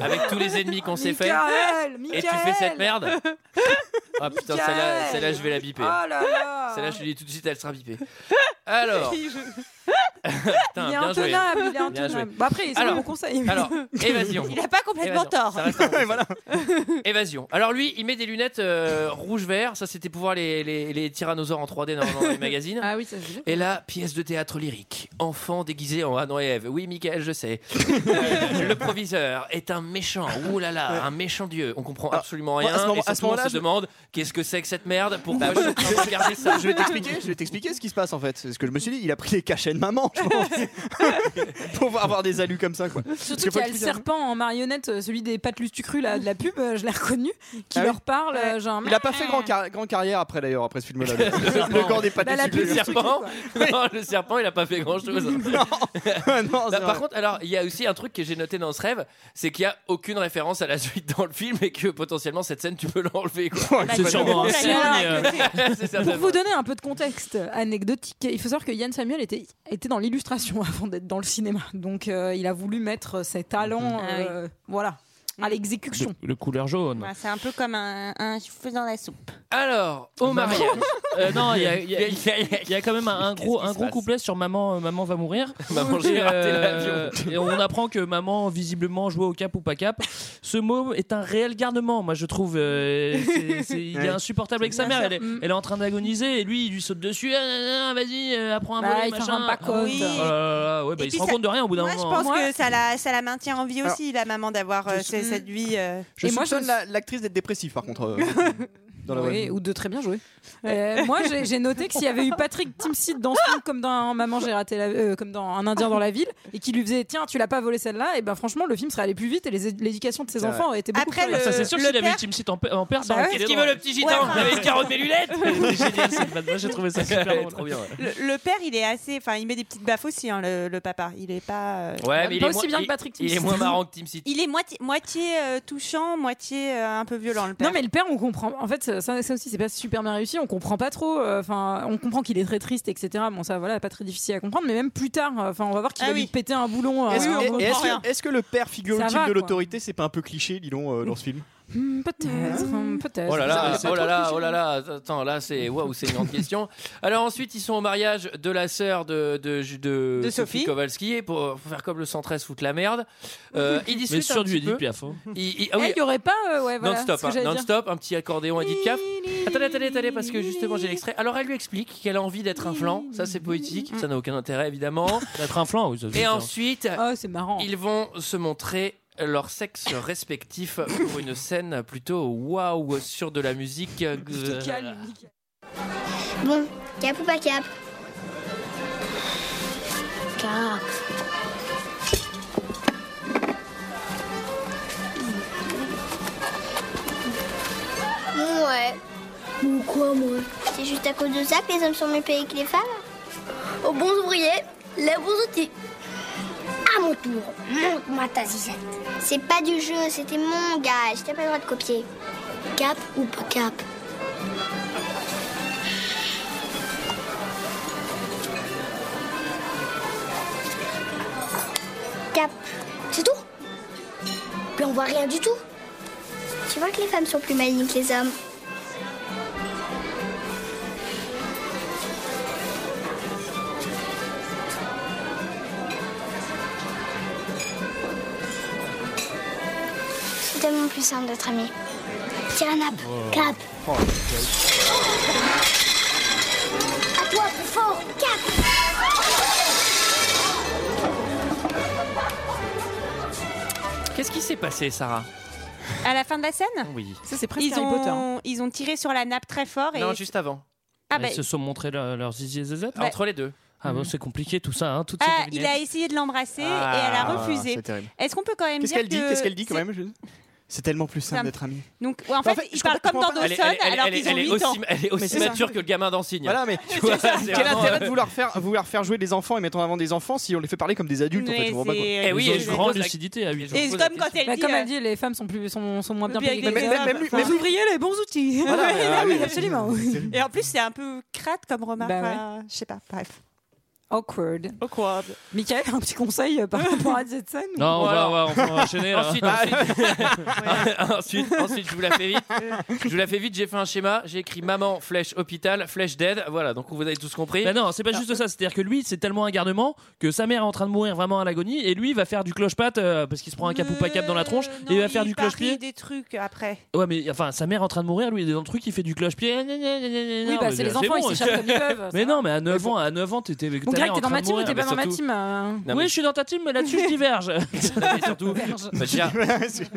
Speaker 1: avec tous les ennemis qu'on s'est fait.
Speaker 6: Michael,
Speaker 1: Et
Speaker 6: Michael.
Speaker 1: tu fais cette merde Ah putain,
Speaker 6: Michael
Speaker 1: celle-là, celle-là, je vais la biper.
Speaker 6: Oh là là.
Speaker 1: Celle-là, je te dis tout de suite, elle sera bipée. Alors, putain,
Speaker 7: Ah,
Speaker 6: il est
Speaker 1: bien joué.
Speaker 6: intenable, il est
Speaker 1: Bien joué.
Speaker 6: intenable. Bah après, c'est
Speaker 1: Alors-
Speaker 6: mon conseil.
Speaker 1: Alors, évasion.
Speaker 11: Il a pas complètement
Speaker 7: Eh,
Speaker 1: Évasion.
Speaker 11: tort.
Speaker 1: Ça reste un bon conseil. Évasion. Alors lui, il met des lunettes euh, rouge-vert. Ça, c'était pour voir les, les, les tyrannosaures en 3D normalement dans les magazines.
Speaker 6: Ah oui, ça se
Speaker 1: Et là, pièce de théâtre lyrique. Enfant déguisé en Adam et Ève. Oui, Michael, je sais. Euh, le proviseur est un méchant. Ouh là là, un méchant dieu. On comprend
Speaker 2: Alors,
Speaker 1: absolument
Speaker 2: Ah, moi, à
Speaker 1: rien.
Speaker 2: ce moment-
Speaker 1: et
Speaker 2: à ce
Speaker 1: surtout, on se
Speaker 2: moment-là, je- Bah,
Speaker 1: demande qu'est-ce que c'est que cette merde Pourquoi je suis en train de regarder ça
Speaker 2: Je vais t'expliquer, je vais t'expliquer ce qui se passe en fait. C'est ce que je me suis dit, il a pris les cachets de maman, je pense, pour avoir des alus comme ça, quoi.
Speaker 6: Surtout
Speaker 2: Parce que
Speaker 6: qu'il y a
Speaker 2: faut
Speaker 6: le
Speaker 2: expliquer, hein.
Speaker 6: serpent en marionnette, euh, celui des pattes lustucru là, de la pub, euh, je l'ai reconnu, qui
Speaker 2: Ah oui.
Speaker 6: leur parle, euh, genre.
Speaker 2: Il a pas fait grand, car- grand carrière après d'ailleurs, après ce film-là. Le,
Speaker 1: serpent.
Speaker 2: le camp des pâtes
Speaker 6: Bah, la
Speaker 1: Le
Speaker 6: pub.
Speaker 1: serpent, non, le serpent, il a pas fait grand chose.
Speaker 2: non,
Speaker 1: Bah, par
Speaker 2: c'est vrai.
Speaker 1: contre, alors il y a aussi un truc que j'ai noté dans ce rêve, c'est qu'il y a aucune référence à la suite dans le film et que potentiellement cette scène tu peux l'enlever. quoi.
Speaker 11: Bah,
Speaker 7: C'est sûrement un
Speaker 11: complètement
Speaker 7: signe, euh.
Speaker 11: à côté.
Speaker 1: C'est
Speaker 6: Pour
Speaker 1: certain.
Speaker 6: vous donner un peu de contexte anecdotique, il faut savoir que Yann Samuel était, était dans l'illustration avant d'être dans le cinéma. Donc euh, il a voulu mettre ses talents
Speaker 11: Ah oui.
Speaker 6: euh, voilà, à l'exécution.
Speaker 7: Le, le couleur jaune.
Speaker 11: Ouais, C'est un peu comme un, un cheveu dans la soupe.
Speaker 1: Alors, au mariage.
Speaker 7: Euh, non, il y a, il y a- il y a quand même un, un gros, un gros couplet sur maman, euh, maman va mourir.
Speaker 1: Maman, j'ai
Speaker 7: Et,
Speaker 1: raté
Speaker 7: euh,
Speaker 1: l'avion.
Speaker 7: Et on apprend que maman visiblement jouait au cap ou pas cap. Ce mot est un réel garnement, moi je trouve. euh, c'est- c'est- il est
Speaker 1: Ouais.
Speaker 7: insupportable avec sa
Speaker 1: Bien
Speaker 7: mère. Elle
Speaker 1: sûr.
Speaker 7: est, elle est en train d'agoniser et lui il lui saute dessus. Ah, ah, ah, Vas-y, euh, apprends un
Speaker 11: Bah,
Speaker 7: volet,
Speaker 11: il s'en
Speaker 7: machin.
Speaker 11: rend pas
Speaker 7: Oh
Speaker 11: compte.
Speaker 6: euh,
Speaker 7: là là là, ouais, bah,
Speaker 11: Et
Speaker 7: il se
Speaker 11: puis
Speaker 7: rend
Speaker 11: ça-
Speaker 7: compte de rien au bout d'un
Speaker 11: Moi,
Speaker 7: moment.
Speaker 11: je pense que ça la, ça la maintient en vie
Speaker 2: Alors,
Speaker 11: aussi, la maman, d'avoir euh, ce- cette vie. euh.
Speaker 2: et moi, je soupçonne la- l'actrice d'être dépressive, par contre. euh,
Speaker 1: Ah,
Speaker 2: dans la
Speaker 6: Oui, ou de très bien jouer. Euh, moi, j'ai j'ai noté que s'il y avait eu Patrick Timsit dans ce film, comme dans Maman, j'ai raté la, euh, comme dans Un Indien dans la ville, et qui lui faisait Tiens, tu l'as pas volé celle-là, et ben franchement, le film serait allé plus vite et les é- l'éducation de ses
Speaker 7: C'est
Speaker 6: enfants
Speaker 7: vrai.
Speaker 6: aurait été beaucoup
Speaker 11: Après,
Speaker 6: plus
Speaker 7: Ah, ça,
Speaker 6: réussie.
Speaker 7: c'est sûr qu'il avait eu Team Seat en, en perse.
Speaker 6: Bah
Speaker 7: hein,
Speaker 6: ouais.
Speaker 7: qu'il est
Speaker 6: Qu'est-ce qu'il
Speaker 7: drôle.
Speaker 6: veut, le petit gitan
Speaker 11: Ouais, enfin-
Speaker 1: Il avait une carotte mes lunettes
Speaker 7: C'est génial cette vanne. Moi, j'ai trouvé ça super drôle.
Speaker 1: Trop bien. ouais.
Speaker 11: Le, le père, il est assez. Enfin, il met des petites baffes aussi, hein, le, le papa. Il est pas. euh,
Speaker 1: Ouais, mais il est moins- il- Il est moins marrant que Team City.
Speaker 11: Il est moitié, moitié euh, touchant, moitié euh, un peu violent, le père.
Speaker 6: Non mais le père on comprend en fait ça, ça aussi c'est pas super bien réussi on comprend pas trop euh, enfin on comprend qu'il est très triste etc bon ça voilà pas très difficile à comprendre mais même plus tard euh, enfin on va voir qu'il
Speaker 11: Ah
Speaker 6: va
Speaker 11: oui.
Speaker 6: lui péter un boulon euh,
Speaker 2: Est-ce
Speaker 6: un moment.
Speaker 2: que, et est-ce que- est-ce que le père figure
Speaker 6: Ça
Speaker 2: ultime
Speaker 6: va,
Speaker 2: de
Speaker 6: quoi.
Speaker 2: l'autorité, c'est pas un peu cliché, dis donc, euh, dans ce film
Speaker 6: Hmm, peut-être hmm, peut-être
Speaker 1: Oh là
Speaker 6: Ça,
Speaker 1: là,
Speaker 6: c'est pas
Speaker 1: oh là
Speaker 6: trop
Speaker 1: là,
Speaker 6: cliché.
Speaker 1: oh là là, attends, là c'est waouh, c'est une grande question. Alors ensuite, ils sont au mariage de la sœur de, de, de,
Speaker 11: De Sophie.
Speaker 1: Kowalski et pour, pour faire comme le 113 foutre la merde. Euh, ils discutent
Speaker 7: Mais sur
Speaker 1: un
Speaker 7: du
Speaker 1: petit
Speaker 7: Edith
Speaker 1: peu.
Speaker 7: Piaf. hein.
Speaker 1: Ils- ils- ah oui,
Speaker 6: Eh, il y aurait pas euh, ouais voilà
Speaker 1: non-stop,
Speaker 6: c'est ce que
Speaker 1: hein,
Speaker 6: j'allais dire.
Speaker 1: non-stop, un petit accordéon Edith Piaf. Attendez, attendez, attendez, parce que justement j'ai l'extrait. Alors elle lui explique qu'elle a envie d'être un flanc, ça c'est poétique, ça n'a aucun intérêt évidemment.
Speaker 7: D'être un flanc, oui. ça, c'est
Speaker 1: Et
Speaker 7: ça.
Speaker 1: ensuite,
Speaker 6: Oh, c'est marrant.
Speaker 1: ils vont se montrer leur sexe respectif pour une scène plutôt waouh sur de la musique.
Speaker 9: Bon, cap ou pas cap Cap. Ouais. Ou quoi, moi C'est juste à cause de ça que les hommes sont mieux payés que les femmes Aux bons ouvriers, les bons outils. À mon tour, montre-moi ta zizette. C'est pas du jeu, c'était mon gage. T'as pas le droit de copier. Cap ou pas cap Cap. C'est tout Puis on voit rien du tout. Tu vois que les femmes sont plus malignes que les hommes. C'est tellement plus simple d'être amis. Tiens, nappe, cap. À toi, plus fort, cap.
Speaker 1: Euh, Qu'est-ce qui s'est passé, Sarah
Speaker 11: À la fin de la scène
Speaker 1: Oui.
Speaker 6: ça c'est presque
Speaker 11: ils
Speaker 6: Harry Potter hein.
Speaker 11: ont, ils ont tiré sur la nappe très fort. Et...
Speaker 1: Non, juste avant. Bah,
Speaker 11: Ah,
Speaker 7: Ils
Speaker 11: bah,
Speaker 7: se sont montrés leur- leurs zizi et zézettes.
Speaker 11: Ouais.
Speaker 1: Entre les deux.
Speaker 7: Ah bon, c'est compliqué tout ça. Hein, toutes ces
Speaker 11: ah, il
Speaker 7: devinettes.
Speaker 11: a essayé de l'embrasser et elle
Speaker 2: Ah,
Speaker 11: a refusé.
Speaker 2: c'est terrible.
Speaker 11: Est-ce qu'on peut quand même
Speaker 2: Qu'est-ce
Speaker 11: dire
Speaker 2: qu'elle dit
Speaker 11: que
Speaker 2: Qu'est-ce qu'elle dit quand
Speaker 11: c'est-
Speaker 2: même je- C'est tellement plus simple
Speaker 11: Simple.
Speaker 2: d'être ami.
Speaker 11: Donc, ouais, en fait,
Speaker 2: fait, je
Speaker 11: ils parlent
Speaker 2: comprends-
Speaker 11: comme
Speaker 2: je
Speaker 11: dans
Speaker 2: comprends pas.
Speaker 11: Dawson alors
Speaker 1: elle,
Speaker 11: qu'ils
Speaker 1: elle
Speaker 11: ont
Speaker 1: est
Speaker 11: 8 ans.
Speaker 1: aussi, elle est
Speaker 2: Mais
Speaker 1: aussi
Speaker 2: c'est ça.
Speaker 1: mature que le gamin d'Ansigne.
Speaker 2: Voilà, mais
Speaker 1: Tu vois, c'est
Speaker 2: quel
Speaker 1: vraiment-
Speaker 2: intérêt de vouloir faire, vouloir faire jouer des enfants et mettre en avant des enfants si on les fait parler comme des adultes en
Speaker 11: Mais
Speaker 2: fait je comprends pas, quoi.
Speaker 11: c'est-
Speaker 1: Eh oui,
Speaker 7: Ils ont
Speaker 1: et
Speaker 7: une
Speaker 1: je vous
Speaker 7: grande
Speaker 1: pose la-
Speaker 7: lucidité à 8 ans.
Speaker 1: Je vous
Speaker 11: Et c'est
Speaker 1: pose la
Speaker 11: comme quand elle
Speaker 6: Bah,
Speaker 11: dit.
Speaker 6: comme
Speaker 11: euh,
Speaker 6: elle dit, les femmes sont, plus, sont, sont moins bien
Speaker 11: Bien
Speaker 6: payées que
Speaker 11: payées que
Speaker 6: les
Speaker 11: les
Speaker 6: hommes.
Speaker 11: hommes.
Speaker 2: lui-
Speaker 6: Enfin,
Speaker 2: même
Speaker 6: les
Speaker 2: lui-
Speaker 6: ouvriers, les bons outils.
Speaker 2: Voilà,
Speaker 6: Ouais,
Speaker 2: ah
Speaker 6: ah
Speaker 2: oui,
Speaker 6: oui, absolument.
Speaker 11: Et en plus, c'est un peu crade comme remarque.
Speaker 6: Bah ouais.
Speaker 11: enfin, Je sais pas, bref.
Speaker 6: Awkward.
Speaker 11: Awkward.
Speaker 6: Michael, un petit conseil euh, par rapport à cette scène
Speaker 7: Non, on,
Speaker 1: Bon,
Speaker 7: va,
Speaker 1: alors.
Speaker 7: on, va, on va enchaîner. là.
Speaker 1: Ensuite, ensuite, ensuite, ensuite, je vous la fais vite. Je vous la fais vite. J'ai fait un schéma. J'ai écrit maman flèche hôpital flèche dead. Voilà, donc vous avez tous compris.
Speaker 7: Bah non, c'est pas juste ça. C'est-à-dire que lui, c'est tellement un gardement que sa mère est en train de mourir vraiment à l'agonie et lui il va faire du cloche-patte euh, parce qu'il se prend un cap ou pas cap dans la tronche
Speaker 11: Euh,
Speaker 7: et il
Speaker 11: non,
Speaker 7: va faire du
Speaker 11: parie
Speaker 7: cloche-pied.
Speaker 11: des trucs après.
Speaker 7: Ouais, mais enfin, sa mère est en train de mourir, lui il est dans le truc, il fait du cloche-pied. Oui,
Speaker 6: Oui, bah, c'est les enfants, ils s'échappent comme ils peuvent.
Speaker 7: Mais non, mais à 9 ans, à 9 ans, t'étais avec
Speaker 6: On
Speaker 7: ta
Speaker 6: dirait
Speaker 7: mère
Speaker 6: que
Speaker 7: en
Speaker 6: t'es dans
Speaker 7: train
Speaker 6: ma
Speaker 7: de
Speaker 6: team ou
Speaker 7: mourir.
Speaker 6: t'es pas
Speaker 1: mais
Speaker 6: dans ma
Speaker 1: surtout-
Speaker 6: team euh,
Speaker 1: Non, mais-
Speaker 7: Oui, je suis dans ta team, mais là-dessus, je diverge.
Speaker 1: Et surtout, bah, déjà,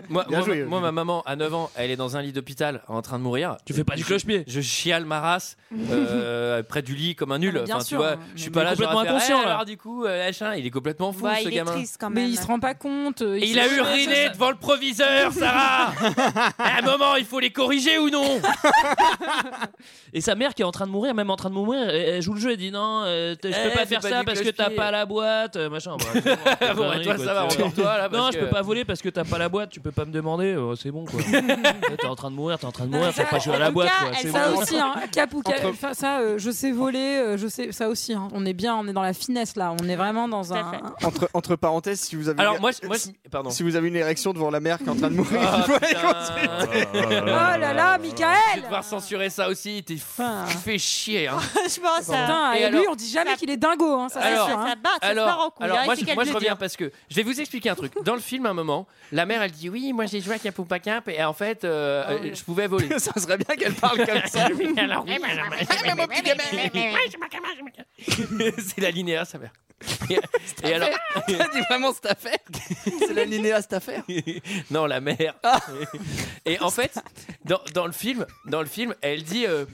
Speaker 1: moi,
Speaker 2: Bien
Speaker 1: moi,
Speaker 2: joué.
Speaker 1: moi, ma maman, à 9 ans, elle est dans un lit d'hôpital en train de mourir.
Speaker 7: Tu fais pas du cloche-pied.
Speaker 1: Je chiale ma race euh, près du lit comme un nul.
Speaker 6: Ah, mais bien
Speaker 1: Enfin, tu
Speaker 6: sûr,
Speaker 1: vois,
Speaker 6: hein.
Speaker 1: je suis
Speaker 7: Mais
Speaker 1: pas là,
Speaker 7: complètement
Speaker 1: j'aurais fait,
Speaker 7: inconscient,
Speaker 1: Eh,
Speaker 7: là.
Speaker 1: alors, du coup, euh, machin, il est complètement fou
Speaker 11: Bah,
Speaker 1: ce
Speaker 11: il est
Speaker 1: gamin.
Speaker 11: triste quand même.
Speaker 6: Mais il se rend pas compte. euh,
Speaker 1: Et il a
Speaker 6: se-
Speaker 1: uriné devant le proviseur, Sarah. à un moment, il faut les corriger ou non
Speaker 7: Et sa mère qui est en train de mourir, même en train de mourir, elle, elle joue le jeu et dit non, euh, t- je
Speaker 1: Eh,
Speaker 7: peux pas
Speaker 1: fais
Speaker 7: faire
Speaker 1: pas
Speaker 7: ça
Speaker 1: du
Speaker 7: parce que
Speaker 1: cloche-pied.
Speaker 7: t'as pas la boîte, euh, machin. Bah, c'est
Speaker 1: Bon,
Speaker 7: bon,
Speaker 1: euh, et toi,
Speaker 7: quoi,
Speaker 1: ça va,
Speaker 7: tu vois.
Speaker 1: encore toi, là,
Speaker 7: Non,
Speaker 1: parce
Speaker 7: je
Speaker 1: que-
Speaker 7: peux pas voler parce que t'as pas la boîte, tu peux pas me demander, euh, c'est bon quoi. t'es en train de mourir, t'es en train de mourir, faut pas jouer à la boîte quoi. c'est
Speaker 6: ça
Speaker 7: bon.
Speaker 6: aussi, hein, cap ou cap,
Speaker 7: Entre-
Speaker 6: enfin, ça, euh, je sais voler, euh, je sais, ça aussi. hein. on est bien, on est dans la finesse là, on est vraiment dans un.
Speaker 2: Entre, entre parenthèses, si vous avez
Speaker 1: Alors,
Speaker 2: une...
Speaker 1: moi, je- moi, je- pardon.
Speaker 2: si vous avez une érection devant la mère qui est en train de mourir,
Speaker 1: Ah,
Speaker 2: il faut aller
Speaker 1: putain.
Speaker 2: consulter.
Speaker 6: Oh là là, Michael
Speaker 1: Je vais devoir censurer ça aussi, t'es f- fait chier. hein.
Speaker 2: Ah,
Speaker 11: Je pense à.
Speaker 6: Putain,
Speaker 1: Et
Speaker 6: et, lui,
Speaker 1: alors-
Speaker 6: on dit jamais qu'il est dingo, hein, ça c'est
Speaker 1: alors,
Speaker 6: sûr. hein.
Speaker 1: alors, alors,
Speaker 11: hein,
Speaker 1: moi, je, moi, je reviens parce que je vais vous expliquer un truc. Dans le film, à un moment, la mère elle dit Oui, moi j'ai joué à Capoupa Cap et en fait, euh, euh, je pouvais voler.
Speaker 2: ça serait bien qu'elle parle Ah, comme ça.
Speaker 1: alors, oui, madame. c'est la linéa, sa mère. Et, et alors,
Speaker 2: T'as dit vraiment cette affaire C'est la linéa cette affaire
Speaker 1: non, la mère.
Speaker 7: Ah.
Speaker 1: Et en fait, dans, dans le film, dans le film, elle dit euh,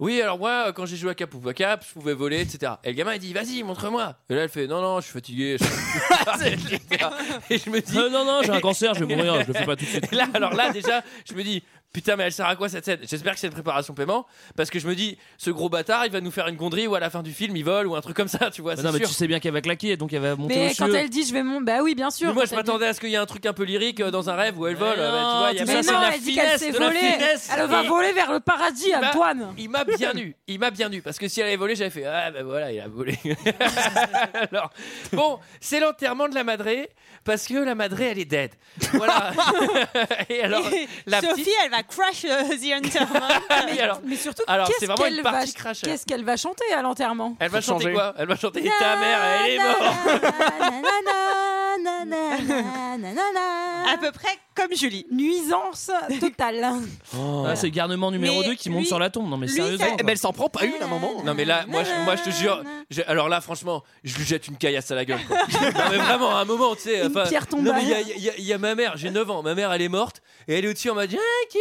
Speaker 1: oui. Alors moi, euh, quand j'ai joué à Cap ou pas Cap, je pouvais voler, etc. Et le gamin il dit vas-y, montre-moi. Et là, elle fait non, non, je suis fatigué. je- et je me dis
Speaker 7: Euh, non, non, j'ai un cancer, je vais mourir, je le fais pas tout de suite.
Speaker 1: Et là, alors là, déjà, je me dis, putain, mais elle sert à quoi cette scène J'espère que c'est une préparation paiement, parce que je me dis, ce gros bâtard, il va nous faire une gondrie ou à la fin du film, il vole ou un truc comme ça, tu vois.
Speaker 7: Bah
Speaker 1: c'est
Speaker 7: non, mais
Speaker 1: sûr.
Speaker 7: tu sais bien qu'elle va claquer, donc elle va monter
Speaker 6: Mais
Speaker 7: au
Speaker 6: quand
Speaker 7: cieux.
Speaker 6: elle dit je vais mon, bah oui, bien sûr.
Speaker 1: Mais moi,
Speaker 6: quand
Speaker 1: je
Speaker 6: elle dit-
Speaker 1: m'attendais à ce qu'il y ait un truc un peu lyrique euh, dans un rêve où elle vole.
Speaker 7: Mais
Speaker 1: euh,
Speaker 7: non,
Speaker 1: tu vois, il y a
Speaker 7: tout
Speaker 1: pas-
Speaker 6: Mais
Speaker 7: Ça, c'est
Speaker 6: non,
Speaker 7: de la
Speaker 6: elle dit qu'elle
Speaker 7: finesse,
Speaker 6: s'est
Speaker 7: de la
Speaker 6: volée.
Speaker 7: finesse.
Speaker 6: Elle va
Speaker 1: Et-
Speaker 6: voler vers le paradis,
Speaker 1: Il m'a-
Speaker 6: Antoine.
Speaker 1: Il m'a bien eu, il m'a bien eu, parce que si elle avait volé, j'avais fait ah ben voilà, il a volé. Alors bon, c'est l'enterrement de la madré, parce que la madré elle est dead. Voilà. Et alors la
Speaker 11: Sophie,
Speaker 1: petite,
Speaker 11: elle va crush euh, The Entertainment.
Speaker 1: Et alors,
Speaker 6: Mais surtout,
Speaker 1: alors,
Speaker 6: qu'est-ce
Speaker 1: c'est vraiment une
Speaker 6: qu'elle va-
Speaker 1: partie cracheur.
Speaker 6: Qu'est-ce qu'elle va chanter à l'enterrement
Speaker 1: Elle va
Speaker 2: Faut
Speaker 1: chanter
Speaker 2: changer.
Speaker 1: quoi Elle va chanter ta mère, elle est
Speaker 6: Na,
Speaker 1: morte.
Speaker 6: na, na, na, na, na, na, na, na.
Speaker 1: Ah,
Speaker 11: À
Speaker 1: bah.
Speaker 11: peu près comme Julie.
Speaker 6: Nuisance totale.
Speaker 7: Ah, c'est garnement numéro
Speaker 11: Mais
Speaker 7: 2 qui monte
Speaker 11: lui-
Speaker 7: sur la tombe. Non, mais
Speaker 11: lui,
Speaker 7: sérieusement.
Speaker 11: ça-
Speaker 7: quoi.
Speaker 2: Eh ben, elle s'en prend pas une à un moment.
Speaker 1: Non mais là, moi, je, moi, je te jure, je- alors là, franchement, je lui jette une caillasse à la gueule. quoi. non mais vraiment, à un moment, tu sais,
Speaker 6: Une
Speaker 1: enfin,
Speaker 6: pierre tombale.
Speaker 1: non mais il y a- il y, a- il y a- il y a ma mère, j'ai 9 ans, ma mère elle est morte et elle est au-dessus en mode Ah, qui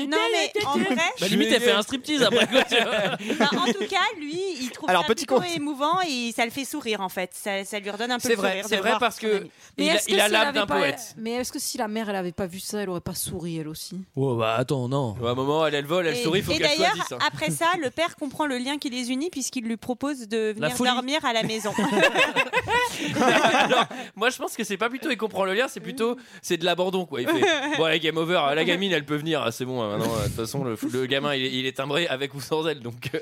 Speaker 1: me-
Speaker 11: Non, mais en vrai,
Speaker 7: Bah, limite, elle fait un striptease après. quoi, tu vois.
Speaker 11: bah, en tout cas, lui, il trouve
Speaker 2: Alors,
Speaker 11: ça
Speaker 2: petit
Speaker 11: plutôt
Speaker 2: conseil.
Speaker 11: émouvant et ça le fait sourire en fait. Ça, ça lui redonne un peu
Speaker 1: C'est
Speaker 11: le
Speaker 1: vrai,
Speaker 11: sourire de
Speaker 1: c'est vrai
Speaker 11: voir
Speaker 1: parce
Speaker 11: son
Speaker 1: que
Speaker 11: ami.
Speaker 6: Mais
Speaker 1: il a,
Speaker 6: est-ce que
Speaker 1: il a
Speaker 6: si
Speaker 1: l'âme
Speaker 6: avait
Speaker 1: d'un
Speaker 6: pas-
Speaker 1: poète.
Speaker 6: Mais est-ce que si la mère elle avait pas vu ça, elle aurait pas souri elle aussi
Speaker 7: Oh, bah attends, non.
Speaker 1: À un moment, elle, elle vole, elle
Speaker 11: Et-
Speaker 1: sourit, faut
Speaker 11: et
Speaker 1: qu'elle
Speaker 11: d'ailleurs,
Speaker 1: choisisse. hein.
Speaker 11: après ça, le père comprend le lien qui les unit puisqu'il lui propose de
Speaker 7: La
Speaker 11: venir
Speaker 7: folie.
Speaker 11: dormir à la maison.
Speaker 1: Alors, moi, je pense que c'est pas plutôt il comprend le lien, c'est plutôt c'est de l'abandon quoi. Il fait bon, allez, game over. La gamine, elle peut venir, ah, c'est bon. hein, Maintenant, euh, de toute façon, le, le gamin, il, est- il est timbré avec ou sans elle, donc. euh,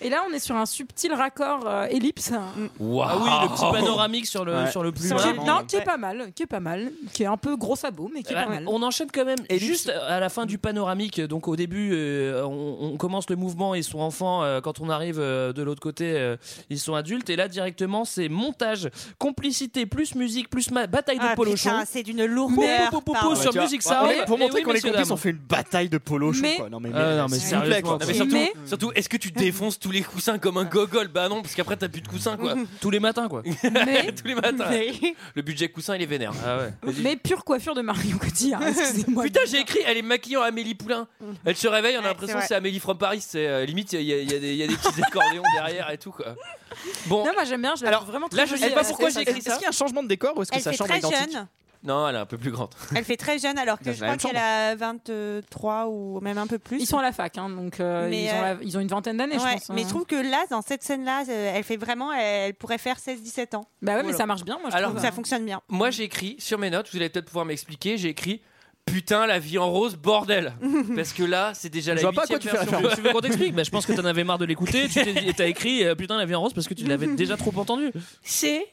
Speaker 6: Et là, on est sur un subtil raccord euh, ellipse.
Speaker 1: waouh.
Speaker 7: Ah oui, le petit panoramique sur le,
Speaker 2: Ouais.
Speaker 7: Euh, sur le plus
Speaker 6: Sur
Speaker 2: Ouais.
Speaker 6: les-
Speaker 2: Ouais.
Speaker 6: non, qui est pas mal, qui est pas mal, qui est un peu gros sabot, mais qui est
Speaker 7: Bah,
Speaker 6: pas mal.
Speaker 7: on enchaîne quand même.
Speaker 2: Et
Speaker 7: Et
Speaker 2: lui,
Speaker 7: juste à la fin du panoramique, donc au début, euh, on, on commence le mouvement, ils sont enfants. euh, quand on arrive euh, de l'autre côté, euh, ils sont adultes. Et là, directement, c'est montage, complicité, plus musique, plus ma- bataille de
Speaker 11: Ah,
Speaker 7: polochon.
Speaker 11: putain, c'est d'une
Speaker 7: Pou,
Speaker 11: lourdeur.
Speaker 7: pou, pou, pou,
Speaker 11: pardon.
Speaker 7: sur
Speaker 2: tu vois,
Speaker 7: musique, ça.
Speaker 2: on
Speaker 7: va.
Speaker 2: est- pour
Speaker 7: Eh
Speaker 2: montrer
Speaker 7: oui,
Speaker 2: qu'on est
Speaker 7: messieurs,
Speaker 2: complices, on
Speaker 7: dames.
Speaker 2: fait une bataille de polo show,
Speaker 6: Mais-
Speaker 2: quoi. Non mais,
Speaker 7: Ah, non, mais
Speaker 2: s'il vous plaît,
Speaker 7: sérieusement,
Speaker 2: quoi.
Speaker 1: Non, mais
Speaker 6: Et
Speaker 1: surtout,
Speaker 6: mais-
Speaker 1: surtout est-ce que tu défonces tous les coussins comme un gogol Bah non, parce qu'après t'as plus de coussins quoi.
Speaker 7: tous les matins, quoi.
Speaker 6: mais,
Speaker 1: tous les matins.
Speaker 11: Mais-
Speaker 1: Le budget coussin il est vénère.
Speaker 7: Ah ouais.
Speaker 6: mais pure coiffure de Marion Cotillard, excusez-moi.
Speaker 1: Putain, j'ai écrit, elle est maquillant Amélie Poulain. Elle se réveille, on a
Speaker 11: Ouais, c'est
Speaker 1: l'impression que
Speaker 11: vrai.
Speaker 1: c'est Amélie from Paris. C'est euh, limite, il y, a- il y a des- il y a des petits accordéons derrière et tout quoi. Bon,
Speaker 6: Non, moi j'aime bien, je la
Speaker 1: Alors,
Speaker 6: trouve vraiment très
Speaker 1: là, je
Speaker 6: jolie,
Speaker 1: sais pas
Speaker 6: euh,
Speaker 1: pourquoi
Speaker 6: cette
Speaker 1: j'ai écrit
Speaker 2: Est-ce
Speaker 1: ça.
Speaker 2: qu'il y a un changement de décor ou est-ce que
Speaker 11: Elle
Speaker 2: sa
Speaker 11: fait
Speaker 2: chambre est
Speaker 11: très
Speaker 2: identique
Speaker 11: jeune.
Speaker 1: Non, elle est un peu plus grande.
Speaker 11: Elle fait très jeune alors que
Speaker 2: Dans
Speaker 11: je
Speaker 2: la
Speaker 11: crois
Speaker 2: même chambre.
Speaker 11: qu'elle a 23 ou même un peu plus.
Speaker 6: Ils sont à la fac, hein, donc euh,
Speaker 11: Mais,
Speaker 6: ils, ont
Speaker 11: euh,
Speaker 6: la- ils ont une vingtaine d'années,
Speaker 11: Ouais,
Speaker 6: je pense.
Speaker 11: mais
Speaker 6: hein.
Speaker 11: je trouve que là, dans cette scène-là, euh, elle fait vraiment, elle pourrait faire 16-17 ans.
Speaker 6: Bah ouais,
Speaker 1: Voilà.
Speaker 6: mais ça marche bien, moi je
Speaker 1: Alors,
Speaker 6: trouve.
Speaker 11: Ça
Speaker 6: hein.
Speaker 11: fonctionne bien.
Speaker 1: Moi, j'ai écrit sur mes notes, vous allez peut-être pouvoir m'expliquer, j'ai écrit Putain, la vie en rose, bordel Parce que là, c'est déjà
Speaker 2: Je
Speaker 1: la
Speaker 2: vois pas à quoi
Speaker 1: huitième
Speaker 2: tu fais
Speaker 1: version.
Speaker 2: référence.
Speaker 7: Tu veux qu'on t'explique bah, Je pense que t'en avais marre de l'écouter. Tu t'es- et t'as écrit euh, Putain, la vie en rose parce que tu l'avais déjà trop entendu.
Speaker 1: C'est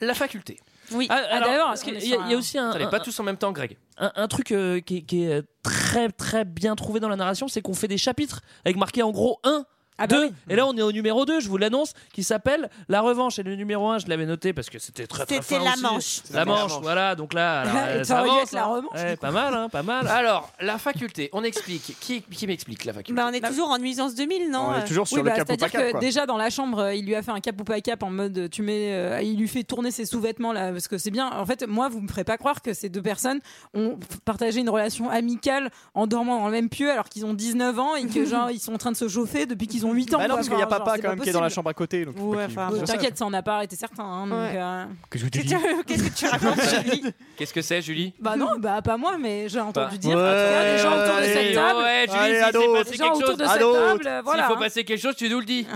Speaker 1: la faculté.
Speaker 11: Oui.
Speaker 7: Ah, alors,
Speaker 6: d'ailleurs,
Speaker 7: parce
Speaker 6: on
Speaker 7: qu'il
Speaker 6: est
Speaker 7: y, a-
Speaker 6: sur
Speaker 7: il y a
Speaker 6: un-
Speaker 7: aussi un,
Speaker 1: Attendez,
Speaker 7: un-
Speaker 1: pas tous en même temps, Greg.
Speaker 7: un, un truc euh, qui, est- qui est euh, très très bien trouvé dans la narration, c'est qu'on fait des chapitres avec marqué en gros 1.
Speaker 6: Ah bah
Speaker 7: 2 et là on est au numéro 2 je vous l'annonce qui s'appelle la revanche et le numéro 1 je l'avais noté parce que c'était très très
Speaker 11: C'était
Speaker 7: fin
Speaker 11: la
Speaker 7: aussi.
Speaker 11: manche.
Speaker 7: la manche voilà donc là alors,
Speaker 6: Et
Speaker 7: euh, ça
Speaker 6: t'aurais dû être
Speaker 7: avance
Speaker 6: la
Speaker 7: hein.
Speaker 6: remanche,
Speaker 7: Ouais, pas mal hein, pas mal
Speaker 1: Alors, la faculté, on explique. Qui, qui m'explique la faculté
Speaker 11: Bah, on est toujours en nuisance 2000, non euh,
Speaker 2: On est toujours sur
Speaker 6: Oui,
Speaker 2: le
Speaker 6: bah,
Speaker 2: cap ou pas
Speaker 6: c'est-à-dire
Speaker 2: cap,
Speaker 6: que
Speaker 2: quoi.
Speaker 6: déjà dans la chambre, euh, il lui a fait un cap ou pas cap en mode euh, tu mets, euh, il lui fait tourner ses sous-vêtements là parce que c'est bien. En fait, moi, vous me ferez pas croire que ces deux personnes ont f- partagé une relation amicale en dormant dans le même pieu alors qu'ils ont 19 ans et que genre ils sont en train de se chauffer depuis qu'ils ont 8 ans.
Speaker 2: Bah non,
Speaker 6: quoi.
Speaker 2: parce qu'il y a
Speaker 6: Enfin,
Speaker 2: papa
Speaker 6: genre,
Speaker 2: quand
Speaker 6: c'est
Speaker 2: même
Speaker 6: pas
Speaker 2: qui est dans la
Speaker 6: possible.
Speaker 2: chambre à côté. donc faut
Speaker 11: Ouais,
Speaker 2: pas qu'il-
Speaker 11: enfin,
Speaker 2: faut
Speaker 6: Euh,
Speaker 2: ça.
Speaker 6: T'inquiète, ça on n'a pas arrêté certains. hein, donc,
Speaker 11: Ouais.
Speaker 6: euh,
Speaker 2: Que je vous dis.
Speaker 11: Qu'est-ce que tu racontes, Julie
Speaker 1: Qu'est-ce que c'est, Julie
Speaker 6: Bah non, bah pas moi, mais j'ai entendu
Speaker 1: Bah,
Speaker 6: dire.
Speaker 2: ouais,
Speaker 6: en tout cas, des gens autour de
Speaker 2: allez,
Speaker 6: cette table.
Speaker 1: Euh, Ouais, Julie,
Speaker 2: Allez,
Speaker 1: si
Speaker 2: ado,
Speaker 1: c'est passé
Speaker 6: Des gens
Speaker 1: quelque
Speaker 6: autour
Speaker 1: chose.
Speaker 6: de
Speaker 2: Allô,
Speaker 6: cette table, euh, voilà.
Speaker 1: S'il faut
Speaker 6: hein.
Speaker 1: passer quelque chose, tu nous le dis.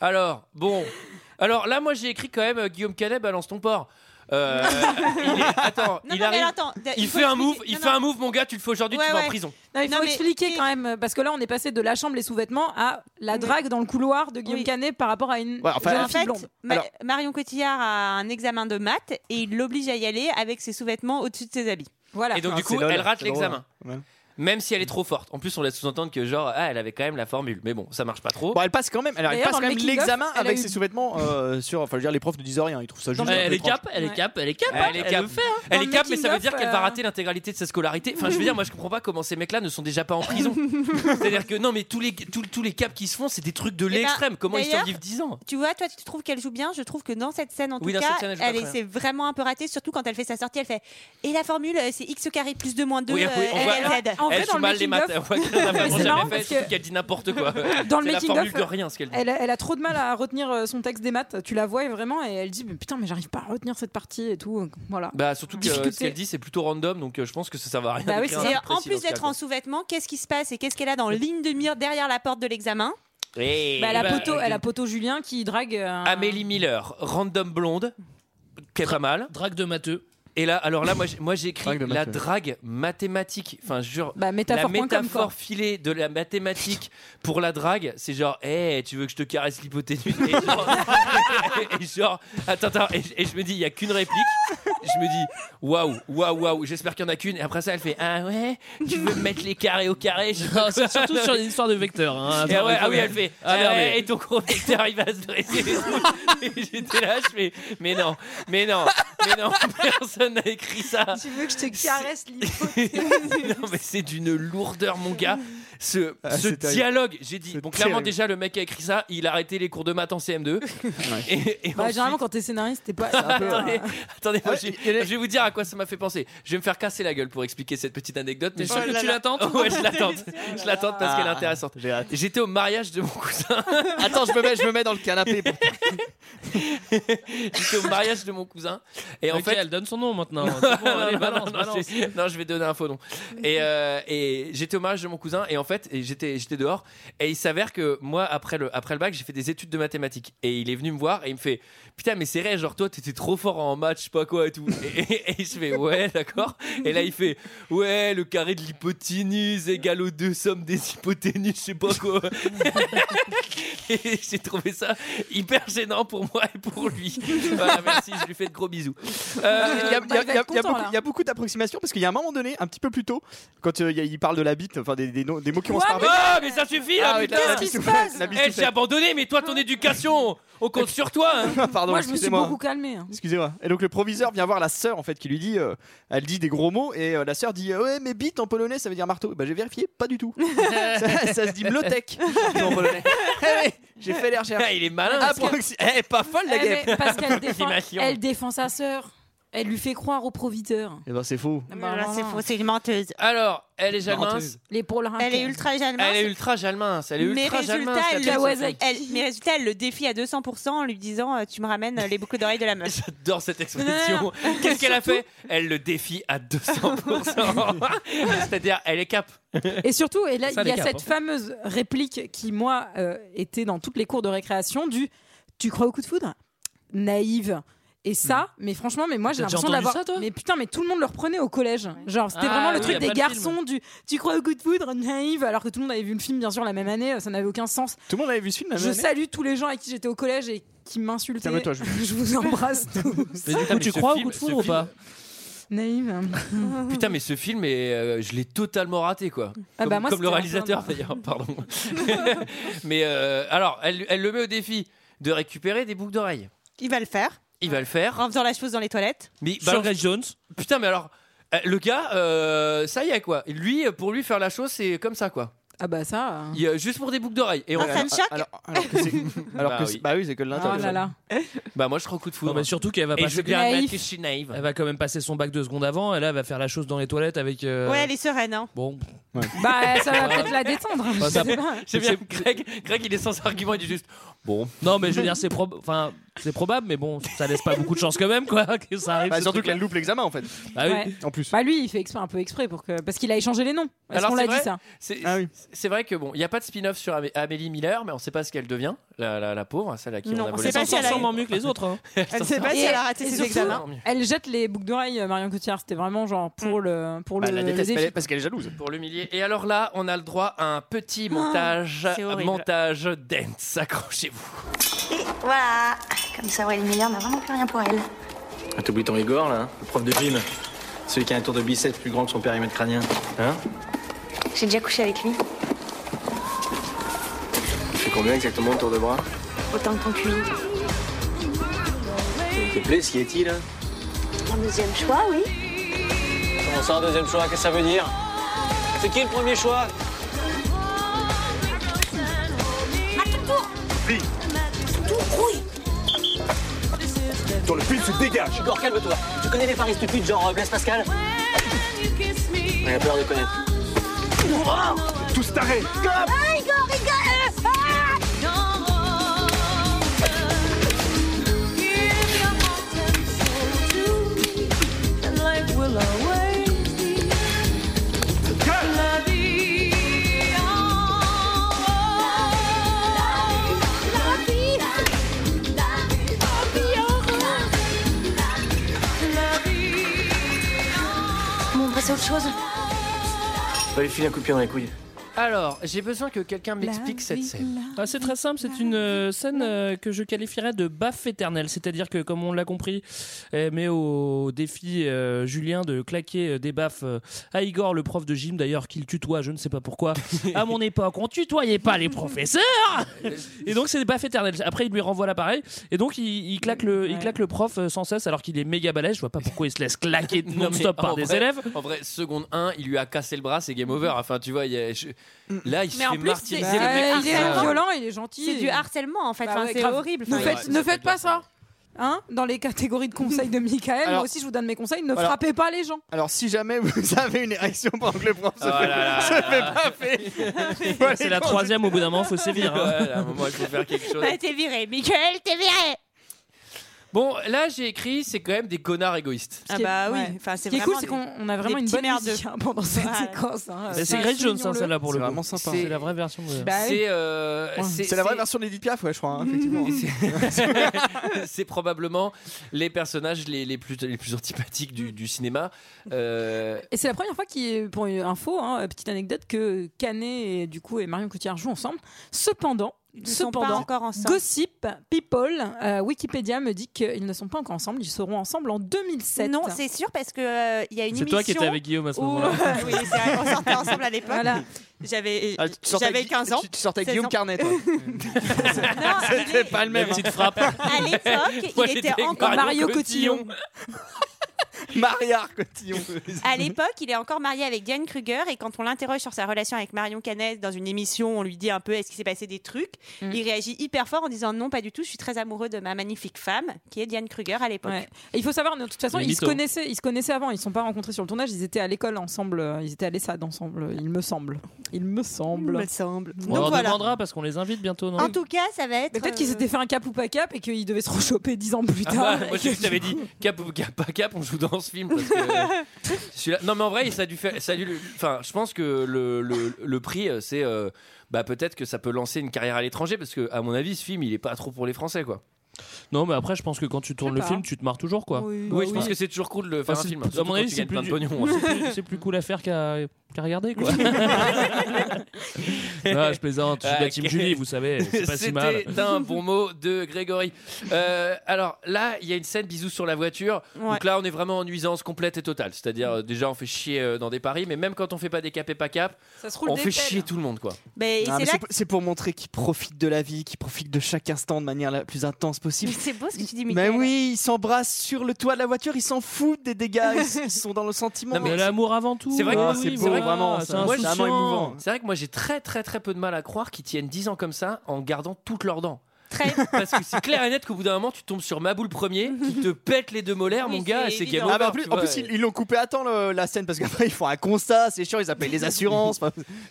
Speaker 1: Alors, bon, Alors là, moi, j'ai écrit quand même euh, Guillaume Canet balance ton porc. Euh, il est- Attends,
Speaker 11: Non,
Speaker 1: il
Speaker 11: non, mais
Speaker 1: arrive.
Speaker 11: attends,
Speaker 1: il,
Speaker 11: il faut
Speaker 1: fait un
Speaker 11: expliquer.
Speaker 1: move, il
Speaker 11: Non,
Speaker 1: fait un move, mon gars, tu le fais aujourd'hui,
Speaker 11: Ouais,
Speaker 1: tu vas
Speaker 11: ouais.
Speaker 1: en prison.
Speaker 6: Non, il faut
Speaker 11: Non, mais-
Speaker 6: expliquer quand même, parce que là on est passé de la chambre, les sous-vêtements à la drague dans le couloir de Guillaume Canet par rapport à une
Speaker 2: Ouais, enfin-
Speaker 6: jeune
Speaker 11: Bah, En
Speaker 6: fille
Speaker 11: fait,
Speaker 6: blonde.
Speaker 11: Ma-
Speaker 2: Alors-
Speaker 11: Marion Cotillard a un examen de maths et il l'oblige à y aller avec ses sous-vêtements au-dessus de ses habits.
Speaker 6: Voilà.
Speaker 1: Et donc,
Speaker 2: Ah,
Speaker 1: du
Speaker 2: c'est
Speaker 1: coup,
Speaker 2: lol,
Speaker 1: elle rate
Speaker 2: c'est drôle.
Speaker 1: l'examen.
Speaker 7: hein.
Speaker 2: Ouais.
Speaker 1: Même si elle est trop forte. En plus, on laisse sous-entendre que, genre, ah, elle avait quand même la formule. Mais bon, ça marche pas trop.
Speaker 2: Bon, elle passe quand même. Alors, elle passe
Speaker 6: D'ailleurs,
Speaker 2: quand
Speaker 6: dans le
Speaker 2: même
Speaker 6: making of,
Speaker 2: l'examen
Speaker 6: elle a
Speaker 2: avec
Speaker 6: eu-
Speaker 2: ses sous-vêtements euh, sur. Enfin, je veux dire, les profs ne disent rien. Ils trouvent ça juste. un peu
Speaker 7: Elle est
Speaker 2: étrange.
Speaker 7: cap, elle est
Speaker 6: Ouais.
Speaker 7: cap, elle hein. est cap.
Speaker 1: Elle est cap,
Speaker 7: veut faire.
Speaker 1: elle
Speaker 6: Dans
Speaker 1: est
Speaker 6: le
Speaker 1: cap mais ça veut
Speaker 6: making-of,
Speaker 1: dire qu'elle va
Speaker 6: euh,
Speaker 1: rater l'intégralité de sa scolarité. Enfin, je veux dire, moi, je comprends pas comment ces mecs-là ne sont déjà pas en prison. C'est-à-dire que non, mais tous les, tous, tous les caps qui se font, c'est des trucs de
Speaker 6: Eh
Speaker 11: ben,
Speaker 1: l'extrême. Comment ils
Speaker 11: d'ailleurs,
Speaker 1: survivent 10 ans
Speaker 11: Tu vois, toi, tu trouves qu'elle joue bien. Je trouve que dans cette scène, en
Speaker 1: Oui, dans
Speaker 11: tout cas,
Speaker 1: cette scène, elle joue pas
Speaker 11: elle est-
Speaker 1: très
Speaker 11: c'est vraiment un peu raté. Surtout quand elle fait sa sortie, elle fait et la formule, euh, c'est x au carré plus 2 moins euh, 2
Speaker 1: Oui, oui, on voit-
Speaker 6: En fait,
Speaker 1: Elle joue
Speaker 6: dans le
Speaker 1: Eh, mal les maths.
Speaker 6: making-of-
Speaker 1: Ouais, on a
Speaker 6: Mais
Speaker 1: vraiment
Speaker 6: c'est
Speaker 1: jamais
Speaker 6: marrant
Speaker 1: fait.
Speaker 6: parce
Speaker 1: je trouve
Speaker 6: que-
Speaker 1: qu'elle dit n'importe quoi.
Speaker 6: Dans le
Speaker 1: C'est la
Speaker 6: making-of,
Speaker 1: formule de rien, ce qu'elle dit.
Speaker 6: Elle, elle a trop de mal à retenir euh, son texte des maths. Tu la vois et vraiment et elle dit mais putain mais j'arrive pas à retenir cette partie et tout. Voilà.
Speaker 1: Bah, surtout que euh,
Speaker 6: Difficulté.
Speaker 1: ce qu'elle dit, c'est plutôt random, donc euh, je pense que ça, ça va à rien.
Speaker 6: Bah oui,
Speaker 1: d'écrire un
Speaker 6: c'est-
Speaker 11: Et
Speaker 1: truc
Speaker 11: en
Speaker 1: précis
Speaker 11: plus
Speaker 1: dans ce
Speaker 11: d'être
Speaker 1: cas,
Speaker 11: en sous-vêtements, qu'est-ce qui se passe et qu'est-ce qu'elle a dans ligne de mire derrière la porte de l'examen
Speaker 1: quoi. Et-
Speaker 6: Bah, elle, a
Speaker 1: bah,
Speaker 6: poteau,
Speaker 1: ok.
Speaker 6: elle a poteau Julien qui drague. euh, un-
Speaker 1: Amélie Miller, random blonde, qui est pas mal.
Speaker 7: Drague de matheux.
Speaker 1: Et là, alors là, moi, j'ai- moi j'ai écrit
Speaker 2: Drague de
Speaker 1: la
Speaker 2: Mathieu.
Speaker 1: drague mathématique. Enfin, je jure.
Speaker 6: Bah,
Speaker 1: La
Speaker 6: métaphore.com
Speaker 1: métaphore
Speaker 6: quoi.
Speaker 1: filée de la mathématique pour la drague, c'est genre, hé, tu veux que je te caresse l'hypoténuse et genre, et genre, attends, attends, et, je- et je me dis, il n'y a qu'une réplique. Je me dis, waouh, waouh, waouh, j'espère qu'il n'y en a qu'une. Et après ça, elle fait, ah ouais, tu veux me mettre les carrés au carré je sais pas
Speaker 7: Non, c'est
Speaker 1: quoi.
Speaker 7: surtout sur les histoires de vecteurs. hein.
Speaker 1: Et ouais, ah oui, elle fait.
Speaker 7: Ah,
Speaker 1: ah
Speaker 7: merde,
Speaker 1: ouais,
Speaker 7: mais-
Speaker 1: et ton conducteur, il va se dresser. les roues. Et J'étais là, je fais. Mais non, mais non, mais non, personne n'a écrit ça.
Speaker 2: Ah.
Speaker 6: Tu veux que je te
Speaker 1: caresse non, mais c'est d'une lourdeur, mon gars. Ce,
Speaker 2: Ah,
Speaker 1: ce
Speaker 2: c'est terrible.
Speaker 1: dialogue, j'ai dit.
Speaker 2: C'est
Speaker 1: Bon, clairement,
Speaker 2: terrible.
Speaker 1: déjà, le mec qui a écrit ça, il a arrêté les cours de maths en CM2. Et, et
Speaker 6: Bah,
Speaker 1: ensuite-
Speaker 6: généralement quand t'es scénariste t'es pas. c'est un peu,
Speaker 1: Attendez,
Speaker 6: euh,
Speaker 1: attendez, moi,
Speaker 2: hein. Ouais,
Speaker 1: j'ai-
Speaker 2: il y a les-
Speaker 1: je vais vous dire à quoi ça m'a fait penser. Je vais me faire casser la gueule pour expliquer cette petite anecdote. Mais
Speaker 6: Oh
Speaker 7: T'es sûr
Speaker 1: je-
Speaker 7: que tu l'attends
Speaker 1: Ouais, je l'attends. Je l'attends parce qu'elle est
Speaker 2: Ah.
Speaker 1: intéressante.
Speaker 2: J'ai hâte.
Speaker 1: J'étais au mariage de mon cousin.
Speaker 2: Attends, je me mets, je me mets dans le canapé. pour-
Speaker 1: J'étais au mariage de mon cousin. Et en fait,
Speaker 7: elle donne son nom maintenant.
Speaker 1: non, non, non, non, j'ai- non, je vais donner un faux nom. Et, euh, et j'étais au mariage de mon cousin et en fait, et j'étais j'étais dehors et il s'avère que moi après le après le bac, j'ai fait des études de mathématiques et il est venu me voir et il me fait "Putain, mais c'est vrai, genre toi t'étais trop fort en maths, je sais pas quoi et tout." Et, et- et je fais "Ouais, d'accord." Et là il fait "Ouais, le carré de l'hypoténuse égale aux deux sommes des hypoténuses, je sais pas quoi." et j'ai trouvé ça hyper gênant pour moi et pour lui. Voilà, merci, je lui fais de gros bisous. Euh,
Speaker 2: Il y a-
Speaker 6: bah,
Speaker 2: il y a- il y a- il y a
Speaker 6: content,
Speaker 2: beaucoup-
Speaker 6: là.
Speaker 2: il y a beaucoup d'approximations parce qu'il y a un moment donné, un petit peu plus tôt, quand euh, il y a- il parle de la bite, enfin des, des noms- des mots qui vont se
Speaker 6: Ouais,
Speaker 2: par
Speaker 6: mais-
Speaker 1: Ah, mais ça suffit là,
Speaker 2: Ah, mais
Speaker 1: putain
Speaker 2: t'as la
Speaker 6: Qu'est-ce qui se
Speaker 2: bisounelle,
Speaker 6: passe
Speaker 2: la
Speaker 1: Eh, j'ai
Speaker 2: bisounelle.
Speaker 1: abandonné, mais toi, ton éducation, on compte sur toi hein.
Speaker 2: Ah, Pardon,
Speaker 6: Moi je me suis
Speaker 2: excusez-moi.
Speaker 6: beaucoup calmée. hein.
Speaker 2: Excusez-moi. Et donc le proviseur vient voir la sœur en fait qui lui dit, euh, elle dit des gros mots et euh, la sœur dit euh, ouais mais bite en polonais ça veut dire marteau. Bah j'ai vérifié, pas du tout. ça, ça se dit mlotek en polonais. Eh oui, j'ai fait les recherches.
Speaker 1: Ah, Il est malin
Speaker 2: Ah, proxi- Eh pas folle la
Speaker 6: Eh,
Speaker 2: guêpe.
Speaker 6: mais parce qu'elle défend,
Speaker 1: Approximation.
Speaker 6: elle défend sa sœur. Elle lui fait croire au proviteur.
Speaker 2: Eh ben c'est faux.
Speaker 6: Ah bah,
Speaker 11: Voilà,
Speaker 6: voilà.
Speaker 11: C'est faux, c'est une menteuse.
Speaker 1: Alors, elle est jalmince
Speaker 6: L'épaule
Speaker 11: Elle est
Speaker 6: rinquée.
Speaker 11: ultra jalmince.
Speaker 1: Elle est ultra jalmince Elle est
Speaker 11: Mais
Speaker 1: ultra jalmince
Speaker 11: résultat,
Speaker 1: la
Speaker 11: elle,
Speaker 1: personne.
Speaker 6: Kawasaki.
Speaker 11: elle- mais résultat, elle le défie à 200% en lui disant euh, Tu me ramènes euh, les boucles d'oreilles de la meuf.
Speaker 1: J'adore cette expression. Qu'est-ce qu'elle a fait Elle le défie à 200%. C'est-à-dire, elle est cap.
Speaker 6: Et surtout, et là,
Speaker 7: Ça,
Speaker 6: il y a
Speaker 7: les capes,
Speaker 6: cette
Speaker 7: hein.
Speaker 6: fameuse réplique qui, moi, euh, était dans toutes les cours de récréation du « Tu crois au coup de foudre ?» Naïve. Et ça, mais franchement, mais moi, j'ai
Speaker 7: Hmm. T'as déjà
Speaker 6: l'impression d'avoir...
Speaker 7: entendu ça, toi
Speaker 6: Mais putain, mais tout le monde le reprenait au collège. Genre, c'était
Speaker 7: Ah,
Speaker 6: vraiment le
Speaker 7: oui, y
Speaker 6: truc
Speaker 7: a
Speaker 6: des
Speaker 7: pas de
Speaker 6: garçons du « Tu crois au coup de foudre Naïve !» Alors que tout le monde avait vu le film, bien sûr, la même année, ça n'avait aucun sens.
Speaker 2: Tout le monde avait vu ce film la
Speaker 6: Je
Speaker 2: même année
Speaker 6: salue tous les gens avec qui j'étais au collège et qui m'insultaient.
Speaker 2: Calme-toi, je-
Speaker 6: Je vous embrasse tous.
Speaker 7: Mais du coup,
Speaker 1: Ah, mais
Speaker 7: tu
Speaker 1: ce
Speaker 7: crois au
Speaker 1: film-
Speaker 7: coup de
Speaker 1: ce
Speaker 7: foudre ou
Speaker 1: film-
Speaker 7: pas
Speaker 6: Naïve.
Speaker 1: Putain, mais ce film, est, euh, je l'ai totalement raté, quoi.
Speaker 6: Mm. Ah
Speaker 1: comme,
Speaker 6: bah moi,
Speaker 1: comme le
Speaker 6: c'était un
Speaker 1: réalisateur, d'ailleurs, pardon. mais euh, alors, elle, elle le met au défi de récupérer des boucles d'oreilles.
Speaker 11: Il va le faire
Speaker 1: Il va le faire.
Speaker 11: en faisant la chose dans les toilettes.
Speaker 1: Mais
Speaker 7: Sur
Speaker 1: balance-
Speaker 7: Red Jones.
Speaker 1: Putain, mais alors, euh, le gars, euh, ça y est, quoi. Lui, euh, pour lui, faire la chose, c'est comme ça, quoi.
Speaker 6: Ah bah ça... euh.
Speaker 1: Il, euh, juste pour des boucles d'oreilles. Et on-
Speaker 11: Ah, ça me choque.
Speaker 2: Alors, alors que c'est, alors
Speaker 1: Bah
Speaker 2: que
Speaker 1: oui.
Speaker 2: c'est- bah oui, c'est que de
Speaker 6: Oh
Speaker 2: l'intérieur.
Speaker 6: là là.
Speaker 1: Bah, moi, je crois coup de
Speaker 7: Non,
Speaker 1: foudre.
Speaker 7: mais surtout qu'elle va
Speaker 1: Et je
Speaker 7: passer.
Speaker 1: vais bien admettre
Speaker 6: Naïf.
Speaker 1: que je suis naïve.
Speaker 7: Elle va quand même passer son bac deux secondes avant. Et là, elle va faire la chose dans les toilettes avec. euh,
Speaker 11: Ouais, elle est sereine. hein.
Speaker 7: Bon,
Speaker 6: Bah ça va peut-être la détendre. je
Speaker 7: ça-
Speaker 6: sais pas.
Speaker 1: J'aime bien Greg, Greg, il est sans argument, il dit juste Bon.
Speaker 7: non, mais je veux dire, c'est prob- Enfin, C'est probable, mais bon, ça laisse pas beaucoup de chance quand même, quoi, que ça arrive.
Speaker 2: Bah,
Speaker 7: ce
Speaker 2: surtout
Speaker 7: truc-là.
Speaker 2: qu'elle loupe l'examen en fait.
Speaker 7: Ah oui.
Speaker 2: En plus.
Speaker 6: Bah lui, il fait exprès, un peu exprès pour que parce qu'il a échangé les noms. Est-ce qu'on
Speaker 1: c'est
Speaker 6: l'a dit
Speaker 1: vrai-
Speaker 6: ça
Speaker 1: C'est c'est vrai que bon, il n'y a pas de spin-off sur Amé- Amélie Miller, mais on ne sait pas ce qu'elle devient, la, la, la pauvre, celle à qui
Speaker 7: Non,
Speaker 1: on a
Speaker 7: on
Speaker 1: volé.
Speaker 7: sait pas si elle a- sûrement mieux que les autres, hein. Elle sait pas si elle a raté
Speaker 6: Et
Speaker 7: ses
Speaker 6: surtout,
Speaker 7: examens.
Speaker 6: Elle jette les boucles d'oreilles euh, Marion Cotillard. C'était vraiment genre pour le pour
Speaker 1: Bah,
Speaker 6: le.
Speaker 1: elle la
Speaker 6: le
Speaker 1: déteste,
Speaker 6: défi.
Speaker 1: elle est-
Speaker 2: Parce qu'elle est jalouse.
Speaker 1: Pour l'humilier. Et alors là, on a le droit à un petit montage,
Speaker 13: c'est horrible.
Speaker 1: montage dance. Accrochez-vous.
Speaker 13: Et voilà Comme ça, Aurélie Miller n'a vraiment plus rien pour elle.
Speaker 4: Ah, T'oublies ton Igor, là, hein le prof de gym. Celui qui a un tour de biceps plus grand que son périmètre crânien. Hein
Speaker 13: J'ai déjà couché avec lui,
Speaker 4: Tu fais combien exactement de tour de bras
Speaker 13: autant que ton cul.
Speaker 4: T'es plaît, ce qui est-il hein
Speaker 13: Mon deuxième choix, oui.
Speaker 4: On sort deuxième choix, qu'est-ce que ça veut dire C'est qui le premier choix
Speaker 14: Plie. Dans le pli, tu te dégages.
Speaker 4: Igor, calme-toi. Tu connais les paris stupides genre euh, Blaise Pascal On a peur de connaître.
Speaker 14: Tous tarés.
Speaker 13: Ah, Igor, Igor euh, ah
Speaker 11: Bon, on passe à autre chose.
Speaker 4: On va lui filer un coup de pied dans les couilles.
Speaker 1: Alors, j'ai besoin que quelqu'un m'explique cette scène.
Speaker 7: Ah, c'est très simple, c'est une euh, scène euh, que je qualifierais de baffe éternelle. C'est-à-dire que, comme on l'a compris, elle met au défi euh, Julien de claquer euh, des baffes euh, à Igor, le prof de gym d'ailleurs, qu'il tutoie, je ne sais pas pourquoi. à mon époque, on tutoyait pas les professeurs Et donc, c'est des baffes éternelles. Après, il lui renvoie l'appareil et donc il, il claque, le, il claque le prof euh, sans cesse alors qu'il est méga balèze. Je vois pas pourquoi il se laisse claquer
Speaker 1: Non, mais
Speaker 7: non-stop par
Speaker 1: en
Speaker 7: des
Speaker 1: vrai-
Speaker 7: élèves.
Speaker 1: En vrai, seconde 1, il lui a cassé le bras, c'est game over. Enfin, tu vois, il y a- je- là, il se
Speaker 11: Mais en
Speaker 1: fait
Speaker 11: plus,
Speaker 1: martyriser.
Speaker 11: c'est-
Speaker 1: le mec,
Speaker 11: Ouais,
Speaker 1: il
Speaker 11: il est
Speaker 1: se-
Speaker 6: violent, il est gentil.
Speaker 11: C'est
Speaker 6: et-
Speaker 11: du harcèlement, en fait.
Speaker 6: Bah
Speaker 11: Enfin,
Speaker 6: ouais,
Speaker 11: c'est
Speaker 6: grave.
Speaker 11: horrible.
Speaker 6: Ne
Speaker 11: Enfin,
Speaker 6: faites,
Speaker 11: il-
Speaker 6: ne faites pas ça. Hein Dans les catégories de conseils de Michael,
Speaker 2: Alors-
Speaker 6: moi aussi je vous donne mes conseils, ne
Speaker 2: Voilà.
Speaker 6: frappez pas les gens.
Speaker 2: Alors si jamais vous avez une érection pendant que le prof se
Speaker 1: Oh
Speaker 2: fait,
Speaker 1: là là
Speaker 2: se
Speaker 1: là
Speaker 2: fait
Speaker 1: là.
Speaker 2: baffer.
Speaker 7: Ouais, c'est la troisième, au bout d'un moment, faut sévir. hein.
Speaker 1: Ouais, là, à un moment, il faut faire quelque chose.
Speaker 11: Ouais, t'es viré, Michael, t'es viré.
Speaker 1: Bon, là, j'ai écrit, c'est quand même des connards égoïstes.
Speaker 11: Ah bah oui. Enfin,
Speaker 6: Ce
Speaker 11: c'est
Speaker 6: qui est
Speaker 11: vraiment
Speaker 6: cool, c'est
Speaker 11: des-
Speaker 6: qu'on on a vraiment
Speaker 11: des
Speaker 6: une
Speaker 11: petits
Speaker 6: bonne
Speaker 11: merdeux.
Speaker 6: musique hein, pendant cette
Speaker 11: Ouais.
Speaker 6: séquence. hein.
Speaker 7: Mais c'est
Speaker 6: Euh,
Speaker 7: Grace Jones, hein,
Speaker 6: soulignons-le.
Speaker 7: celle-là pour
Speaker 2: C'est
Speaker 7: le coup.
Speaker 2: vraiment sympa.
Speaker 7: C'est la vraie version de.
Speaker 6: Bah oui.
Speaker 1: C'est euh,
Speaker 2: Ouais,
Speaker 1: c'est-
Speaker 2: C'est la vraie
Speaker 1: c'est-
Speaker 2: version de Lady Piaf, ouais, je crois, hein, effectivement.
Speaker 1: c'est probablement les personnages les, les plus, les plus antipathiques du, du cinéma. Euh,
Speaker 6: Et c'est la première fois qu'il, pour une info, hein, petite anecdote, que Canet et du coup et Marion Cotillard jouent ensemble. Cependant,
Speaker 11: Ils sont pas
Speaker 6: cependant,
Speaker 11: encore ensemble.
Speaker 6: Gossip People, euh, Wikipédia me dit qu'ils ne sont pas encore ensemble. Ils seront ensemble en 2007.
Speaker 11: Non, c'est sûr parce que euh, il y a une
Speaker 7: C'est
Speaker 11: émission.
Speaker 7: toi qui étais avec Guillaume à ce
Speaker 11: où-
Speaker 7: moment-là.
Speaker 11: oui, c'est vrai qu'on sortait ensemble à l'époque. J'avais
Speaker 2: Ah, tu sortais
Speaker 11: j'avais
Speaker 2: avec-
Speaker 11: 15 ans.
Speaker 2: Tu, tu sortais avec
Speaker 11: 16
Speaker 2: Guillaume
Speaker 11: ans.
Speaker 2: Carnet, toi.
Speaker 11: Non,
Speaker 2: C'était pas le même.
Speaker 7: Petite frappe.
Speaker 11: à l'époque,
Speaker 7: Moi,
Speaker 11: il
Speaker 7: j'étais
Speaker 11: était
Speaker 7: avec
Speaker 11: encore
Speaker 7: Mario Cotillon.
Speaker 2: Maria Cotillon.
Speaker 11: À l'époque, il est encore marié avec Diane Kruger et quand on l'interroge sur sa relation avec Marion Canet dans une émission, on lui dit un peu est-ce qu'il s'est passé des trucs, il réagit hyper fort en disant non pas du tout, je suis très amoureux de ma magnifique femme qui est Diane Kruger à l'époque.
Speaker 6: Ouais. Et il faut savoir, de toute façon,
Speaker 7: Les
Speaker 6: ils se
Speaker 7: mythos.
Speaker 6: connaissaient, ils se connaissaient avant. Ils ne sont pas rencontrés sur le tournage. Ils étaient à l'école ensemble. euh, Ils étaient à l'ESAD ensemble. Il me semble. Il me
Speaker 11: Bah,
Speaker 6: semble.
Speaker 11: semble.
Speaker 7: On
Speaker 11: Donc
Speaker 7: leur
Speaker 11: voilà.
Speaker 7: demandera parce qu'on les invite bientôt, non
Speaker 11: En tout cas, ça va être.
Speaker 6: Mais peut-être qu'ils
Speaker 11: euh,
Speaker 6: s'étaient fait un cap ou pas cap et qu'ils devaient se rechoper dix ans plus
Speaker 1: ah
Speaker 6: tard.
Speaker 1: bah, moi, je t'avais dit cap ou cap, pas cap, on joue dans ce film. Parce que, euh, celui-là- non, mais en vrai, ça a dû faire. ça a dû le- enfin, je pense que le, le, le prix, euh, c'est. euh, bah, peut-être que ça peut lancer une carrière à l'étranger parce que, à mon avis, ce film, il est pas trop pour les Français, quoi.
Speaker 7: Non, mais après, je pense que quand tu tournes
Speaker 6: Je sais
Speaker 7: le
Speaker 6: pas.
Speaker 7: film, tu te marres toujours, quoi.
Speaker 6: Oui,
Speaker 1: Oui, je pense que c'est toujours cool de faire
Speaker 7: Enfin,
Speaker 1: un
Speaker 7: Bah, c'est-
Speaker 1: film.
Speaker 7: à
Speaker 1: surtout
Speaker 7: mon
Speaker 1: quand
Speaker 7: avis,
Speaker 1: tu
Speaker 7: c'est
Speaker 1: gagnes
Speaker 7: plus,
Speaker 1: plein de
Speaker 7: du-
Speaker 1: pognon. hein.
Speaker 7: c'est plus- c'est plus cool à faire qu'à qu'à regarder, quoi. non, je plaisante, je suis de la team
Speaker 1: Ok.
Speaker 7: Julie, vous savez, c'est pas si mal.
Speaker 1: C'était un bon mot de Grégory. Euh, alors là, il y a une scène bisous sur la voiture.
Speaker 11: Ouais.
Speaker 1: Donc là, on est vraiment en nuisance complète et totale. C'est-à-dire, euh, déjà, on fait chier euh, dans des paris, mais même quand on fait pas des cap et pas cap,
Speaker 6: Ça se roule
Speaker 1: on
Speaker 6: des
Speaker 1: fait
Speaker 6: pelles.
Speaker 1: chier tout le monde, quoi.
Speaker 2: Ah, mais
Speaker 11: mais c'est là
Speaker 2: c'est pour- C'est pour montrer qu'ils profitent de la vie, qu'ils profitent de chaque instant de manière la plus intense
Speaker 11: que-
Speaker 2: possible.
Speaker 11: c'est beau ce que tu dis,
Speaker 2: Mais
Speaker 11: Michael.
Speaker 2: oui, ils s'embrassent sur le toit de la voiture, ils s'en foutent des dégâts, ils, ils sont dans le sentiment.
Speaker 1: Non, mais
Speaker 7: Mais l'amour avant tout.
Speaker 1: C'est vrai que-
Speaker 7: Ah,
Speaker 2: Ah, c'est
Speaker 7: oui,
Speaker 2: beau,
Speaker 7: voilà,
Speaker 2: vraiment.
Speaker 7: C'est
Speaker 2: ça. Moi, c'est
Speaker 7: insouciant.
Speaker 2: vraiment émouvant.
Speaker 1: C'est vrai que moi, j'ai très, très, très peu de mal à croire qu'ils tiennent 10 ans comme ça en gardant toutes leurs dents.
Speaker 11: extrait.
Speaker 1: Parce que c'est clair et net qu'au bout d'un moment, tu tombes sur Maboule premier qui te pète les deux molaires, mon gars, et c'est game over.
Speaker 2: Ah bah, en plus,
Speaker 1: tu
Speaker 2: en
Speaker 1: vois.
Speaker 2: plus, ils ils l'ont coupé à temps le- la scène parce qu'après ils font un constat, c'est sûr, ils appellent les assurances. enfin,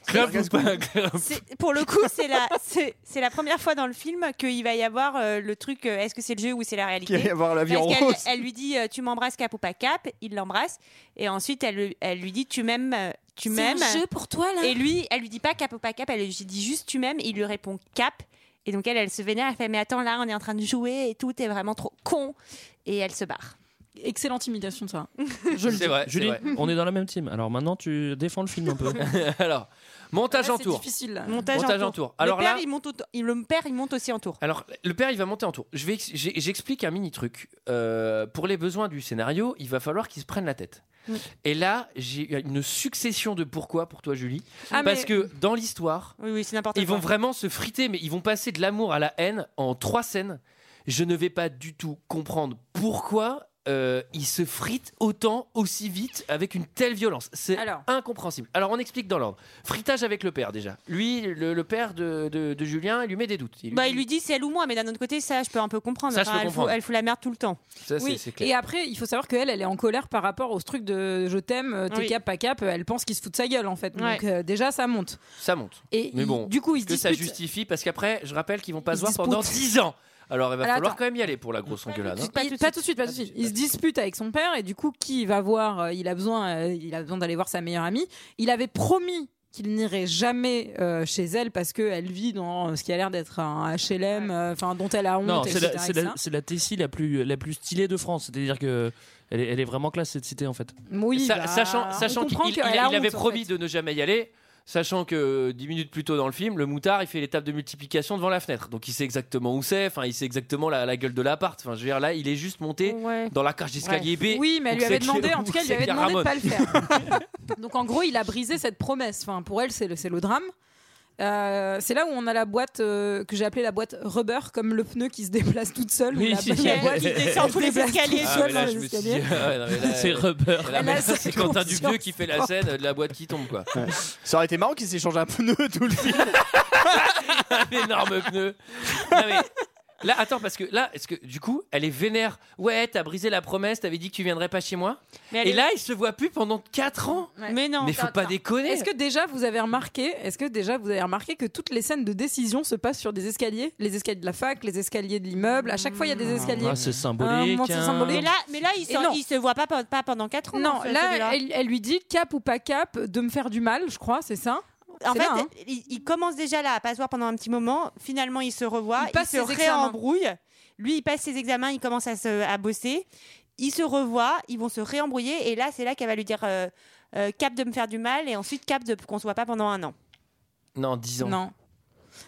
Speaker 2: c'est un casse-cou.
Speaker 11: C'est- Pour le coup, c'est la, c'est c'est la première fois dans le film qu'il va y avoir euh, le truc euh, est-ce que c'est le jeu ou c'est la réalité
Speaker 2: Qu'il va y avoir la vie
Speaker 11: Parce
Speaker 2: en
Speaker 11: qu'elle-
Speaker 2: rose.
Speaker 11: Elle, lui dit euh, tu m'embrasses cap ou pas cap il l'embrasse. Et ensuite, elle, elle lui dit tu m'aimes. euh, Tu
Speaker 15: C'est
Speaker 11: m'aimes.
Speaker 15: un jeu pour toi, là
Speaker 11: Et lui, elle lui dit pas cap ou pas cap elle lui dit juste tu m'aimes. et Il lui répond cap. Et donc, elle, elle se vénère. Elle fait mais attends, là, on est en train de jouer et tout, t'es vraiment trop con. Et elle se barre.
Speaker 6: Excellente imitation de ça.
Speaker 1: Je le dis. Vrai,
Speaker 7: Julie, on est dans la même team. Alors maintenant, tu défends le film un peu.
Speaker 1: Alors, montage
Speaker 11: Ah,
Speaker 1: en tour.
Speaker 6: difficile.
Speaker 1: Montage, en tour. Alors
Speaker 11: le père,
Speaker 1: là,
Speaker 11: il monte, au- il- le père, il monte aussi en tour.
Speaker 1: Alors, le père, il va monter en tour. Je vais, ex- j'ai- j'explique un mini truc. Euh, pour les besoins du scénario, il va falloir qu'il se prenne la tête.
Speaker 11: Oui.
Speaker 1: Et là, j'ai une succession de pourquoi pour toi, Julie.
Speaker 11: Ah,
Speaker 1: Parce
Speaker 11: mais-
Speaker 1: que dans l'histoire,
Speaker 11: Oui, oui, c'est n'importe quoi.
Speaker 1: ils vont vraiment se friter, mais ils vont passer de l'amour à la haine en trois scènes. Je ne vais pas du tout comprendre pourquoi euh, ils se fritent autant, aussi vite, avec une telle violence. C'est incompréhensible. Alors on explique dans l'ordre. Fritage avec le père déjà. Lui, le, le père de, de- de Julien, il lui met des doutes.
Speaker 11: Bah, il lui dit c'est elle ou moi, mais d'un autre côté, ça, je peux un peu comprendre.
Speaker 1: Ça, je peux
Speaker 11: elle,
Speaker 1: comprendre.
Speaker 11: Fout, elle fout la merde tout le temps.
Speaker 1: Ça, c'est-
Speaker 6: Oui.
Speaker 1: c'est clair.
Speaker 6: Et après, il faut savoir qu'elle, elle est en colère par rapport au truc de je t'aime, euh, t'es
Speaker 11: Oui.
Speaker 6: cap, pas cap. Elle pense qu'il se fout de sa gueule en fait. Donc
Speaker 1: Ouais.
Speaker 6: euh, déjà, ça monte.
Speaker 1: Ça monte.
Speaker 6: Et
Speaker 1: mais
Speaker 6: il-
Speaker 1: bon,
Speaker 6: du coup, ils
Speaker 1: est-ce
Speaker 6: se
Speaker 1: que ça
Speaker 6: disputent.
Speaker 1: justifie parce qu'après, je rappelle qu'ils vont pas se
Speaker 6: Ils se
Speaker 1: voir pendant
Speaker 6: disputent.
Speaker 1: 10 ans. Alors il va
Speaker 6: Alors,
Speaker 1: falloir
Speaker 6: attends.
Speaker 1: quand même y aller pour la grosse engueulade. hein.
Speaker 6: Il- Pas tout de suite, pas tout de suite. Il se dispute avec son père et du coup, qui va voir euh, Il a besoin, euh, il a besoin d'aller voir sa meilleure amie. Il avait promis qu'il n'irait jamais euh, chez elle parce qu'elle vit dans euh, ce qui a l'air d'être un HLM, euh, enfin dont elle a honte.
Speaker 7: Non, c'est la,
Speaker 6: etc.,
Speaker 7: c'est la-
Speaker 6: etc..
Speaker 7: c'est la Tessie la plus, la plus stylée de France. C'est-à-dire que elle est, elle est vraiment classe cette cité en fait.
Speaker 6: Oui,
Speaker 1: Sa-
Speaker 6: bah,
Speaker 1: sachant
Speaker 6: on
Speaker 1: sachant qu'il
Speaker 6: comprend
Speaker 1: il-
Speaker 6: qu'elle
Speaker 1: il-
Speaker 6: a
Speaker 1: il avait
Speaker 6: honte, en
Speaker 1: promis de ne jamais y aller. Sachant que 10 minutes plus tôt dans le film, le moutard il fait l'étape de multiplication devant la fenêtre. Donc il sait exactement où c'est, enfin il sait exactement la, la gueule de l'appart. Enfin je veux dire là, il est juste monté dans la cage d'escalier B. Ah,
Speaker 6: Oui, mais elle
Speaker 1: Donc
Speaker 6: lui avait
Speaker 1: c'est
Speaker 6: demandé,
Speaker 1: clair
Speaker 6: en
Speaker 1: où
Speaker 6: tout cas, elle lui
Speaker 1: c'est
Speaker 6: avait
Speaker 1: qu'il y a
Speaker 6: demandé de
Speaker 1: Ramon.
Speaker 6: pas le faire. Donc en gros, il a brisé cette promesse. Enfin, pour elle, c'est le, c'est le drame. Euh, c'est là où on a la boîte euh, que j'ai appelée la boîte rubber, comme le pneu qui se déplace toute seule. ou
Speaker 7: Oui,
Speaker 6: la,
Speaker 7: si,
Speaker 6: la
Speaker 7: si.
Speaker 6: boîte
Speaker 7: Elle
Speaker 6: qui
Speaker 7: descend
Speaker 6: se
Speaker 7: tous les
Speaker 6: déplace toute
Speaker 7: escaliers.
Speaker 1: Ah,
Speaker 6: seule
Speaker 1: mais
Speaker 6: dans
Speaker 1: là,
Speaker 6: les
Speaker 1: je me suis
Speaker 6: escaliers.
Speaker 1: dit, ah, ouais, non, mais là,
Speaker 7: C'est
Speaker 1: euh,
Speaker 7: rubber.
Speaker 1: là, mais
Speaker 6: Elle a
Speaker 1: ça,
Speaker 6: sa
Speaker 1: C'est Quentin
Speaker 6: conscience
Speaker 1: Dupieux qui fait la scène de la boîte qui tombe quoi.
Speaker 2: Ça aurait été marrant qu'ils s'échangent un pneu tout le film.
Speaker 1: un énorme pneu. Non, mais là, attends, parce que là, est-ce que du coup, elle est vénère. Ouais, t'as brisé la promesse, t'avais dit que tu viendrais pas chez moi.
Speaker 6: Mais elle
Speaker 1: Et
Speaker 6: est-
Speaker 1: là, il se voit plus pendant 4 ans.
Speaker 6: Mais
Speaker 1: non. Mais faut pas déconner.
Speaker 6: Est-ce que déjà vous avez remarqué Est-ce que déjà vous avez remarqué que toutes les scènes de décision se passent sur des escaliers Les escaliers de la fac, les escaliers de l'immeuble. À chaque fois, il y a des escaliers.
Speaker 7: Ah, c'est symbolique,
Speaker 6: À un moment, c'est
Speaker 7: hein.
Speaker 6: symbolique.
Speaker 11: Mais là, mais là, il,
Speaker 6: Et
Speaker 11: s'en-
Speaker 6: non.
Speaker 11: il se voit pas, pe- pas pendant 4 ans. hein,
Speaker 6: Non,
Speaker 11: ce-
Speaker 6: là,
Speaker 11: celui-là.
Speaker 6: elle, elle lui dit cap ou pas cap de me faire du mal, je crois, c'est ça
Speaker 11: En
Speaker 6: C'est
Speaker 11: fait,
Speaker 6: là, hein.
Speaker 11: il, il commence déjà là à pas se voir pendant un petit moment. Finalement, il se revoit,
Speaker 6: Il
Speaker 11: il,
Speaker 6: passe
Speaker 11: se
Speaker 6: ses examens.
Speaker 11: réembrouille. Lui, il passe ses examens, il commence à, se, à bosser. Il se revoit, ils vont se réembrouiller. Et là, c'est là qu'elle va lui dire euh, euh, cap de me faire du mal et ensuite cap de qu'on se voit pas pendant un an.
Speaker 1: Non, 10 ans.
Speaker 6: Non.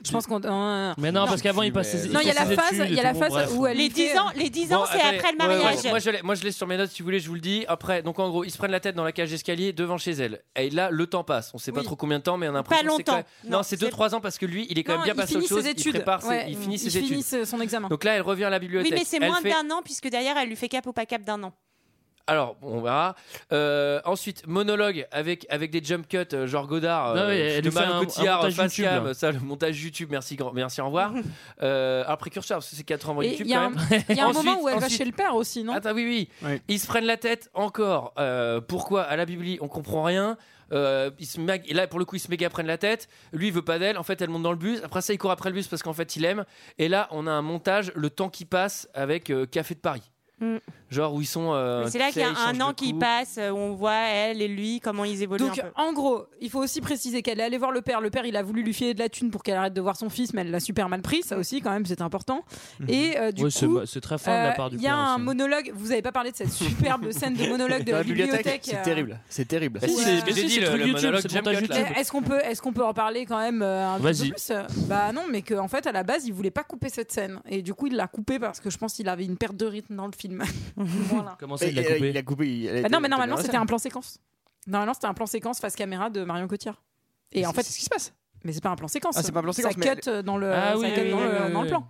Speaker 6: Je pense qu'on. euh,
Speaker 7: Mais non, parce qu'avant il passe ses
Speaker 6: Non, il y a la
Speaker 7: ses
Speaker 6: phase,
Speaker 7: études et
Speaker 6: il y a la
Speaker 7: tout,
Speaker 6: phase
Speaker 7: bref.
Speaker 6: où elle.
Speaker 11: Les
Speaker 6: lui fait,
Speaker 11: 10 ans,
Speaker 6: euh,
Speaker 11: les 10 ans, c'est après le mariage.
Speaker 1: Moi, je l'ai- moi, je laisse sur mes notes si vous voulez, je vous le dis. Après, donc en gros, ils se prennent la tête dans la cage d'escalier devant chez elle. Et là, le temps passe. On sait pas trop combien de temps, mais on a l'impression que c'est
Speaker 6: longtemps.
Speaker 1: quand même- Non, c'est 2-3 ans parce que lui, il est quand
Speaker 6: non,
Speaker 1: même bien
Speaker 6: il
Speaker 1: passé aux
Speaker 6: finit
Speaker 1: choses.
Speaker 6: ses
Speaker 1: Il
Speaker 6: études.
Speaker 1: prépare, ses-
Speaker 6: Ouais,
Speaker 1: il finit ses études.
Speaker 6: euh, son examen.
Speaker 1: Donc là, elle revient à la bibliothèque.
Speaker 11: Oui, mais c'est
Speaker 1: Elle
Speaker 11: moins
Speaker 1: fait-
Speaker 11: d'un an puisque derrière, elle lui fait cap ou pas cap d'un an.
Speaker 1: Alors, on verra. Euh, ensuite, monologue avec, avec des jump cuts, euh, genre Godard, euh,
Speaker 7: Non, mais elle
Speaker 1: de
Speaker 7: lui fait
Speaker 1: Marion
Speaker 7: un- un
Speaker 1: Cotillard,
Speaker 7: montage
Speaker 1: face
Speaker 7: YouTube,
Speaker 1: cam,
Speaker 7: là.
Speaker 1: ça, le montage YouTube, merci, grand, merci au revoir. euh, alors, précurseur, parce que c'est 4 ans
Speaker 6: Et
Speaker 1: YouTube
Speaker 6: il y a
Speaker 1: quand
Speaker 6: un,
Speaker 1: même.
Speaker 6: il y a un
Speaker 1: Ensuite-
Speaker 6: moment où elle va
Speaker 1: ensuite,
Speaker 6: chez le père aussi, non
Speaker 1: Attends, oui, oui. Ils se prennent la tête encore. Euh, pourquoi à la Bibli on comprend rien Euh, ils se mag- et là pour le coup ils se méga prennent la tête. Lui il veut pas d'elle. En fait elle monte dans le bus. Après ça il court après le bus parce qu'en fait il aime. Et là on a un montage le temps qui passe avec euh, Café de Paris.
Speaker 11: Mm.
Speaker 1: Genre où ils sont. euh,
Speaker 11: Mais c'est là
Speaker 1: tu sais,
Speaker 11: qu'il y a
Speaker 1: ils changent
Speaker 11: un
Speaker 1: de
Speaker 11: an qui
Speaker 1: couple.
Speaker 11: passe euh, où on voit elle et lui comment ils évoluent.
Speaker 6: Donc,
Speaker 11: un peu.
Speaker 6: en gros, il faut aussi préciser qu'elle est allée voir le père. Le père, il a voulu lui filer de la thune pour qu'elle arrête de voir son fils, mais elle l'a super mal pris. Ça aussi, quand même, c'est important.
Speaker 11: Mhm.
Speaker 6: Et euh, du
Speaker 7: Ouais, c'est-
Speaker 6: coup,
Speaker 7: c'est très fin de la
Speaker 6: euh,
Speaker 7: part du
Speaker 6: Il y a
Speaker 7: père
Speaker 6: un
Speaker 7: aussi.
Speaker 6: monologue. Vous avez pas parlé de cette superbe scène de monologue de
Speaker 2: Dans
Speaker 6: la bibliothèque.
Speaker 2: C'est
Speaker 6: euh,
Speaker 2: terrible. C'est terrible.
Speaker 7: Bah si, c'est- mais j'ai dit, le- le monologue
Speaker 2: de
Speaker 7: Jump
Speaker 2: Jump
Speaker 7: Cut,
Speaker 2: Cut,
Speaker 7: là.
Speaker 2: là.
Speaker 6: Mais Est-ce qu'on peut, est-ce qu'on peut en parler quand même euh, un petit
Speaker 7: Vas-y.
Speaker 6: peu plus euh, Bah non, mais qu'en fait à la base il voulait pas couper cette scène et du coup il l'a coupée parce que je pense qu'il avait une perte de rythme dans le film. voilà.
Speaker 7: Comment
Speaker 2: ça, il l'a
Speaker 7: Et, euh,
Speaker 2: coupé
Speaker 7: il a
Speaker 2: coupé.
Speaker 6: Bah non, mais normalement c'était un plan séquence. Normalement c'était un plan séquence face caméra de Marion Cotillard. Et en fait, c'est ce qui se passe. Mais c'est pas un plan séquence.
Speaker 2: Ah, c'est pas un plan séquence,
Speaker 6: Ça
Speaker 2: mais-
Speaker 6: cut euh, dans le,
Speaker 2: Ah
Speaker 6: ça
Speaker 2: oui,
Speaker 6: cut
Speaker 2: oui,
Speaker 6: dans,
Speaker 2: oui,
Speaker 6: le
Speaker 2: oui,
Speaker 6: dans le
Speaker 2: oui.
Speaker 6: plan.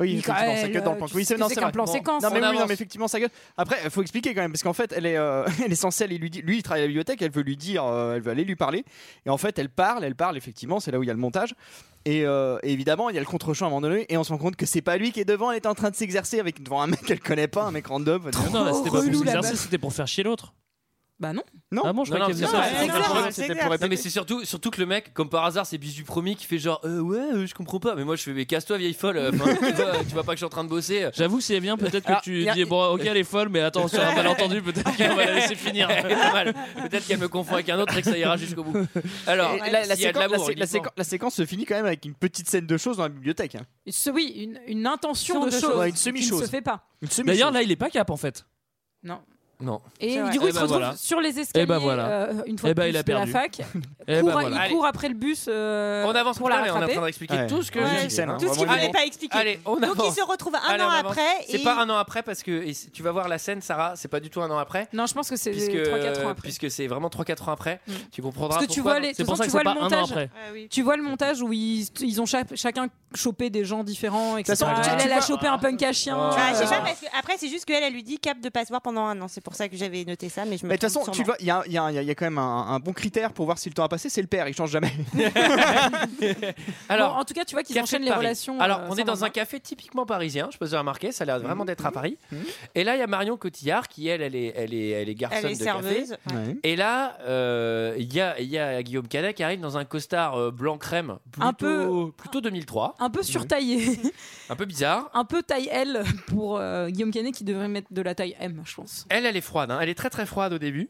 Speaker 2: Oui, effectivement,
Speaker 6: Michael,
Speaker 2: ça gueule dans le plan.
Speaker 6: euh, tu
Speaker 2: Oui,
Speaker 6: sais
Speaker 2: c'est
Speaker 6: que
Speaker 2: non,
Speaker 6: c'est
Speaker 2: c'est
Speaker 6: qu'un
Speaker 2: vrai.
Speaker 6: plan
Speaker 2: Bon.
Speaker 6: séquence, hein,
Speaker 2: Non, mais
Speaker 6: on
Speaker 2: oui, non,
Speaker 6: avance.
Speaker 2: mais effectivement, ça gueule. Après, il faut expliquer quand même, parce qu'en fait, elle est, euh, elle est censée aller lui, di- lui, il travaille à la bibliothèque, elle veut lui dire, euh, elle veut aller lui parler. Et en fait, elle parle, elle parle, effectivement, c'est là où il y a le montage. Et, euh, et évidemment, il y a le contre-champ à un moment donné, et on se rend compte que c'est pas lui qui est devant, elle est en train de s'exercer avec devant un mec qu'elle connaît pas, un mec random.
Speaker 7: Non, là, c'était pas pour s'exercer, c'était pour faire chier l'autre.
Speaker 6: Bah non.
Speaker 2: Non.
Speaker 7: Ah bon, je
Speaker 1: Non, non,
Speaker 7: croyais qu'il
Speaker 1: c'est
Speaker 7: faisait
Speaker 1: ça.
Speaker 7: ça.
Speaker 1: hein. Non, mais c'est surtout, surtout que le mec, comme par hasard, c'est Bisu Promi qui fait genre euh, ouais, euh, je comprends pas. Mais moi, je fais mais casse-toi, vieille folle. euh, enfin, tu, vois, tu vois pas que je suis en train de bosser.
Speaker 7: J'avoue, c'est bien peut-être que
Speaker 1: Alors,
Speaker 7: tu
Speaker 1: y a-
Speaker 7: dis bon, ok, elle est folle, mais attends, sur un malentendu, peut-être qu'on va la laisser finir.
Speaker 1: Pas mal. Peut-être qu'elle me confond avec un autre et que ça ira jusqu'au bout. Alors,
Speaker 2: Et la, la
Speaker 1: s'il y a de
Speaker 2: séquence, la
Speaker 1: l'amour,
Speaker 2: sé- la
Speaker 1: uniquement.
Speaker 2: séquence- la séquence se finit quand même avec une petite scène de choses dans la bibliothèque. hein.
Speaker 6: Ce- oui, une, une intention
Speaker 2: Une
Speaker 6: de
Speaker 2: chose.
Speaker 6: chose
Speaker 2: Ouais, une
Speaker 6: qui ne
Speaker 2: semi-chose.
Speaker 6: se fait pas.
Speaker 2: Une semi-chose.
Speaker 7: D'ailleurs, là, il est pas cap en fait.
Speaker 6: Non.
Speaker 1: Non.
Speaker 6: Et
Speaker 7: C'est vrai.
Speaker 6: du coup,
Speaker 7: Eh
Speaker 6: il se
Speaker 7: ben
Speaker 6: retrouve
Speaker 7: voilà.
Speaker 6: sur les escaliers
Speaker 7: Eh ben voilà.
Speaker 6: euh, une fois
Speaker 7: Eh ben,
Speaker 6: de
Speaker 7: il
Speaker 6: plus
Speaker 7: a
Speaker 6: de la
Speaker 7: perdu.
Speaker 6: fac.
Speaker 7: Eh ben
Speaker 6: Court-
Speaker 7: voilà.
Speaker 6: Il court après le bus euh,
Speaker 1: On avance
Speaker 6: pour
Speaker 1: pour
Speaker 6: la
Speaker 1: là, mais on est en
Speaker 6: rattraper.
Speaker 1: train d'expliquer
Speaker 2: Ouais.
Speaker 1: tout ce que
Speaker 2: Ouais.
Speaker 1: j'ai dit.
Speaker 2: Scène, hein,
Speaker 11: Tout ce qu'il
Speaker 2: vraiment.
Speaker 11: fallait pas expliquer.
Speaker 1: Allez, on
Speaker 11: Donc il
Speaker 1: avance.
Speaker 11: se retrouve un
Speaker 1: Allez,
Speaker 11: an
Speaker 1: on avance.
Speaker 11: après.
Speaker 1: C'est
Speaker 11: et-
Speaker 1: pas un an après parce que et c- tu vas voir la scène, Sarah, c'est pas du tout un an après.
Speaker 6: Non, je pense que c'est
Speaker 1: Puisque,
Speaker 6: 3-4 ans après.
Speaker 1: puisque c'est vraiment 3-4 ans après. Tu comprendras
Speaker 6: Parce que tu
Speaker 1: pourquoi.
Speaker 6: vois, les,
Speaker 1: C'est
Speaker 6: de
Speaker 1: pour ça que
Speaker 6: toute
Speaker 1: c'est
Speaker 6: façon, tu vois le
Speaker 1: pas un an
Speaker 6: montage.
Speaker 1: après.
Speaker 11: Ah
Speaker 6: Tu vois le montage où ils, ils ont cha- chacun chopé des gens différents, etc.
Speaker 11: toute façon, tu-
Speaker 6: elle,
Speaker 11: tu
Speaker 6: elle a
Speaker 11: vois-
Speaker 6: chopé un punk à chien.
Speaker 11: Bah, je sais
Speaker 6: euh,
Speaker 11: pas, parce que après, c'est juste qu'elle, elle lui dit cap de passeport pendant un an. C'est pour ça que j'avais noté ça, mais je me
Speaker 2: Mais de toute
Speaker 11: trompe
Speaker 2: façon, tu
Speaker 11: sûrement.
Speaker 2: vois, il y a, il y a- il y a quand même un, un bon critère pour voir si le temps a passé, c'est le père, il change jamais.
Speaker 1: Alors,
Speaker 6: Bon, en tout cas, tu vois qu'ils
Speaker 1: Café
Speaker 6: enchaînent
Speaker 1: de
Speaker 6: les
Speaker 1: Paris.
Speaker 6: relations.
Speaker 1: Alors,
Speaker 6: euh,
Speaker 1: on
Speaker 6: sans Mmh.
Speaker 1: est dans un
Speaker 6: lendemain.
Speaker 1: café typiquement parisien, je peux vous remarquer, ça a l'air vraiment d'être à Paris. Et là, il y a Marion Cotillard qui, elle, elle est, elle est, elle est garçonne
Speaker 11: Elle est
Speaker 1: de
Speaker 11: serveuse.
Speaker 1: café. Et là, euh, il y, a, il y a Guillaume Canet qui arrive dans un costard euh, blanc crème, plutôt,
Speaker 6: Un peu-
Speaker 1: plutôt 2003,
Speaker 6: Un peu surtaillé,
Speaker 1: un peu bizarre.
Speaker 6: un peu taille L pour euh, Guillaume Canet qui devrait mettre de la taille M, je pense.
Speaker 1: Elle, elle est froide, hein. elle est très très froide au début.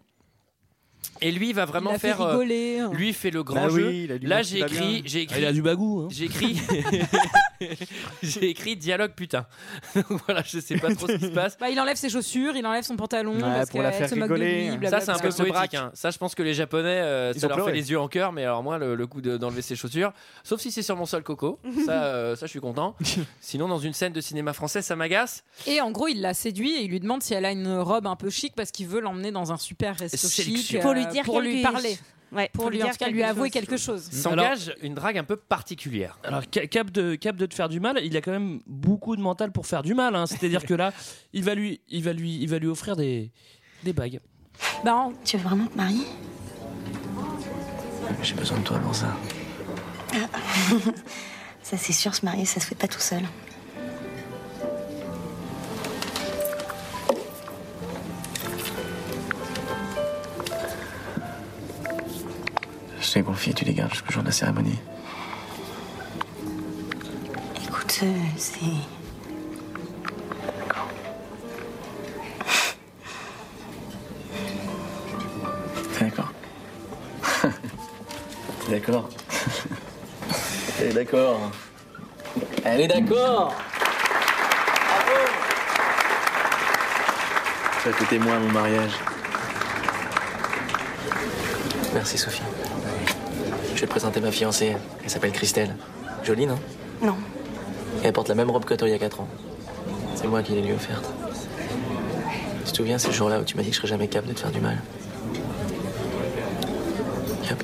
Speaker 1: Et lui, il va vraiment
Speaker 6: Il a fait
Speaker 1: faire. euh,
Speaker 6: rigoler. hein.
Speaker 1: lui fait le grand
Speaker 2: Bah oui,
Speaker 1: jeu.
Speaker 2: il a du
Speaker 1: Là,
Speaker 2: goût,
Speaker 1: j'ai
Speaker 2: il va
Speaker 1: écrit,
Speaker 2: bien.
Speaker 1: j'ai écrit.
Speaker 7: Il a du bagou. hein.
Speaker 1: J'ai écrit. j'ai écrit dialogue putain. Donc voilà, je sais pas trop ce qui se passe.
Speaker 6: Bah, il enlève ses chaussures, il enlève son pantalon
Speaker 2: Ouais,
Speaker 6: parce
Speaker 2: pour la
Speaker 6: qu'elle
Speaker 2: faire
Speaker 6: se moque de lui,
Speaker 2: rigoler.
Speaker 6: blablabla.
Speaker 1: Ça, c'est un peu
Speaker 2: Parce que se
Speaker 1: poétique.
Speaker 2: braque.
Speaker 1: hein. Ça, je pense que les Japonais, euh,
Speaker 2: Ils
Speaker 1: ça
Speaker 2: ont
Speaker 1: leur
Speaker 2: pleuré.
Speaker 1: fait les yeux en cœur, mais alors moi, le, le coup de- d'enlever ses chaussures, sauf si c'est sur mon sol coco, ça, euh, ça je suis content. Sinon, dans une scène de cinéma français, ça m'agace.
Speaker 6: Et en gros, il la séduit et il lui demande si elle a une robe un peu chic parce qu'il veut l'emmener dans un super resto
Speaker 1: Sélection.
Speaker 6: chic euh,
Speaker 11: Pour lui dire
Speaker 6: pour lui
Speaker 11: quelque-
Speaker 6: parler,
Speaker 11: Ouais,
Speaker 6: pour lui,
Speaker 11: dire
Speaker 6: en tout cas,
Speaker 11: quelque
Speaker 6: lui
Speaker 11: chose.
Speaker 6: avouer quelque chose.
Speaker 2: Mm.
Speaker 1: S'engage une drague un peu particulière.
Speaker 7: Alors ca- cap de cap de te faire du mal, il a quand même beaucoup de mental pour faire du mal. hein. C'est-à-dire que là, il va lui, il va lui, il va lui offrir des des bagues.
Speaker 6: Bah, en-
Speaker 13: Tu veux vraiment te marier
Speaker 4: J'ai besoin de toi pour ça.
Speaker 13: Ah. Ça, c'est sûr, se marier, ça se fait pas tout seul.
Speaker 4: Je te les confie, tu les gardes jusqu'au jour de la cérémonie.
Speaker 13: Écoute, euh, c'est.
Speaker 4: T'es d'accord T'es d'accord Elle est d'accord. Elle est d'accord Tu as été témoin à mon mariage. Merci Sophie. Je vais te présenter ma fiancée. Elle s'appelle Christelle. Jolie, non
Speaker 13: Non.
Speaker 4: Elle porte la même robe que toi il y a 4 ans. C'est moi qui l'ai lui offerte. Tu te souviens ce jour-là où tu m'as dit que je serais jamais capable de te faire du mal Cap.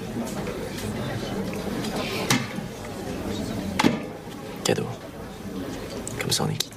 Speaker 4: Cadeau. Comme ça on est quitte.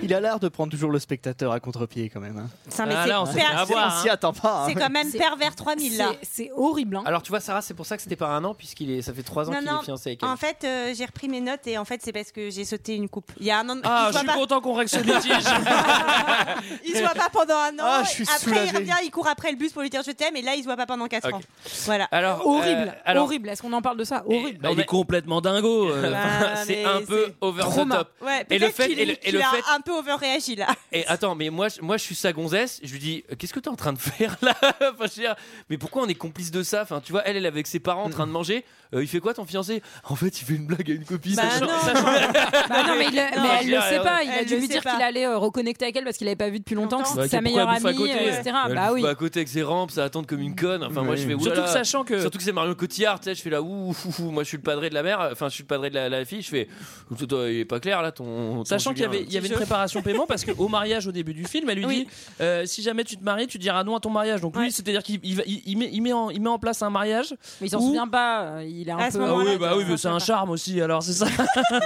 Speaker 2: Il a l'air de prendre toujours le spectateur à contre-pied quand même. hein.
Speaker 11: Ça, mais
Speaker 7: Ah,
Speaker 11: c'est
Speaker 7: là, on s'est fait
Speaker 11: pervers.
Speaker 7: avoir,
Speaker 2: On s'y attend pas. hein.
Speaker 11: C'est quand même
Speaker 6: C'est-
Speaker 11: pervers 3000 là.
Speaker 6: c'est- c'est horrible. hein.
Speaker 1: Alors tu vois, Sarah, c'est pour ça que c'était pas un an, puisqu'il est, ça fait trois ans
Speaker 11: Non,
Speaker 1: qu'il
Speaker 11: non.
Speaker 1: est fiancé avec elle.
Speaker 11: En fait, euh, j'ai repris mes notes et en fait, c'est parce que j'ai sauté une coupe. Il y a un an.
Speaker 7: Ah, je
Speaker 11: il se
Speaker 7: suis
Speaker 11: voit pas,
Speaker 7: content qu'on règle ce litige.
Speaker 11: il se voit pas pendant un an.
Speaker 2: Ah, je suis
Speaker 11: après,
Speaker 2: soulagé.
Speaker 11: il revient, il court après le bus pour lui dire je t'aime et là, il se voit pas pendant 4
Speaker 1: Ok.
Speaker 11: ans. Voilà.
Speaker 1: alors,
Speaker 6: Horrible,
Speaker 1: euh, alors,
Speaker 6: horrible. Est-ce qu'on en parle de ça Horrible.
Speaker 7: Bah, il est complètement dingo. euh.
Speaker 11: Ah,
Speaker 1: c'est
Speaker 11: mais
Speaker 1: un peu
Speaker 11: c'est-
Speaker 1: over the
Speaker 6: Trauma.
Speaker 1: top.
Speaker 11: Ouais,
Speaker 1: Et le
Speaker 11: peut-être
Speaker 1: fait-
Speaker 11: qu'il-
Speaker 1: et le- et
Speaker 11: qu'il
Speaker 1: le
Speaker 11: a
Speaker 1: fait-
Speaker 11: un peu overréagi là.
Speaker 1: Et attends, mais moi, je- moi, je suis sa gonzesse. Je lui dis, euh, qu'est-ce que t'es en train de faire là Enfin, je veux dire, mais pourquoi on est complice de ça Enfin, tu vois, elle, elle est avec ses parents en train de manger. Euh, il fait quoi ton fiancé En fait, il fait une blague à une copine.
Speaker 11: Bah
Speaker 1: Ça change-
Speaker 11: non.
Speaker 1: ça change-
Speaker 6: Bah non, mais, il- mais
Speaker 1: non,
Speaker 6: elle
Speaker 1: je-
Speaker 6: le sait
Speaker 1: elle-
Speaker 6: pas. Il a
Speaker 11: elle
Speaker 6: dû
Speaker 11: le
Speaker 6: lui
Speaker 11: sait
Speaker 6: dire
Speaker 11: pas.
Speaker 6: qu'il allait euh, reconnecter avec elle parce qu'il l'avait pas vu depuis longtemps, que
Speaker 11: Longtemps.
Speaker 6: c'était
Speaker 7: Ouais,
Speaker 6: sa
Speaker 7: pourquoi elle
Speaker 6: meilleure
Speaker 7: bouffe à
Speaker 6: amie,
Speaker 7: côté,
Speaker 6: euh,
Speaker 7: ouais.
Speaker 6: etc.
Speaker 1: Elle
Speaker 6: Bah
Speaker 1: bouffe
Speaker 6: oui.
Speaker 1: à côté avec ses rampes, ça attend comme une conne. Enfin, moi, je fais
Speaker 7: Surtout
Speaker 1: oulala.
Speaker 7: que sachant que
Speaker 1: Surtout que c'est Marion Cotillard, tu sais, je fais là, ouh, fou, fou, moi je suis le padré de la mère, enfin je suis le padré de la, la fille, je fais, toi, toi, il est pas clair là ton. ton
Speaker 7: Sachant qu'il y
Speaker 1: Julien,
Speaker 7: avait,
Speaker 1: là.
Speaker 7: il y avait une préparation paiement parce qu'au mariage au début du film, elle lui
Speaker 11: Oui.
Speaker 7: dit euh, si jamais tu te maries, tu diras non à ton mariage. Donc lui,
Speaker 11: Ouais.
Speaker 7: c'est-à-dire qu'il il va- il- il met, il met en, il met en place un mariage
Speaker 6: Mais il s'en
Speaker 7: Ou-
Speaker 6: souvient pas. euh, Il il est un
Speaker 7: Ah
Speaker 6: peu.
Speaker 7: oui, bah oui, mais c'est un charme aussi, alors c'est ça.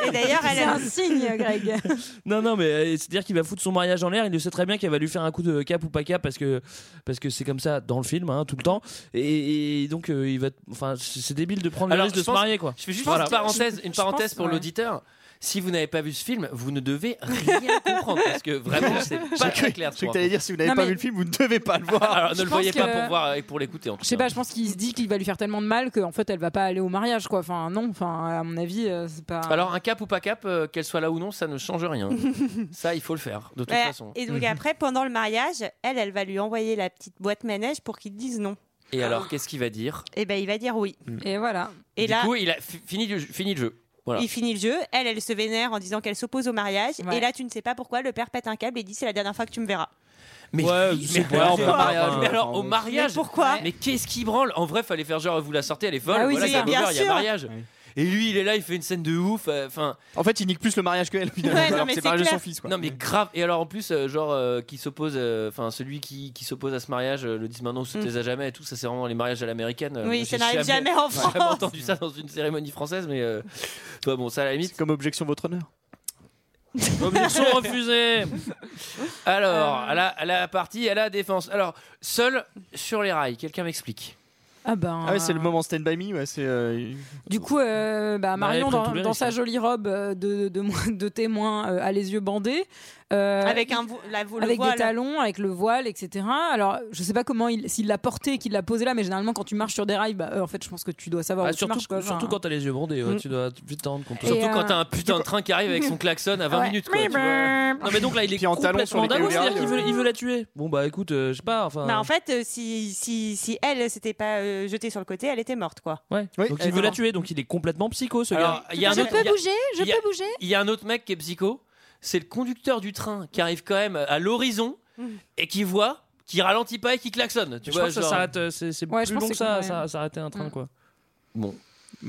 Speaker 11: Et d'ailleurs, elle
Speaker 6: C'est
Speaker 11: a-
Speaker 6: un signe, Greg.
Speaker 7: Non, non, mais euh, c'est-à-dire qu'il va foutre son mariage en l'air. Il le sait très bien qu'elle va lui faire un coup de cap ou pas cap parce que parce que c'est comme ça dans le film, hein, tout le temps. Et, et donc euh, il va, enfin, c'est c'est débile de prendre le risque de
Speaker 1: je pense-
Speaker 7: se marier, quoi.
Speaker 1: Je fais juste
Speaker 7: Voilà.
Speaker 1: une parenthèse, une
Speaker 7: Je
Speaker 1: parenthèse
Speaker 7: pense,
Speaker 1: pour
Speaker 7: ouais.
Speaker 1: l'auditeur. Si vous n'avez pas vu ce film, vous ne devez rien comprendre parce que vraiment, c'est pas
Speaker 2: J'ai cru-
Speaker 1: très clair. ce
Speaker 2: j'ai cru que
Speaker 1: qu'on
Speaker 2: t'allais
Speaker 1: raconte.
Speaker 2: dire si vous n'avez
Speaker 6: Non,
Speaker 2: pas
Speaker 6: mais-
Speaker 2: vu le film, vous ne devez pas le voir.
Speaker 1: Alors, ne
Speaker 6: Je
Speaker 1: le voyez
Speaker 6: pense
Speaker 1: pas
Speaker 6: que-
Speaker 1: pour voir et pour l'écouter en tout
Speaker 6: Je sais pas, je pense qu'il se dit qu'il va lui faire tellement de mal qu'en fait elle va pas aller au mariage quoi. Enfin non, enfin à mon avis euh, c'est pas.
Speaker 1: Alors un cap ou pas cap, euh, qu'elle soit là ou non, ça ne change rien. ça, il faut le faire de toute
Speaker 11: Ouais,
Speaker 1: façon.
Speaker 11: Et donc après, pendant le mariage, elle, elle va lui envoyer la petite boîte manège pour qu'il dise non.
Speaker 1: Et alors, qu'est-ce qu'il va dire
Speaker 11: Et ben il va dire oui.
Speaker 1: Mm.
Speaker 6: Et voilà.
Speaker 11: Et
Speaker 1: Du
Speaker 11: là,
Speaker 1: coup, il a fi- fini le jeu. Fini le jeu. Voilà.
Speaker 11: il finit le jeu. Elle, elle se vénère en disant qu'elle s'oppose au mariage.
Speaker 1: Ouais.
Speaker 11: Et là, tu ne sais pas pourquoi, le père pète un câble et dit c'est la dernière fois que tu me verras.
Speaker 1: Mais,
Speaker 7: Ouais,
Speaker 1: mais-
Speaker 7: c'est
Speaker 1: mais-
Speaker 7: pas, on
Speaker 1: mais-
Speaker 7: peut pas,
Speaker 1: mais
Speaker 7: enfin,
Speaker 1: alors au
Speaker 7: mais-
Speaker 1: mariage
Speaker 11: Mais pourquoi
Speaker 1: Mais qu'est-ce qui branle En vrai, fallait faire genre vous la sortez, elle est folle,
Speaker 2: Ah oui,
Speaker 1: voilà,
Speaker 2: c'est
Speaker 1: game
Speaker 2: ça.
Speaker 1: over,
Speaker 2: Bien
Speaker 1: il y a
Speaker 2: sûr.
Speaker 1: mariage. Et lui, il est là, il fait une scène de ouf. euh, Enfin,
Speaker 2: En fait, il nique plus le mariage que elle, finalement,
Speaker 1: Ouais, non,
Speaker 2: alors
Speaker 1: mais
Speaker 2: que c'est
Speaker 1: c'est
Speaker 2: le mariage de son
Speaker 1: clair.
Speaker 2: fils. Quoi.
Speaker 1: Non mais grave. Et alors en plus, euh, genre euh, qui s'oppose, euh, enfin celui qui, qui s'oppose à ce mariage euh, le disent maintenant,
Speaker 6: Mm.
Speaker 1: se tais à jamais et tout. Ça c'est vraiment les mariages à l'américaine. euh,
Speaker 11: Oui,
Speaker 1: Moi, j'ai
Speaker 11: ça n'arrive jamais en
Speaker 1: j'ai jamais
Speaker 6: Oh.
Speaker 11: France.
Speaker 1: entendu ça dans une cérémonie française, mais euh, toi, bon ça à la limite.
Speaker 2: Comme objection votre honneur.
Speaker 1: Objection refusée. Alors
Speaker 6: Euh.
Speaker 1: à la, à la partie à la défense. Alors seul sur les rails. Quelqu'un m'explique.
Speaker 6: Ah ben.
Speaker 2: Ah ouais, c'est le moment Stand By Me, ouais, c'est. euh,
Speaker 6: Du coup, euh, bah,
Speaker 2: Marie,
Speaker 6: Marion,
Speaker 2: elle prend
Speaker 6: dans,
Speaker 2: tous les
Speaker 6: dans
Speaker 2: risques,
Speaker 6: sa
Speaker 2: hein.
Speaker 6: jolie robe euh, de, de, mo- de témoin euh, à les yeux bandés. euh,
Speaker 11: Avec un vo- la vo- le
Speaker 6: avec
Speaker 11: voile.
Speaker 6: des talons, avec le voile, etc. Alors, je sais pas comment il, s'il l'a porté, qu'il l'a posé là, mais généralement, quand tu marches sur des rails, bah, euh, en fait, je pense que tu dois
Speaker 1: Bah,
Speaker 6: savoir
Speaker 7: Ah,
Speaker 6: où tu
Speaker 7: surtout,
Speaker 6: marches. Quoi, Enfin,
Speaker 7: surtout quand t'as les yeux bandés, ouais,
Speaker 6: Mm.
Speaker 7: tu dois vite t'en rendre compte.
Speaker 6: Et
Speaker 1: Surtout
Speaker 6: euh,
Speaker 1: quand t'as un putain de train qui arrive avec son klaxon à 20
Speaker 6: Ouais.
Speaker 1: minutes. Quoi, tu vois.
Speaker 7: Non mais donc là il est
Speaker 2: Puis en talons sur
Speaker 7: complètement
Speaker 2: les
Speaker 7: dingue,
Speaker 2: cailloux
Speaker 7: c'est-à-dire
Speaker 2: derrière.
Speaker 7: qu'il veut, il veut la tuer. Bon bah écoute, euh, je sais pas, enfin.
Speaker 11: Bah, en fait, euh, si, si, si elle s'était pas euh, jetée sur le côté, elle était morte quoi.
Speaker 7: Ouais. donc il veut la tuer, donc il est complètement psycho ce
Speaker 1: Alors,
Speaker 7: gars.
Speaker 1: il y a un
Speaker 11: Je
Speaker 1: autre-
Speaker 11: peux
Speaker 1: il y a-
Speaker 11: bouger Je
Speaker 1: il y a-
Speaker 11: peux bouger
Speaker 1: Il y a un autre mec qui est psycho. C'est le conducteur du train qui arrive quand même à l'horizon et qui voit, qui ralentit pas et qui klaxonne. Tu
Speaker 7: Je
Speaker 1: vois,
Speaker 7: pense que ça
Speaker 1: genre-
Speaker 7: s'arrête, euh, c'est c'est Mm.
Speaker 1: Ouais, je
Speaker 7: plus
Speaker 1: pense
Speaker 7: long
Speaker 1: que
Speaker 7: que
Speaker 1: c'est
Speaker 7: ça,
Speaker 1: quand
Speaker 7: ça
Speaker 1: même.
Speaker 7: s'arrêter un train quoi.
Speaker 1: Bon.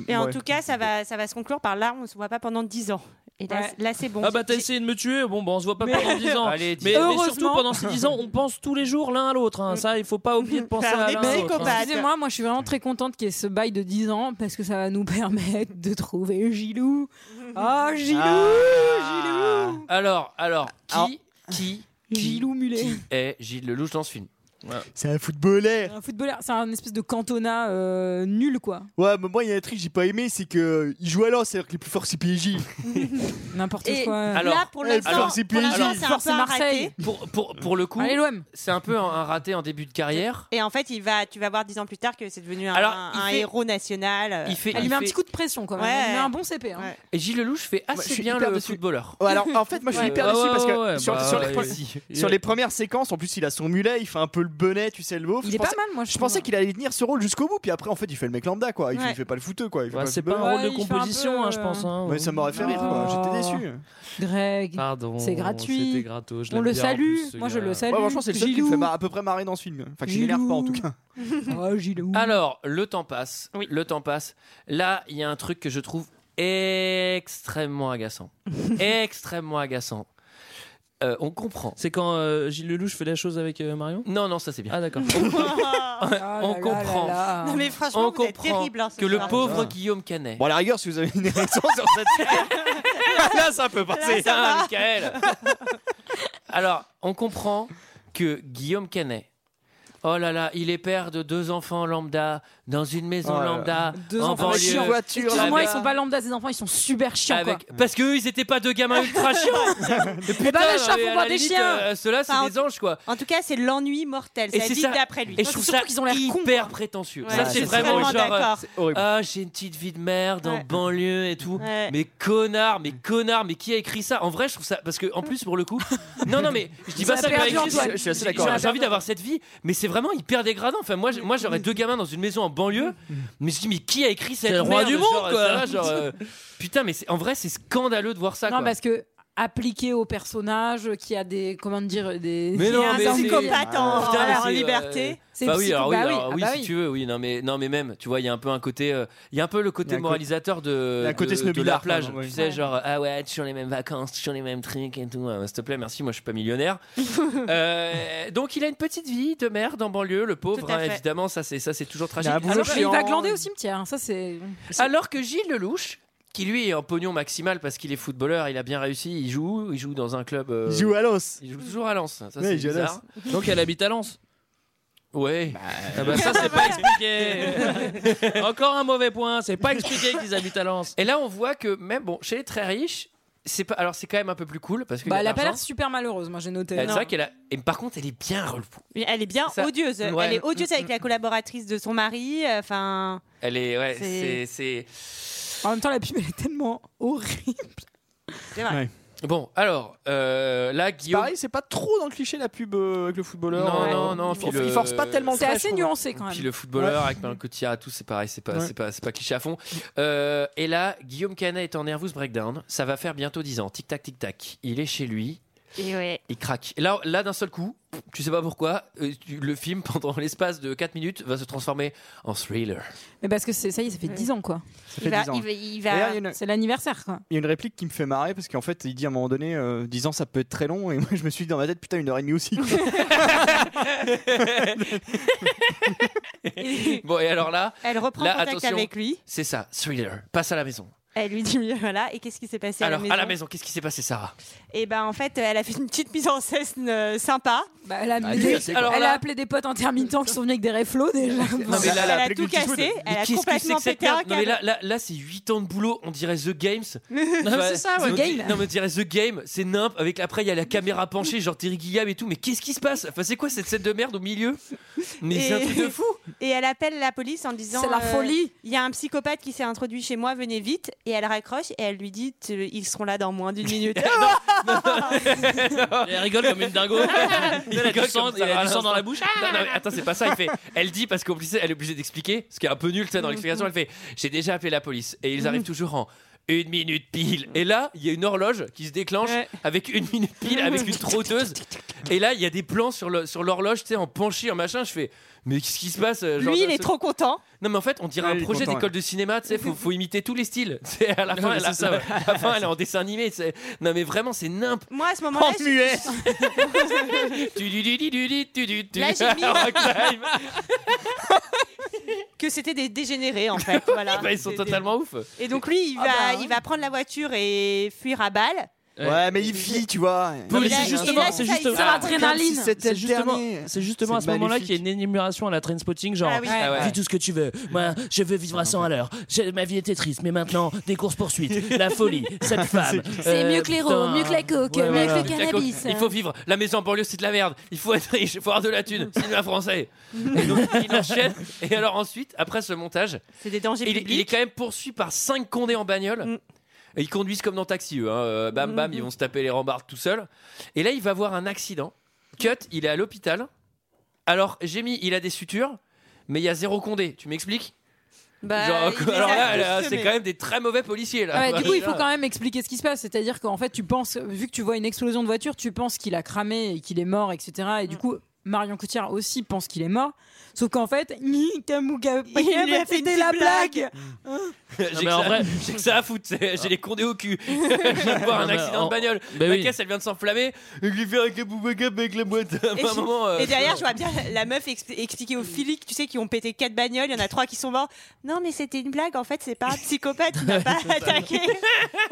Speaker 11: Et en
Speaker 7: Ouais.
Speaker 11: tout cas, ça va, ça va se conclure par là, on se voit pas pendant 10 ans. Et là,
Speaker 7: Ouais.
Speaker 11: là c'est bon.
Speaker 7: Ah bah t'as essayé de me tuer, bon bah on se voit pas
Speaker 11: Mais-
Speaker 7: pendant 10 ans.
Speaker 1: Allez,
Speaker 7: mais, mais
Speaker 11: heureusement-
Speaker 7: surtout pendant ces 10 ans, on pense tous les jours l'un à l'autre. hein. Ça, il faut pas oublier de penser à l'un à l'autre. hein.
Speaker 6: Excusez-moi, moi je suis vraiment très contente qu'il y ait ce bail de 10 ans parce que ça va nous permettre de trouver Gilou. Oh Gilou
Speaker 1: Ah.
Speaker 6: Gilou
Speaker 1: Alors, alors, qui, qui,
Speaker 6: Gilou Mulet.
Speaker 1: qui est Gilles Lelouch dans ce film
Speaker 2: C'est un footballeur.
Speaker 6: Un footballeur, c'est un espèce de cantona euh, nul quoi.
Speaker 2: Ouais, mais moi, il y a un truc que j'ai pas aimé, c'est que euh, il joue à l'an, c'est-à-dire que les plus forts, c'est PSG.
Speaker 6: N'importe
Speaker 11: Et
Speaker 6: quoi.
Speaker 1: Alors,
Speaker 11: là, pour
Speaker 2: Eh,
Speaker 11: l'instant,
Speaker 2: alors, c'est
Speaker 11: pour
Speaker 2: PSG.
Speaker 11: l'instant, c'est un
Speaker 6: Force
Speaker 11: peu un
Speaker 6: Marseille.
Speaker 11: raté.
Speaker 1: Pour, pour, pour le coup,
Speaker 11: Allez, l'OM.
Speaker 1: c'est un peu un, un raté en début de carrière.
Speaker 11: Et en fait, il va, tu vas voir 10 ans plus tard que c'est devenu un,
Speaker 1: Alors,
Speaker 11: un-
Speaker 1: il
Speaker 11: un
Speaker 1: fait-
Speaker 11: héros national.
Speaker 1: il fait-
Speaker 6: Elle lui
Speaker 1: il
Speaker 6: met un
Speaker 1: fait-
Speaker 6: petit coup de pression quand même.
Speaker 11: Ouais.
Speaker 6: Elle lui met un bon CP. hein.
Speaker 1: Et Gilles Lelouch fait assez
Speaker 2: je suis
Speaker 1: bien
Speaker 2: hyper
Speaker 1: le
Speaker 2: déçu.
Speaker 1: footballeur.
Speaker 2: Ouais, alors, en fait, moi, je suis
Speaker 1: Ouais.
Speaker 2: hyper
Speaker 1: Ah
Speaker 2: déçu
Speaker 1: ouais,
Speaker 2: parce que
Speaker 1: ouais, ouais,
Speaker 2: sur,
Speaker 1: bah,
Speaker 2: sur les,
Speaker 1: ouais.
Speaker 2: sur les premières séquences, en plus, il a son mulet, il fait un peu le bonnet, tu sais, le beauf.
Speaker 6: Il
Speaker 2: Je
Speaker 6: est pas
Speaker 2: pensais-
Speaker 6: mal, moi, je
Speaker 2: Je
Speaker 6: trouve.
Speaker 2: pensais qu'il allait tenir ce rôle jusqu'au bout, puis après, en fait, il fait le mec lambda, quoi. Il, fait-
Speaker 6: Ouais.
Speaker 2: il fait pas le footeux, quoi. Il fait
Speaker 7: Bah,
Speaker 2: le
Speaker 7: c'est
Speaker 2: footballeur.
Speaker 7: pas un rôle de composition, hein,
Speaker 6: euh,
Speaker 7: je pense. hein.
Speaker 2: Ouais, ça m'aurait fait rire, quoi. J'étais déçu.
Speaker 6: Greg,
Speaker 1: Ah,
Speaker 7: Pardon,
Speaker 6: c'est gratuit.
Speaker 7: c'était gratos, je
Speaker 6: On
Speaker 7: l'aime
Speaker 6: le
Speaker 7: bien, en
Speaker 6: salue.
Speaker 7: plus, ce
Speaker 6: Moi je
Speaker 7: gars.
Speaker 6: le salue.
Speaker 2: Ouais, franchement, c'est le seul qui me
Speaker 6: Gilou.
Speaker 2: fait mar- à peu près marrer dans ce film. Enfin, qui m'énerve pas, en tout cas.
Speaker 6: Oh, Gilou.
Speaker 1: Alors, le temps passe. Le temps passe. Là, il y a un truc que je trouve extrêmement agaçant. extrêmement agaçant. Euh, on comprend.
Speaker 7: C'est quand euh, Gilles Lelouch fait la chose avec euh, Marion
Speaker 1: Non, non, ça c'est bien.
Speaker 7: Ah d'accord.
Speaker 11: Oh
Speaker 6: Ah,
Speaker 1: on comprend.
Speaker 11: Non, mais franchement,
Speaker 1: Ah. on
Speaker 11: vous êtes
Speaker 1: comprend
Speaker 11: terrible. hein, ce
Speaker 1: que le
Speaker 11: soir.
Speaker 1: pauvre Guillaume Canet.
Speaker 2: Bon, à la rigueur, si vous avez une érection sur cette là, ça peut passer.
Speaker 1: Putain, Michael. Alors, on comprend que Guillaume Canet. Oh là là, il est père de deux enfants lambda dans une maison
Speaker 2: Oh là là.
Speaker 1: lambda
Speaker 6: Deux
Speaker 1: en
Speaker 6: enfants
Speaker 1: banlieue.
Speaker 6: chiants. Excuse-moi,
Speaker 2: euh,
Speaker 1: avec-
Speaker 6: ils sont pas lambda, ces enfants, ils sont super chiants. quoi. Eh
Speaker 1: avec- parce que eux, ils étaient pas deux gamins ultra chiants. Et
Speaker 6: bah, les chats font
Speaker 1: à
Speaker 6: pas
Speaker 1: la
Speaker 6: des
Speaker 1: limite,
Speaker 6: chiens.
Speaker 1: euh, Ceux-là, c'est
Speaker 11: Enfin,
Speaker 1: des anges quoi.
Speaker 11: En tout cas, c'est l'ennui mortel.
Speaker 1: Et
Speaker 11: C'est
Speaker 1: c'est
Speaker 11: la vie
Speaker 1: ça.
Speaker 11: d'après lui.
Speaker 1: Et je trouve ça hyper prétentieux.
Speaker 11: Ouais.
Speaker 1: Ça,
Speaker 11: Ouais,
Speaker 1: c'est
Speaker 11: je suis
Speaker 1: vraiment genre.
Speaker 11: totalement
Speaker 1: euh,
Speaker 11: d'accord.
Speaker 1: c'est
Speaker 2: horrible.
Speaker 1: Ah, j'ai une petite vie de merde en
Speaker 11: Ouais.
Speaker 1: banlieue et tout.
Speaker 11: Ouais.
Speaker 1: Mais connard, mais connard, mais qui a écrit ça En vrai, je trouve ça. Parce que, en plus, pour le coup. non, non, mais je dis
Speaker 2: Ça
Speaker 1: pas ça
Speaker 2: a
Speaker 1: pour
Speaker 2: perdu,
Speaker 1: écrit.
Speaker 2: Antoine. Je- je suis assez
Speaker 1: j'ai-
Speaker 2: d'accord.
Speaker 1: j'ai- J'ai
Speaker 2: Ça a
Speaker 1: envie d'avoir cette vie, mais c'est vraiment hyper dégradant. Enfin, moi, j'- moi j'aurais deux gamins dans une maison en banlieue. Mais je dis, mais qui a écrit cette
Speaker 7: le roi
Speaker 1: merde
Speaker 7: du monde,
Speaker 1: Genre,
Speaker 7: quoi.
Speaker 1: ça va, genre, euh, Putain, mais c'est- en vrai, c'est scandaleux de voir ça.
Speaker 6: Non, bah,
Speaker 1: quoi.
Speaker 6: parce que appliqué au personnage euh, qui a des comment dire des
Speaker 1: Mais
Speaker 6: qui
Speaker 1: non,
Speaker 6: est un
Speaker 1: mais c'est- Ah,
Speaker 11: hein,
Speaker 6: psychopathe en,
Speaker 1: Putain, mais
Speaker 6: en
Speaker 1: c'est, euh,
Speaker 6: Oh, liberté C'est
Speaker 1: Bah oui,
Speaker 6: psycho-
Speaker 1: alors oui,
Speaker 6: bah
Speaker 1: alors
Speaker 6: ah
Speaker 1: oui,
Speaker 6: bah
Speaker 1: si tu veux, oui, non mais non mais même, tu vois, il y a un peu un côté, euh, il y a un peu le
Speaker 2: Il y
Speaker 1: côté
Speaker 2: a un co-
Speaker 1: moralisateur de,
Speaker 2: il y a un côté
Speaker 1: de- de la
Speaker 2: snobillard,
Speaker 1: plage,
Speaker 2: quand même,
Speaker 1: tu
Speaker 2: oui.
Speaker 1: sais, genre ah ouais, toujours les mêmes vacances, toujours les mêmes trucs et tout. hein, S'il te plaît, merci, moi je suis pas millionnaire. Euh, donc il a une petite vie de merde en banlieue, le pauvre.
Speaker 6: Tout à
Speaker 1: hein,
Speaker 6: fait.
Speaker 1: évidemment, ça c'est ça c'est toujours tragique.
Speaker 6: Alors,
Speaker 1: Alors
Speaker 6: Ah, mais
Speaker 1: que-
Speaker 6: il va glander au cimetière, hein, ça c'est.
Speaker 1: alors que Gilles Lelouch, qui lui est en pognon maximal parce qu'il est footballeur, il a bien réussi, il joue, il joue dans un club. euh,
Speaker 2: Il joue à l'os.
Speaker 1: Il joue toujours à Lens. Ça,
Speaker 2: Ouais,
Speaker 1: c'est
Speaker 2: il joue à
Speaker 1: bizarre.
Speaker 2: Lens.
Speaker 7: Donc elle habite à Lens.
Speaker 1: Ouais.
Speaker 7: Ah bah ça c'est pas expliqué. Encore un mauvais point, c'est pas expliqué qu'ils habitent à Lens.
Speaker 1: Et là, on voit que même bon, chez les très riches, c'est pas. Alors, c'est quand même un peu plus cool parce que.
Speaker 6: Bah, elle a pas l'air super malheureuse, moi j'ai noté.
Speaker 1: C'est vrai qu'elle a. Et par contre, elle est bien relou.
Speaker 11: Mais Elle est bien
Speaker 1: Ça-
Speaker 11: odieuse.
Speaker 1: Ouais.
Speaker 11: Elle est odieuse avec la collaboratrice de son mari. euh, Enfin,
Speaker 1: Elle est. Ouais.
Speaker 11: C'est-
Speaker 1: C'est. c'est-
Speaker 6: En même temps, la pub elle est tellement horrible.
Speaker 11: c'est vrai.
Speaker 1: Bon, alors euh, là, Guillaume.
Speaker 2: Pareil, c'est pas trop dans le cliché la pub euh, avec le footballeur.
Speaker 1: Non,
Speaker 2: euh,
Speaker 1: non, non,
Speaker 2: il
Speaker 1: puis
Speaker 2: for-
Speaker 1: le-
Speaker 2: il force pas tellement. le
Speaker 6: C'est
Speaker 2: trait,
Speaker 6: assez
Speaker 2: je trouve.
Speaker 6: nuancé quand même.
Speaker 1: Puis le footballeur
Speaker 2: Ouais.
Speaker 1: avec Mario Cotillard, tout c'est pareil, c'est pas,
Speaker 2: Ouais.
Speaker 1: c'est pas, c'est pas cliché à fond. Euh, et là, Guillaume Canet est en nervous breakdown. Ça va faire bientôt 10 ans. Tic tac, tic tac. Il est chez lui.
Speaker 11: Et ouais.
Speaker 1: Il craque. Et Là, là d'un seul coup, tu sais pas pourquoi, euh, tu- le film, pendant l'espace de 4 minutes, va se transformer en thriller.
Speaker 6: Mais parce que c'est ça y est, ça fait 10 ans quoi.
Speaker 2: fait Il va- 10 ans. il va- D'ailleurs, il y a une-
Speaker 6: C'est l'anniversaire quoi.
Speaker 2: Il y a une réplique qui me fait marrer parce qu'en fait, il dit à un moment donné, euh, 10 ans ça peut être très long, et moi je me suis dit dans ma tête, putain, une heure et demie aussi.
Speaker 1: bon, et alors là,
Speaker 11: Elle reprend
Speaker 1: Là,
Speaker 11: contact
Speaker 1: attention.
Speaker 11: avec lui.
Speaker 1: c'est ça, thriller. Passe à la maison.
Speaker 11: Elle lui dit oui, voilà. Et qu'est-ce qui s'est passé
Speaker 1: alors,
Speaker 11: à la maison
Speaker 1: à la maison, qu'est-ce qui s'est passé, Sarah
Speaker 11: Et ben en fait, elle a fait une petite mise en scène euh, sympa.
Speaker 6: Bah, elle a,
Speaker 1: Ah, tu sais, alors
Speaker 6: elle
Speaker 1: là-
Speaker 6: a appelé des potes intermittents qui sont venus avec des réflots déjà.
Speaker 1: mais là,
Speaker 11: elle
Speaker 1: la
Speaker 11: a
Speaker 1: blague
Speaker 11: tout
Speaker 1: de Clint Eastwood,
Speaker 11: cassé.
Speaker 1: mais
Speaker 11: Elle a
Speaker 1: qu'est-ce que
Speaker 11: complètement
Speaker 1: c'est que cette
Speaker 11: pété un
Speaker 1: merde Non, mais
Speaker 11: câble.
Speaker 1: là, là, là, c'est 8 ans de boulot. On dirait The Games.
Speaker 11: Non,
Speaker 1: Tu vois,
Speaker 6: c'est ça,
Speaker 1: on
Speaker 6: ouais. The
Speaker 1: dit-
Speaker 6: Game.
Speaker 1: Non, mais on dirait The Game. C'est nimp. Avec après, il y a la caméra penchée, genre Terry Gilliam et tout. Mais qu'est-ce qui se passe Enfin, c'est quoi cette scène de merde au milieu Mais c'est un
Speaker 11: Et-
Speaker 1: truc de fou.
Speaker 11: Et elle appelle la police en disant euh,
Speaker 6: C'est la folie.
Speaker 11: Il y a un psychopathe qui s'est introduit chez moi, venez vite. Et elle raccroche et elle lui dit Tu- Ils seront là dans moins d'une minute.
Speaker 7: Et elle rigole comme une dingo.
Speaker 1: Il
Speaker 7: elle a du
Speaker 1: rigole
Speaker 7: sang,
Speaker 1: comme
Speaker 7: elle
Speaker 1: ça,
Speaker 7: a
Speaker 1: à
Speaker 7: du sang dans la
Speaker 1: l'instant.
Speaker 7: bouche.
Speaker 1: Non, non, mais attends, c'est pas ça. Il fait, elle dit parce qu'en plus, elle est obligée d'expliquer, ce qui est un peu nul, tu sais, dans l'explication. Elle fait, j'ai déjà appelé la police et ils arrivent toujours en une minute pile. Et là, il y a une horloge qui se déclenche
Speaker 11: Ouais.
Speaker 1: avec une minute pile, avec une trotteuse. Et là, il y a des plans sur le- sur l'horloge, tu sais, en penché, en machin. Je fais, mais qu'est-ce qui se passe euh, genre,
Speaker 11: lui, il
Speaker 1: ce-
Speaker 11: est trop content.
Speaker 1: Non, mais en fait, on dirait
Speaker 2: Ouais,
Speaker 1: un
Speaker 2: il est
Speaker 1: projet
Speaker 2: content,
Speaker 1: d'école de cinéma, tu sais, faut, faut imiter tous les styles. C'est à la
Speaker 7: Non,
Speaker 1: fin,
Speaker 7: mais
Speaker 1: elle, a-
Speaker 7: c'est ça, ouais.
Speaker 1: à la fin, elle est en dessin animé. tu sais. Non, mais vraiment, c'est nimp.
Speaker 11: Moi, à ce moment-là, j'ai-
Speaker 1: Tu- tu- tu- tu- tu- tu- tu- tu-
Speaker 11: Là, j'ai mis-
Speaker 1: Rock Bah, time.
Speaker 11: que c'était des dégénérés en fait. Voilà.
Speaker 1: Bah, ils sont
Speaker 11: Des- des-
Speaker 1: totalement Ah ouf.
Speaker 11: Et donc lui, il va,
Speaker 6: bah, ouais.
Speaker 11: il va prendre la voiture et fuir à balle.
Speaker 2: ouais, mais il fit, tu vois.
Speaker 7: Non, mais
Speaker 11: Et là-
Speaker 7: c'est justement,
Speaker 11: et là,
Speaker 7: c'est
Speaker 11: ça,
Speaker 7: justement-
Speaker 11: il
Speaker 7: C'est
Speaker 11: sort.
Speaker 2: Comme
Speaker 6: l'adrénaline.
Speaker 2: si c'était
Speaker 7: C'est
Speaker 2: le
Speaker 7: justement,
Speaker 2: dernier.
Speaker 7: c'est justement à ce
Speaker 2: C'est
Speaker 7: moment-là
Speaker 2: magnifique.
Speaker 7: qu'il y a une énumération à la train spotting genre
Speaker 11: Ah oui.
Speaker 1: Ah ouais.
Speaker 7: dis tout ce que tu veux moi je veux vivre à 100 à l'heure J'ai- ma vie était triste mais maintenant des courses poursuites la folie cette femme
Speaker 6: C'est
Speaker 7: euh,
Speaker 6: mieux que les rots,
Speaker 7: putain.
Speaker 6: mieux que la coke,
Speaker 7: Ouais,
Speaker 6: mieux
Speaker 7: voilà.
Speaker 6: que le
Speaker 1: Avec la coke,
Speaker 6: cannabis.
Speaker 1: Il faut vivre. La maison en banlieue, c'est de la merde. Il faut être riche, il faut avoir de la thune. C'est un français. Et donc, il enchaîne. Et alors, ensuite, après ce montage,
Speaker 11: C'est des dangers
Speaker 1: il, est- il est
Speaker 11: publics.
Speaker 1: quand même poursuivi par 5 condés en bagnole.
Speaker 11: Mm.
Speaker 1: Et ils conduisent comme dans Taxi, eux. hein. Euh, Bam, bam, ils vont se taper les rambardes tout seuls. Et là, il va avoir un accident. Cut, il est à l'hôpital. Alors, j'ai mis, il a des sutures, mais il y a zéro condé. Tu m'expliques
Speaker 11: Bah,
Speaker 1: Genre,
Speaker 11: il les
Speaker 1: Alors
Speaker 11: a
Speaker 1: là,
Speaker 11: tous
Speaker 1: là, c'est
Speaker 11: semés.
Speaker 1: quand même des très mauvais policiers. Là.
Speaker 6: Ah ouais, du coup, il faut
Speaker 1: Voilà.
Speaker 6: quand même expliquer ce qui se passe. C'est-à-dire qu'en fait, tu penses, vu que tu vois une explosion de voiture, tu penses qu'il a cramé et qu'il est mort, etc. Et du coup, Marion Cotillard aussi pense qu'il est mort. Sauf qu'en fait, ni Kamouka-
Speaker 11: Il lui a fait une
Speaker 6: c'était la
Speaker 11: petite
Speaker 6: blague.
Speaker 1: J'ai
Speaker 7: Non,
Speaker 1: que
Speaker 7: mais en
Speaker 1: ça-
Speaker 7: vrai-
Speaker 1: j'ai que ça à foutre. c'est- J'ai les condés au cul. Je viens de voir
Speaker 7: Non,
Speaker 1: un
Speaker 7: mais
Speaker 1: accident
Speaker 7: en-
Speaker 1: de bagnole.
Speaker 7: Bah
Speaker 1: la
Speaker 7: oui.
Speaker 1: caisse, elle vient de s'enflammer. Et je vais faire avec la boubaca, avec la boîte. À
Speaker 11: Et
Speaker 1: un
Speaker 11: je-
Speaker 1: moment, euh,
Speaker 11: Et derrière, je vois bien la meuf expli- expliquer aux flics, tu sais, qui ont pété quatre bagnoles, il y en a trois qui sont morts. Non, mais c'était une blague, en fait, c'est pas un psychopathe qui t'a pas attaqué.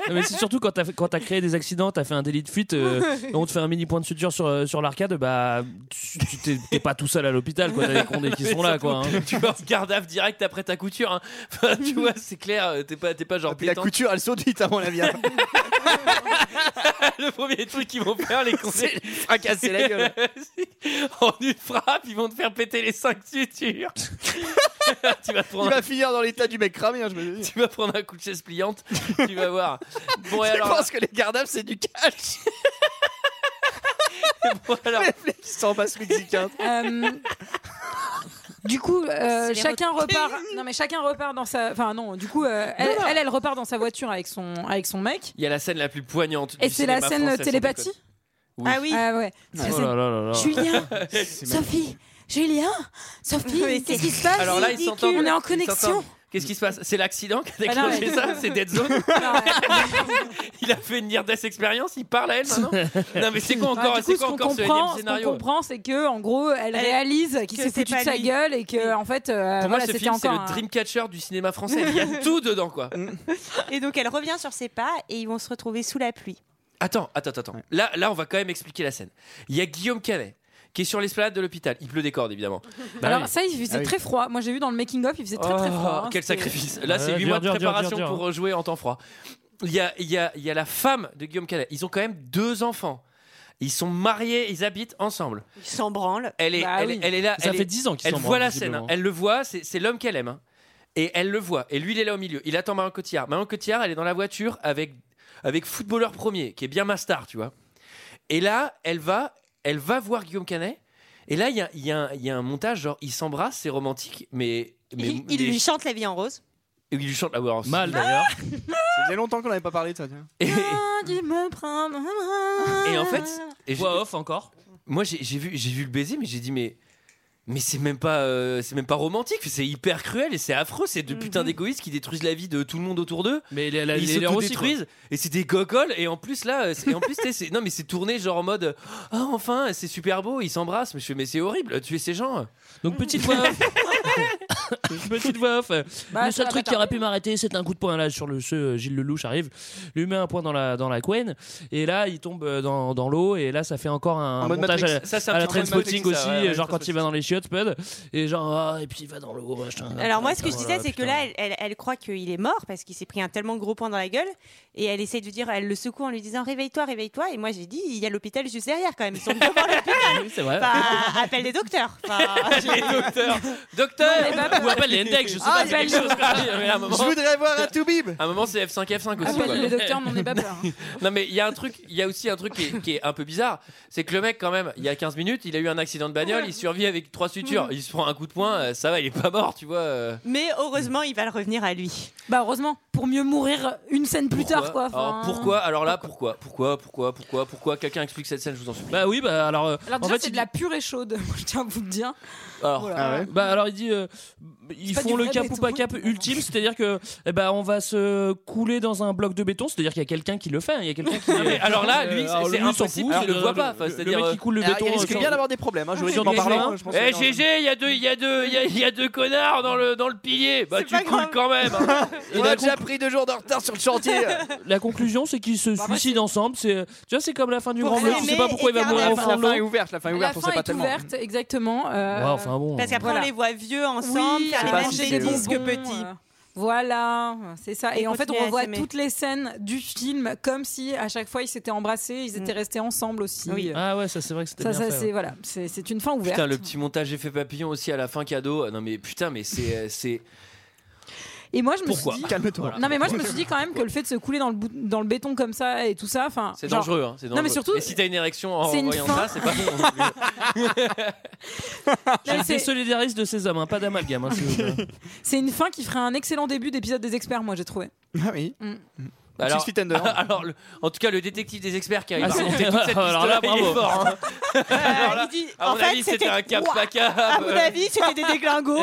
Speaker 7: Non, mais c'est surtout quand t'as fait- quand t'as créé des accidents t'as fait un délit de fuite euh, on te fait un mini point de suture sur, euh, sur l'arcade bah tu tu t'es t'es pas tout seul à l'hôpital quoi t'as des condés qui
Speaker 1: Mais
Speaker 7: sont là
Speaker 1: surtout,
Speaker 7: quoi hein.
Speaker 1: Tu vas en garde à vue direct après ta couture. hein. Enfin, tu vois, c'est clair, euh, t'es pas, t'es pas genre
Speaker 2: Ah, Puis la
Speaker 1: pétant.
Speaker 2: couture, elle saute vite avant la viande.
Speaker 1: Le premier truc qu'ils vont faire, les condés.
Speaker 2: Fracasser la gueule.
Speaker 1: en une frappe, ils vont te faire péter les cinq sutures. tu vas te
Speaker 2: Il
Speaker 1: prendre.
Speaker 2: va finir dans l'état du mec cramé, hein, je me le dis.
Speaker 1: Tu vas prendre un coup de chaise pliante, tu vas voir. Bon, et
Speaker 2: Je
Speaker 1: alors,
Speaker 2: pense que les gardables, c'est du cash.
Speaker 1: bon, alors-
Speaker 2: Ils s'en passent mexicains.
Speaker 6: Euh, Du coup, euh,
Speaker 11: C'est les
Speaker 6: chacun
Speaker 11: requins.
Speaker 6: repart. Non, mais chacun repart dans sa. Enfin, non. Du coup, euh, elle,
Speaker 1: non.
Speaker 6: elle, elle repart dans sa voiture avec son avec son mec.
Speaker 1: Il y a la scène la plus poignante.
Speaker 6: Et
Speaker 1: du
Speaker 6: c'est la
Speaker 1: cinéma
Speaker 6: scène
Speaker 1: français, sans
Speaker 6: télépathie.
Speaker 1: déconne. Oui. Ah oui.
Speaker 6: Ah ouais.
Speaker 1: Oh là là là là.
Speaker 6: Julien,
Speaker 1: C'est
Speaker 6: Sophie, Julien, Sophie, qu'est-ce qui se passe
Speaker 1: Alors là, ils s'entendent.
Speaker 6: On est en
Speaker 1: ils s'entendent.
Speaker 6: connexion.
Speaker 1: Qu'est-ce qui se passe C'est l'accident qui a
Speaker 6: Bah non,
Speaker 1: déclenché
Speaker 6: mais-
Speaker 1: ça C'est Dead Zone Il a fait une Near Death Experience Il parle à elle maintenant Non, mais c'est quoi
Speaker 6: Ah,
Speaker 1: encore
Speaker 6: du
Speaker 1: C'est
Speaker 6: coup,
Speaker 1: quoi
Speaker 6: ce qu'on
Speaker 1: encore ce
Speaker 6: comprend,
Speaker 1: énième
Speaker 6: ce qu'on
Speaker 1: scénario
Speaker 6: comprend, c'est que en gros, elle réalise qu'il
Speaker 11: que
Speaker 6: s'est
Speaker 11: c'est
Speaker 6: foutu de
Speaker 11: pas
Speaker 6: sa
Speaker 11: lui.
Speaker 6: gueule et que en fait, euh,
Speaker 1: Pour
Speaker 6: voilà,
Speaker 1: moi, ce
Speaker 6: c'était
Speaker 1: film, c'est
Speaker 6: encore
Speaker 1: le
Speaker 6: un-
Speaker 1: Dreamcatcher du cinéma français. Il y a tout dedans, quoi.
Speaker 11: Et donc elle revient sur ses pas et ils vont se retrouver sous la pluie.
Speaker 1: Attends, attends, attends. Là, là, on va quand même expliquer la scène. Il y a Guillaume Canet qui est sur l'esplanade de l'hôpital. Il pleut des cordes, évidemment.
Speaker 6: Bah Alors ça, il faisait très froid. Moi, j'ai vu dans le making of, il faisait très très froid. hein.
Speaker 1: Ah Oh, Quel
Speaker 6: C'était-
Speaker 1: sacrifice. Là,
Speaker 7: Ouais,
Speaker 1: c'est 8
Speaker 7: dur,
Speaker 1: mois de
Speaker 7: dur, dur,
Speaker 1: préparation
Speaker 7: dur, dur.
Speaker 1: pour jouer en temps froid. Il y a, il y a- il y a la femme de Guillaume Canet. Ils ont quand même deux enfants. Ils sont mariés, ils habitent ensemble.
Speaker 11: Ils s'en branlent.
Speaker 1: Elle est,
Speaker 11: Bah
Speaker 1: elle,
Speaker 11: oui.
Speaker 1: est- elle est là.
Speaker 7: Ça
Speaker 1: elle
Speaker 7: fait
Speaker 1: est-
Speaker 7: 10 ans qu'ils
Speaker 1: Elle
Speaker 7: s'en
Speaker 1: voit
Speaker 7: branlent,
Speaker 1: la scène. hein.
Speaker 7: visiblement.
Speaker 1: Elle le voit. C'est c'est l'homme qu'elle aime. hein. Et elle le voit. Et lui, il est là au milieu. Il attend Marion Cotillard. Marion Cotillard, elle est dans la voiture avec avec footballeur premier, qui est bien ma star, tu vois. Et là, elle va, elle va voir Guillaume Canet. Et là, il y a, il y a un- il y a un montage genre ils s'embrassent, c'est romantique, mais mais
Speaker 11: Il, il
Speaker 1: mais-
Speaker 11: lui chante la vie en rose.
Speaker 1: et il lui chante la voix
Speaker 7: hein. Mal, d'ailleurs.
Speaker 2: Ça faisait longtemps qu'on n'avait pas parlé de ça. tiens.
Speaker 6: Ah, dis me prendre.
Speaker 1: Et en fait, et j'ai-
Speaker 7: Voix off encore.
Speaker 1: moi j'ai j'ai vu, j'ai vu le baiser, mais j'ai dit mais mais c'est même pas euh, c'est même pas romantique, c'est hyper cruel et c'est affreux, c'est
Speaker 6: Mhm.
Speaker 1: deux putains d'égoïstes qui détruisent la vie de tout le monde autour d'eux.
Speaker 7: Mais les,
Speaker 1: Et
Speaker 7: la,
Speaker 1: ils
Speaker 7: les leurs aussi,
Speaker 1: s'autodétruisent et c'est des gogoles et en plus là euh, c'est- et en plus tu sais, c'est non mais c'est tourné genre en mode ah enfin c'est super beau ils s'embrassent mais je fais mais c'est horrible tuer ces gens
Speaker 7: quoi. Donc petite voix off. petite voix off.
Speaker 6: Bah,
Speaker 7: le
Speaker 6: ça
Speaker 7: seul
Speaker 6: va
Speaker 7: truc qui aurait pu m'arrêter, c'est un coup de poing là sur le ce euh, Gilles Lelouch arrive, lui met un point dans la dans la couenne et là il tombe euh, dans, dans l'eau et là ça fait encore un
Speaker 2: En mode
Speaker 7: montage
Speaker 2: Matrix.
Speaker 7: à,
Speaker 1: Ça, c'est un
Speaker 7: Euh, à la
Speaker 1: petit peu
Speaker 7: train spotting
Speaker 1: Matrix,
Speaker 7: aussi, euh,
Speaker 1: ça, ouais, ouais,
Speaker 7: genre quand il
Speaker 1: Trainspotting.
Speaker 7: va dans les chiottes Spud et genre ah, et puis il va dans l'eau. machin.
Speaker 11: Alors moi, ce que
Speaker 1: Ah,
Speaker 11: je disais,
Speaker 7: Voilà,
Speaker 11: c'est que
Speaker 7: putain.
Speaker 11: là, elle, elle- elle croit qu'il est mort parce qu'il s'est pris un tellement gros point dans la gueule et elle essaie de dire, elle le secoue en lui disant réveille-toi, réveille-toi. Et moi, j'ai dit il y a l'hôpital juste derrière quand même. Ils sont devant l'hôpital.
Speaker 7: Oui, c'est vrai.
Speaker 11: Enfin, appelle les docteurs. Enfin,
Speaker 1: les docteurs docteur
Speaker 7: Ou appelle les NDEC, je sais
Speaker 1: Ah,
Speaker 7: pas, c'est quelque chose.
Speaker 1: mais à un moment
Speaker 2: Je voudrais voir un Toubib.
Speaker 1: à un moment, c'est F5 F5 aussi quoi.
Speaker 6: Appelle le docteur, mais on n'est pas peur. hein.
Speaker 1: Non mais il y a un truc, il y a aussi un truc qui est, qui est un peu bizarre, c'est que le mec quand même, il y a 15 minutes, il a eu un accident de bagnole, il survit avec trois sutures, il se prend un coup de poing, euh, ça va, il est pas mort, tu vois. euh.
Speaker 11: mais heureusement, il va le revenir à lui.
Speaker 6: Bah heureusement, pour mieux mourir une scène plus
Speaker 1: Pourquoi
Speaker 6: tard quoi.
Speaker 1: Alors
Speaker 6: Enfin,
Speaker 1: pourquoi Alors là pourquoi Pourquoi Pourquoi Pourquoi Pourquoi Quelqu'un explique cette scène, je vous en supplie.
Speaker 7: Bah oui, bah alors. euh,
Speaker 6: Alors
Speaker 7: en
Speaker 6: déjà
Speaker 7: fait,
Speaker 6: c'est
Speaker 7: il-
Speaker 6: de la pure et chaude, je tiens à vous le dire.
Speaker 1: Alors,
Speaker 6: Voilà.
Speaker 2: Ah ouais.
Speaker 7: Bah alors il dit euh, ils
Speaker 6: pas
Speaker 7: font
Speaker 6: du
Speaker 7: le
Speaker 6: vrai
Speaker 7: cap ou
Speaker 6: béton.
Speaker 7: pas cap ultime, c'est-à-dire que eh ben on va se couler dans un bloc de béton, c'est-à-dire qu'il y a quelqu'un qui le fait, hein, il y a quelqu'un qui
Speaker 1: mais alors là, lui,
Speaker 7: alors
Speaker 1: c'est
Speaker 7: lui, il s'en
Speaker 1: impossible,
Speaker 7: fout,
Speaker 1: il le
Speaker 7: euh,
Speaker 1: voit pas, enfin,
Speaker 7: le-
Speaker 1: c'est-à-dire,
Speaker 7: le mec qui coule le
Speaker 2: Alors,
Speaker 7: béton.
Speaker 2: il
Speaker 7: euh,
Speaker 2: risque
Speaker 7: sur-
Speaker 2: bien d'avoir des problèmes, hein,
Speaker 7: en
Speaker 2: juridiquement
Speaker 7: parlant,
Speaker 2: parlant. je pense
Speaker 1: Eh
Speaker 2: que-
Speaker 1: GG, il y a deux, il y a deux, il y a- il y, a deux connards dans le dans le pilier. Bah
Speaker 11: C'est
Speaker 1: tu
Speaker 11: pas
Speaker 1: coules
Speaker 11: grave.
Speaker 1: quand même. hein.
Speaker 2: On a déjà pris deux jours de retard sur le chantier.
Speaker 7: La conclusion c'est qu'ils se suicident ensemble, c'est tu vois c'est comme la fin du
Speaker 11: Pour
Speaker 7: grand bleu, tu sais
Speaker 11: s'aimer
Speaker 7: pas pourquoi il va
Speaker 11: éternellement.
Speaker 2: la,
Speaker 7: mourir au
Speaker 2: fin,
Speaker 7: fond
Speaker 2: la
Speaker 7: de
Speaker 2: fin est
Speaker 7: l'eau.
Speaker 2: ouverte, la fin est
Speaker 6: La
Speaker 2: ouverte, on
Speaker 6: fin
Speaker 2: sait pas
Speaker 6: est
Speaker 2: tellement.
Speaker 6: ouverte exactement. euh,
Speaker 7: Ouais, enfin bon.
Speaker 11: Parce qu'après,
Speaker 6: Voilà.
Speaker 11: on les voit vieux ensemble,
Speaker 6: oui,
Speaker 11: faire
Speaker 2: je
Speaker 11: les
Speaker 2: sais pas
Speaker 11: mêmes
Speaker 2: si
Speaker 11: jeux
Speaker 2: c'est-
Speaker 11: de disques que
Speaker 6: bon,
Speaker 11: petits.
Speaker 6: euh, Voilà, c'est ça. Et,
Speaker 11: Et
Speaker 6: en fait,
Speaker 11: continuer
Speaker 6: on
Speaker 11: à
Speaker 6: revoit
Speaker 11: s'aimer.
Speaker 6: toutes les scènes du film comme si à chaque fois ils s'étaient embrassés, ils étaient restés ensemble aussi.
Speaker 11: Mm. Oui.
Speaker 7: Ah ouais, ça c'est vrai que c'était
Speaker 6: Ça,
Speaker 7: bien
Speaker 6: ça,
Speaker 7: fait, ouais.
Speaker 6: c'est voilà, c'est c'est une fin ouverte.
Speaker 1: Putain, le petit montage effet papillon aussi à la fin cadeau. Ah, Non mais putain, mais c'est euh, c'est
Speaker 6: Et moi, je me
Speaker 1: Pourquoi
Speaker 6: suis dit,
Speaker 2: Calme-toi.
Speaker 6: non mais moi, je me suis dit quand même que le fait de se couler dans le, bou- dans le béton comme ça et tout ça, enfin,
Speaker 1: c'est
Speaker 6: genre,
Speaker 1: dangereux. hein, c'est
Speaker 6: Non, mais
Speaker 1: dangereux.
Speaker 6: surtout-
Speaker 1: Et si t'as une érection en
Speaker 6: c'est une
Speaker 1: voyant ça,
Speaker 6: fin.
Speaker 1: c'est pas bon. non plus.
Speaker 6: non, mais
Speaker 7: Je
Speaker 6: c'est-
Speaker 7: désolidarise de ces hommes, hein, pas d'amalgame. hein, s'il vous plaît.
Speaker 6: c'est une fin qui ferait un excellent début d'épisode des experts, moi j'ai trouvé.
Speaker 2: Ah oui.
Speaker 1: Bah
Speaker 2: Six Feet Under.
Speaker 1: alors, le- en tout cas, le détective des experts qui a
Speaker 7: Ah, c'est-
Speaker 1: inventé toute cette
Speaker 7: alors là,
Speaker 1: piste-là, il est
Speaker 7: bravo.
Speaker 1: fort. hein.
Speaker 6: Euh,
Speaker 1: Alors là,
Speaker 11: Il dit,
Speaker 1: à
Speaker 11: en
Speaker 1: mon
Speaker 11: fait,
Speaker 1: avis, c'était un cap euh,
Speaker 11: Ouah.
Speaker 1: pas cap.
Speaker 6: Ah,
Speaker 11: À mon avis, c'était des déglingos.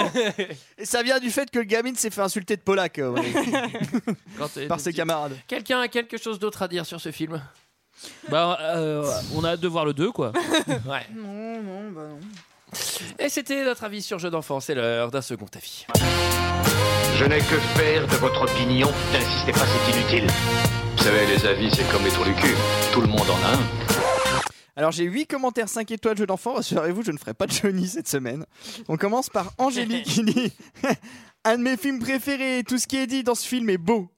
Speaker 2: Et ça vient du fait que le gamin s'est fait insulter de Polak euh, ouais,
Speaker 7: Quand t'es-
Speaker 2: par ses camarades.
Speaker 1: euh, Quelqu'un a quelque chose d'autre à dire sur ce film
Speaker 7: Bah euh, on a hâte de voir le 2 quoi.
Speaker 1: Ouais.
Speaker 6: Non, non, bah non.
Speaker 1: Et c'était notre avis sur Jeux d'enfants. C'est l'heure d'un second avis.
Speaker 14: Je n'ai que faire de votre opinion. N'insistez pas, c'est inutile. Vous savez, les avis, c'est comme les trous du cul. Tout le monde en a un.
Speaker 2: Alors j'ai 8 commentaires 5 étoiles jeu d'enfant, rassurez-vous, je ne ferai pas de Johnny cette semaine. On commence par Angélique qui dit Un de mes films préférés, tout ce qui est dit dans ce film est beau.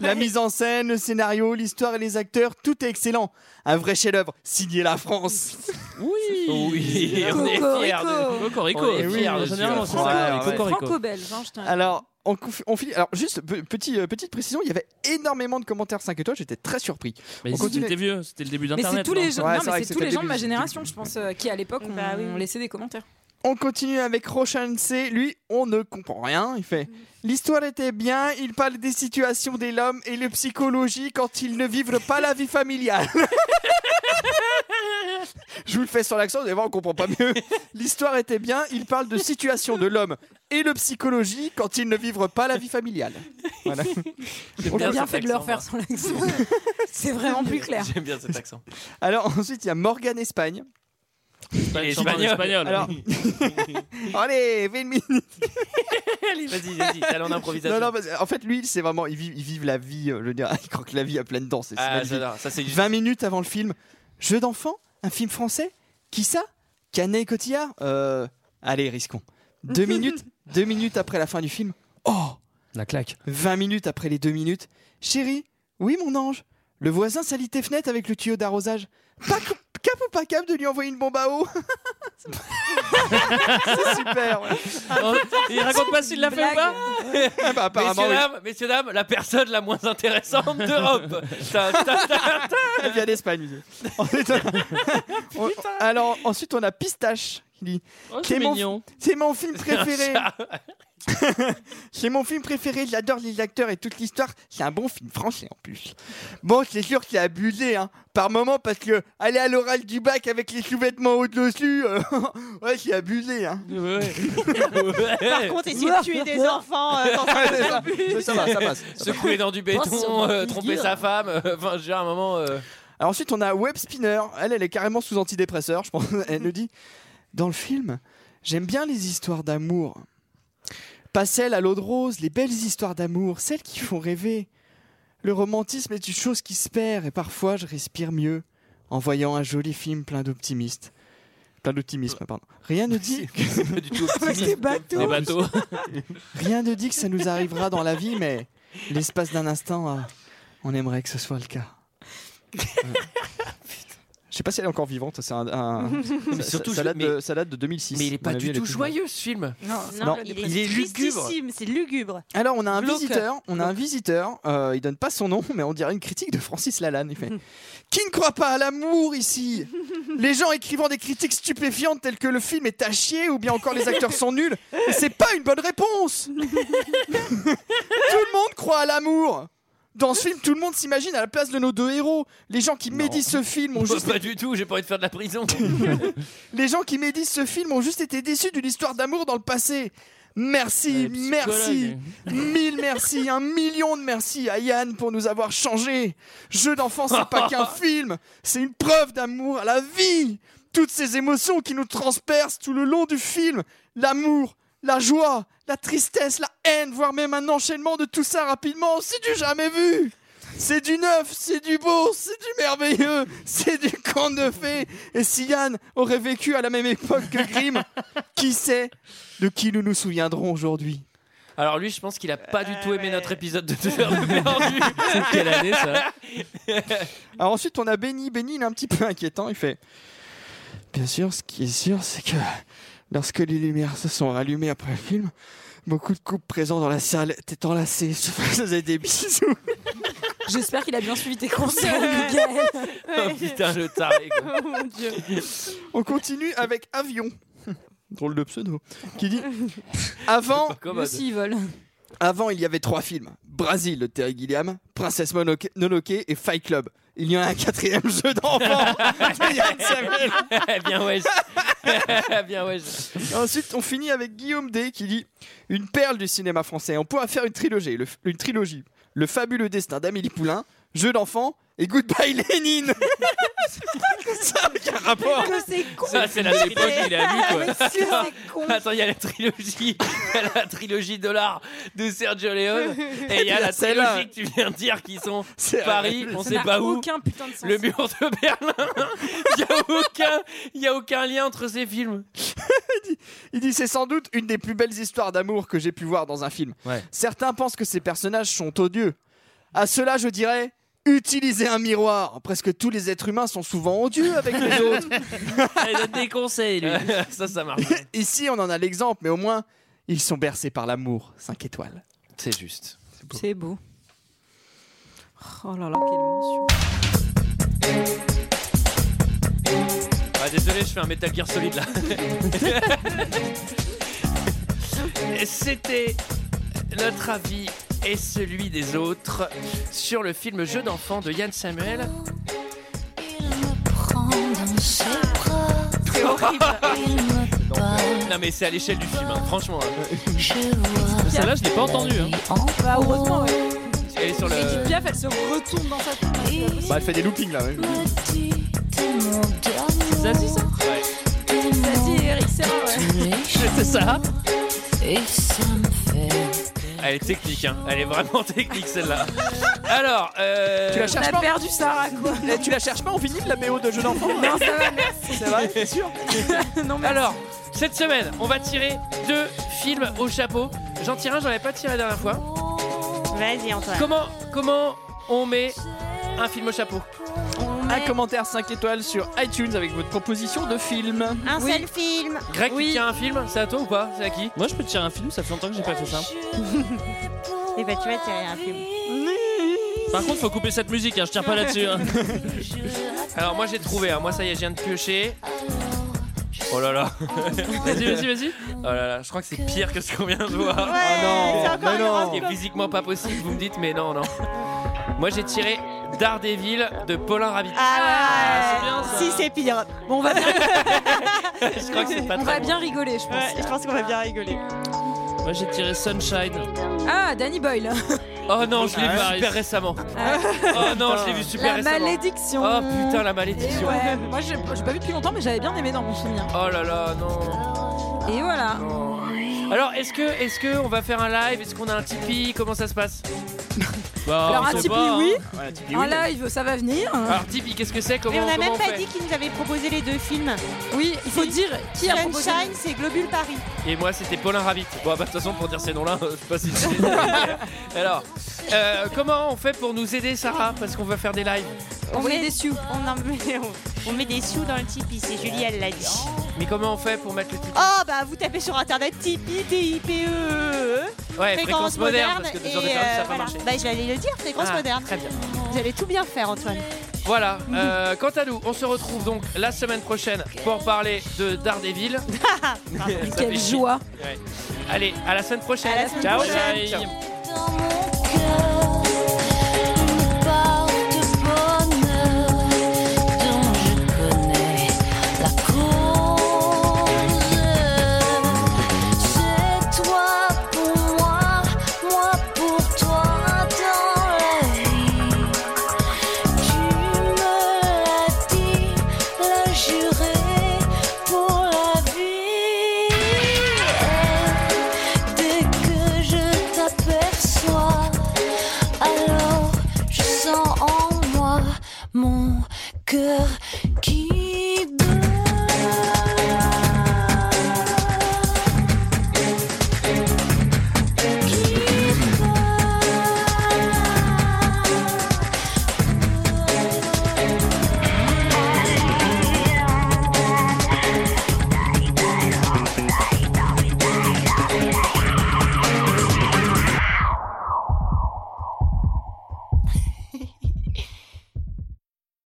Speaker 2: La mise en scène, le scénario, l'histoire et les acteurs, tout est excellent. Un vrai chef-d'œuvre, signé la France.
Speaker 7: Oui.
Speaker 1: Oui, on est fiers de-
Speaker 6: Cocorico.
Speaker 7: Cocorico.
Speaker 1: On est
Speaker 7: Et oui,
Speaker 1: fiers
Speaker 7: en
Speaker 1: de celui-là.
Speaker 7: général, c'est ça,
Speaker 2: Ouais, ouais.
Speaker 7: Cocorico.
Speaker 6: Franco-belge, hein, je tiens à-
Speaker 2: Alors, on, conf- on finit. Alors, juste pe- petit, euh, petite précision, il y avait énormément de commentaires 5 étoiles, j'étais très surpris.
Speaker 7: Mais
Speaker 2: On continue.
Speaker 7: c'était vieux, c'était le début
Speaker 6: Mais c'est
Speaker 7: d'internet.
Speaker 6: tous
Speaker 7: non
Speaker 6: les gens,
Speaker 2: Ouais,
Speaker 6: non,
Speaker 2: c'est
Speaker 6: mais
Speaker 2: vrai que
Speaker 6: c'est tous les
Speaker 2: c'était
Speaker 6: gens de ma
Speaker 2: début-
Speaker 6: génération, je pense, euh, qui à l'époque ont,
Speaker 11: Bah oui.
Speaker 6: ont laissé des commentaires.
Speaker 2: On continue avec Roshan C. Lui, on ne comprend rien. Il fait L'histoire était bien, il parle des situations des l'homme et le psychologie quand ils ne vivent pas la vie familiale. Je vous le fais sur l'accent, vous allez voir, on comprend pas mieux. L'histoire était bien, il parle de situation de l'homme et le psychologie quand ils ne vivent pas la vie familiale. Voilà.
Speaker 6: On a bien fait de le refaire sans l'accent. C'est vraiment plus clair.
Speaker 1: J'aime bien cet accent.
Speaker 2: Alors ensuite, il y a Morgan Espagne.
Speaker 1: Il est espagnol.
Speaker 2: Alors, allez, fais une minute.
Speaker 1: Allez, vas-y, vas-y, allez en improvisation.
Speaker 2: Non, non, parce- en fait, lui, c'est vraiment, il vit, il vit la vie, euh, je veux dire, il croque la vie à pleines dents. C'est c'est
Speaker 1: Ah,
Speaker 2: la vie.
Speaker 1: j'adore, ça, c'est juste-
Speaker 2: 20 minutes avant le film. Jeu d'enfant Un film français Qui ça Canet et Cotillard Euh, Allez, risquons. Deux minutes, deux minutes après la fin du film. Oh
Speaker 7: La claque.
Speaker 2: 20 minutes après les deux minutes. Chérie, oui, mon ange, le voisin salit tes fenêtres avec le tuyau d'arrosage. Pas cou- cap ou pas cap de lui envoyer une bombe à eau C'est super ouais.
Speaker 1: Il raconte pas s'il l'a fait ou pas
Speaker 2: Ah bah, apparemment,
Speaker 1: messieurs,
Speaker 2: oui.
Speaker 1: dames, messieurs, dames, la personne la moins intéressante d'Europe. Ta- ta- ta- ta-
Speaker 2: Elle vient d'Espagne. Ensuite, on- on- alors, ensuite, on a Pistache qui dit
Speaker 1: Oh, c'est
Speaker 2: C'est mon,
Speaker 1: mignon.
Speaker 2: c'est mon film préféré.
Speaker 1: Un
Speaker 2: c'est mon film préféré. J'adore les acteurs et toute l'histoire. C'est un bon film français en plus. Bon, c'est sûr que c'est abusé hein, par moment parce que aller à l'oral du bac avec les sous-vêtements au dessus, euh, ouais, c'est abusé. Hein.
Speaker 11: Par contre, essayer de tuer des enfants, euh, quand
Speaker 2: Ouais, c'est ça. Ça, ça va, ça passe.
Speaker 1: Secouer dans du béton, euh, tromper sa femme. euh, Enfin, j'ai un moment. euh,
Speaker 2: Alors ensuite, on a Web Spinner. Elle, elle est carrément sous antidépresseur. Je pense. Elle nous dit dans le film, j'aime bien les histoires d'amour. Pas celles à l'eau de rose, les belles histoires d'amour, celles qui font rêver. Le romantisme est une chose qui se perd et parfois je respire mieux en voyant un joli film plein d'optimistes. Plein d'optimisme, pardon. Rien ne dit que
Speaker 1: pas du tout
Speaker 2: Avec
Speaker 1: optimiste. Eh ben,
Speaker 2: des bateaux.
Speaker 1: Des bateaux.
Speaker 2: Rien ne dit que ça nous arrivera dans la vie, mais l'espace d'un instant, ah, on aimerait que ce soit le cas. Voilà. Je sais pas si elle est encore vivante. C'est un, un-
Speaker 1: Mais
Speaker 2: ça-
Speaker 1: surtout,
Speaker 2: ça, ça date
Speaker 1: je-
Speaker 2: de,
Speaker 1: mais-
Speaker 2: ça date de 2006.
Speaker 1: Mais il est pas
Speaker 2: À mon avis,
Speaker 1: du
Speaker 2: elle est
Speaker 1: tout
Speaker 2: plus
Speaker 1: joyeux ce film.
Speaker 11: Non,
Speaker 2: Non.
Speaker 11: il est lugubre. C'est lugubre.
Speaker 2: Alors on a un
Speaker 11: Glauque.
Speaker 2: visiteur, on a un visiteur, euh, il donne pas son nom, mais on dirait une critique de Francis Lalanne. Il fait Qui ne croit pas à l'amour ici Les gens écrivant des critiques stupéfiantes telles que le film est à chier ou bien encore les acteurs sont nuls, mais c'est pas une bonne réponse Tout le monde croit à l'amour dans ce film, tout le monde s'imagine à la place de nos deux héros. Les gens qui médisent ce film ont
Speaker 1: Bah,
Speaker 2: juste
Speaker 1: Pas du tout, j'ai pas envie de faire de la prison.
Speaker 2: les gens qui médisent ce film ont juste été déçus d'une histoire d'amour dans le passé. Merci, merci, mille merci, un million de merci à Yann pour nous avoir changé. Jeu d'enfant, c'est pas qu'un film, c'est une preuve d'amour à la vie. Toutes ces émotions qui nous transpercent tout le long du film, l'amour, la joie, la tristesse, la haine, voire même un enchaînement de tout ça rapidement, c'est du jamais vu. C'est du neuf, c'est du beau, c'est du merveilleux, c'est du conte de fées. Et si Yann aurait vécu à la même époque que Grimm, qui sait de qui nous nous souviendrons aujourd'hui
Speaker 1: Alors lui, je pense qu'il a pas du tout aimé notre épisode de deux heures de perdu. Euh, C'est
Speaker 7: quelle année, ça
Speaker 2: Alors ensuite, on a Benny. Benny, il est un petit peu inquiétant. Il fait Bien sûr, ce qui est sûr, c'est que lorsque les lumières se sont rallumées après le film, beaucoup de couples présents dans la salle étaient enlacés, se faisaient des bisous.
Speaker 6: J'espère qu'il a bien suivi tes conseils, Miguel.
Speaker 1: Oh putain, le taré. quoi.
Speaker 11: Oh mon dieu.
Speaker 2: On continue avec Avion. Drôle de pseudo. Qui dit Avant,
Speaker 6: Eux aussi, ils veulent.
Speaker 2: Avant, il y avait trois films Brasil de Terry Gilliam, Princesse Monoke- Mononoke et Fight Club. Il y en a un quatrième jeu d'enfant de Yann Samuel.
Speaker 7: Eh
Speaker 1: Bien wesh. Bien wesh.
Speaker 2: Ensuite, on finit avec Guillaume D qui dit Une perle du cinéma français. On pourra faire une trilogie. Le, une trilogie. Le fabuleux destin d'Amélie Poulain, Jeu d'enfant et Goodbye Lénine. Ça n'a aucun rapport.
Speaker 6: Que c'est con.
Speaker 1: Ça, c'est la trilogie, il a vu quoi.
Speaker 6: Monsieur, c'est con.
Speaker 1: Attends, il y a la trilogie, il y a la trilogie dollar de Sergio Leone, et il y a la
Speaker 2: celle-là.
Speaker 1: trilogie que tu viens de dire qui sont
Speaker 2: C'est
Speaker 1: Paris, on
Speaker 6: Ça
Speaker 1: sait
Speaker 6: n'a
Speaker 1: pas où,
Speaker 6: Aucun putain de sens.
Speaker 1: le mur de Berlin. Il y a aucun, il y a aucun lien entre ces films.
Speaker 2: Il dit c'est sans doute une des plus belles histoires d'amour que j'ai pu voir dans un film.
Speaker 1: Ouais.
Speaker 2: Certains pensent que ces personnages sont odieux. À cela, je dirais utilisez un miroir. Presque tous les êtres humains sont souvent odieux avec les autres.
Speaker 7: Il donne des conseils, lui.
Speaker 1: ça, ça marche.
Speaker 2: Ici, on en a l'exemple, mais au moins ils sont bercés par l'amour. 5 étoiles.
Speaker 1: C'est juste.
Speaker 6: C'est beau. Oh là là, quelle mention.
Speaker 1: Ouais, Ah, désolé, je fais un Metal Gear solide là. C'était notre avis et celui des autres sur le film Jeu d'enfant de Yann Samuel.
Speaker 15: C'est horrible.
Speaker 1: Non mais c'est à l'échelle du film, hein, franchement. hein.
Speaker 7: Celle-là, je l'ai pas entendue. hein.
Speaker 6: Bah, heureusement, ouais.
Speaker 1: Elle est sur le.
Speaker 6: Edith Piaf, elle se retourne dans sa tombe.
Speaker 2: Bah, elle fait des loopings là. ouais.
Speaker 7: Zazie, ça
Speaker 1: Ouais.
Speaker 6: Vas-y, Eric Serra, ouais.
Speaker 7: C'était ça.
Speaker 1: Elle est technique, hein. elle est vraiment technique celle-là. Alors, euh...
Speaker 2: Tu la cherches pas
Speaker 6: perdu Sarah, quoi.
Speaker 2: Eh, Tu la cherches pas en vinyle la BO de Jeu d'enfant
Speaker 6: Non, ça va, merci.
Speaker 2: C'est vrai, c'est sûr.
Speaker 1: Alors, cette semaine, on va tirer deux films au chapeau. J'en tire un, j'en avais pas tiré la dernière fois.
Speaker 11: Vas-y, Antoine.
Speaker 1: Comment, comment on met un film au chapeau
Speaker 2: Un commentaire 5 étoiles sur iTunes avec votre proposition de film.
Speaker 11: Un seul film.
Speaker 1: Greg, tu tiens un film C'est à toi ou pas C'est à qui
Speaker 7: Moi, je peux tirer un film, ça fait longtemps que j'ai pas fait ça.
Speaker 11: Et bah, tu vas tirer un film.
Speaker 7: Par contre, faut couper cette musique, hein, je tiens pas là-dessus. hein.
Speaker 1: Alors, moi j'ai trouvé, hein. moi ça y est, je viens de piocher. Oh là là
Speaker 7: Vas-y, vas-y, vas-y.
Speaker 1: Oh là là, je crois que c'est pire que ce qu'on vient de voir.
Speaker 2: non,
Speaker 11: c'est encore
Speaker 2: mais
Speaker 11: une
Speaker 2: non.
Speaker 11: horreur.
Speaker 1: Ce qui est physiquement pas possible, vous me dites, mais non, non. Moi j'ai tiré Daredevil de Paulin Rabbit.
Speaker 11: Ah ouais.
Speaker 7: bien, ça.
Speaker 11: Si c'est pire.
Speaker 6: Bon, on va bien,
Speaker 1: je crois que c'est pas
Speaker 6: on
Speaker 1: très
Speaker 6: va
Speaker 1: bon.
Speaker 6: bien rigoler, je pense.
Speaker 11: Ouais, je pense qu'on va bien rigoler.
Speaker 7: Moi, j'ai tiré Sunshine.
Speaker 6: Ah, Danny Boyle.
Speaker 1: Oh non, je l'ai
Speaker 7: Ah
Speaker 1: vu
Speaker 7: ouais.
Speaker 1: super récemment. Oh non, je l'ai vu super
Speaker 6: La
Speaker 1: récemment.
Speaker 6: malédiction.
Speaker 1: Oh putain, la malédiction.
Speaker 6: Ouais, moi j'ai j'ai pas vu depuis longtemps, mais j'avais bien aimé dans mon souvenir.
Speaker 1: Oh là là, non.
Speaker 6: Et voilà.
Speaker 1: non. Alors, est-ce que, est-ce que on va faire un live Est-ce qu'on a un Tipeee Comment ça se passe
Speaker 7: Bah,
Speaker 6: Alors,
Speaker 7: on
Speaker 6: un
Speaker 7: sait
Speaker 6: Tipeee,
Speaker 7: pas, hein.
Speaker 6: oui.
Speaker 2: Ouais, tu dis oui.
Speaker 6: Un live, ça va venir.
Speaker 1: Alors, Tipeee, qu'est-ce que c'est Comment
Speaker 11: Mais on a
Speaker 1: comment
Speaker 11: même pas
Speaker 1: fait
Speaker 11: dit qu'ils nous avaient proposé les deux films.
Speaker 6: Oui, il faut
Speaker 11: Si.
Speaker 6: dire qui a proposé.
Speaker 11: Sunshine, c'est Globule Paris.
Speaker 1: Et moi, c'était Paulin Rabbit. Bon, bah, de toute façon, pour dire ces noms-là, je sais pas si c'est. Alors, euh, comment on fait pour nous aider, Sarah Parce qu'on va faire des lives.
Speaker 6: On
Speaker 11: met-
Speaker 6: est déçus.
Speaker 11: On, en met, on, on met des sous dans le Tipeee, c'est Julie, elle l'a dit.
Speaker 1: Mais comment on fait pour mettre le Tipeee
Speaker 11: Oh bah vous tapez sur internet Tipeee, E T-I-P-E,
Speaker 1: Ouais, Eh, fréquence moderne, parce que deux heures de
Speaker 11: et,
Speaker 1: perdu, ça
Speaker 11: euh,
Speaker 1: n'a pas
Speaker 11: voilà.
Speaker 1: marché.
Speaker 11: Bah j'allais le dire, fréquence
Speaker 1: Ah,
Speaker 11: moderne.
Speaker 1: Très bien.
Speaker 11: Vous allez tout bien faire Antoine.
Speaker 1: Voilà, euh, quant à nous, on se retrouve donc la semaine prochaine pour parler de Daredevil. Ça fait
Speaker 6: Quelle
Speaker 1: chier.
Speaker 6: joie.
Speaker 1: Ouais. Allez, à la semaine prochaine.
Speaker 11: À la semaine
Speaker 1: Ciao.
Speaker 11: prochaine.
Speaker 1: Ciao.
Speaker 15: C'est toi pour moi, moi pour toi dans la vie. Tu me l'as dit, l'as juré pour la vie. Dès que je t'aperçois, alors je sens en moi mon cœur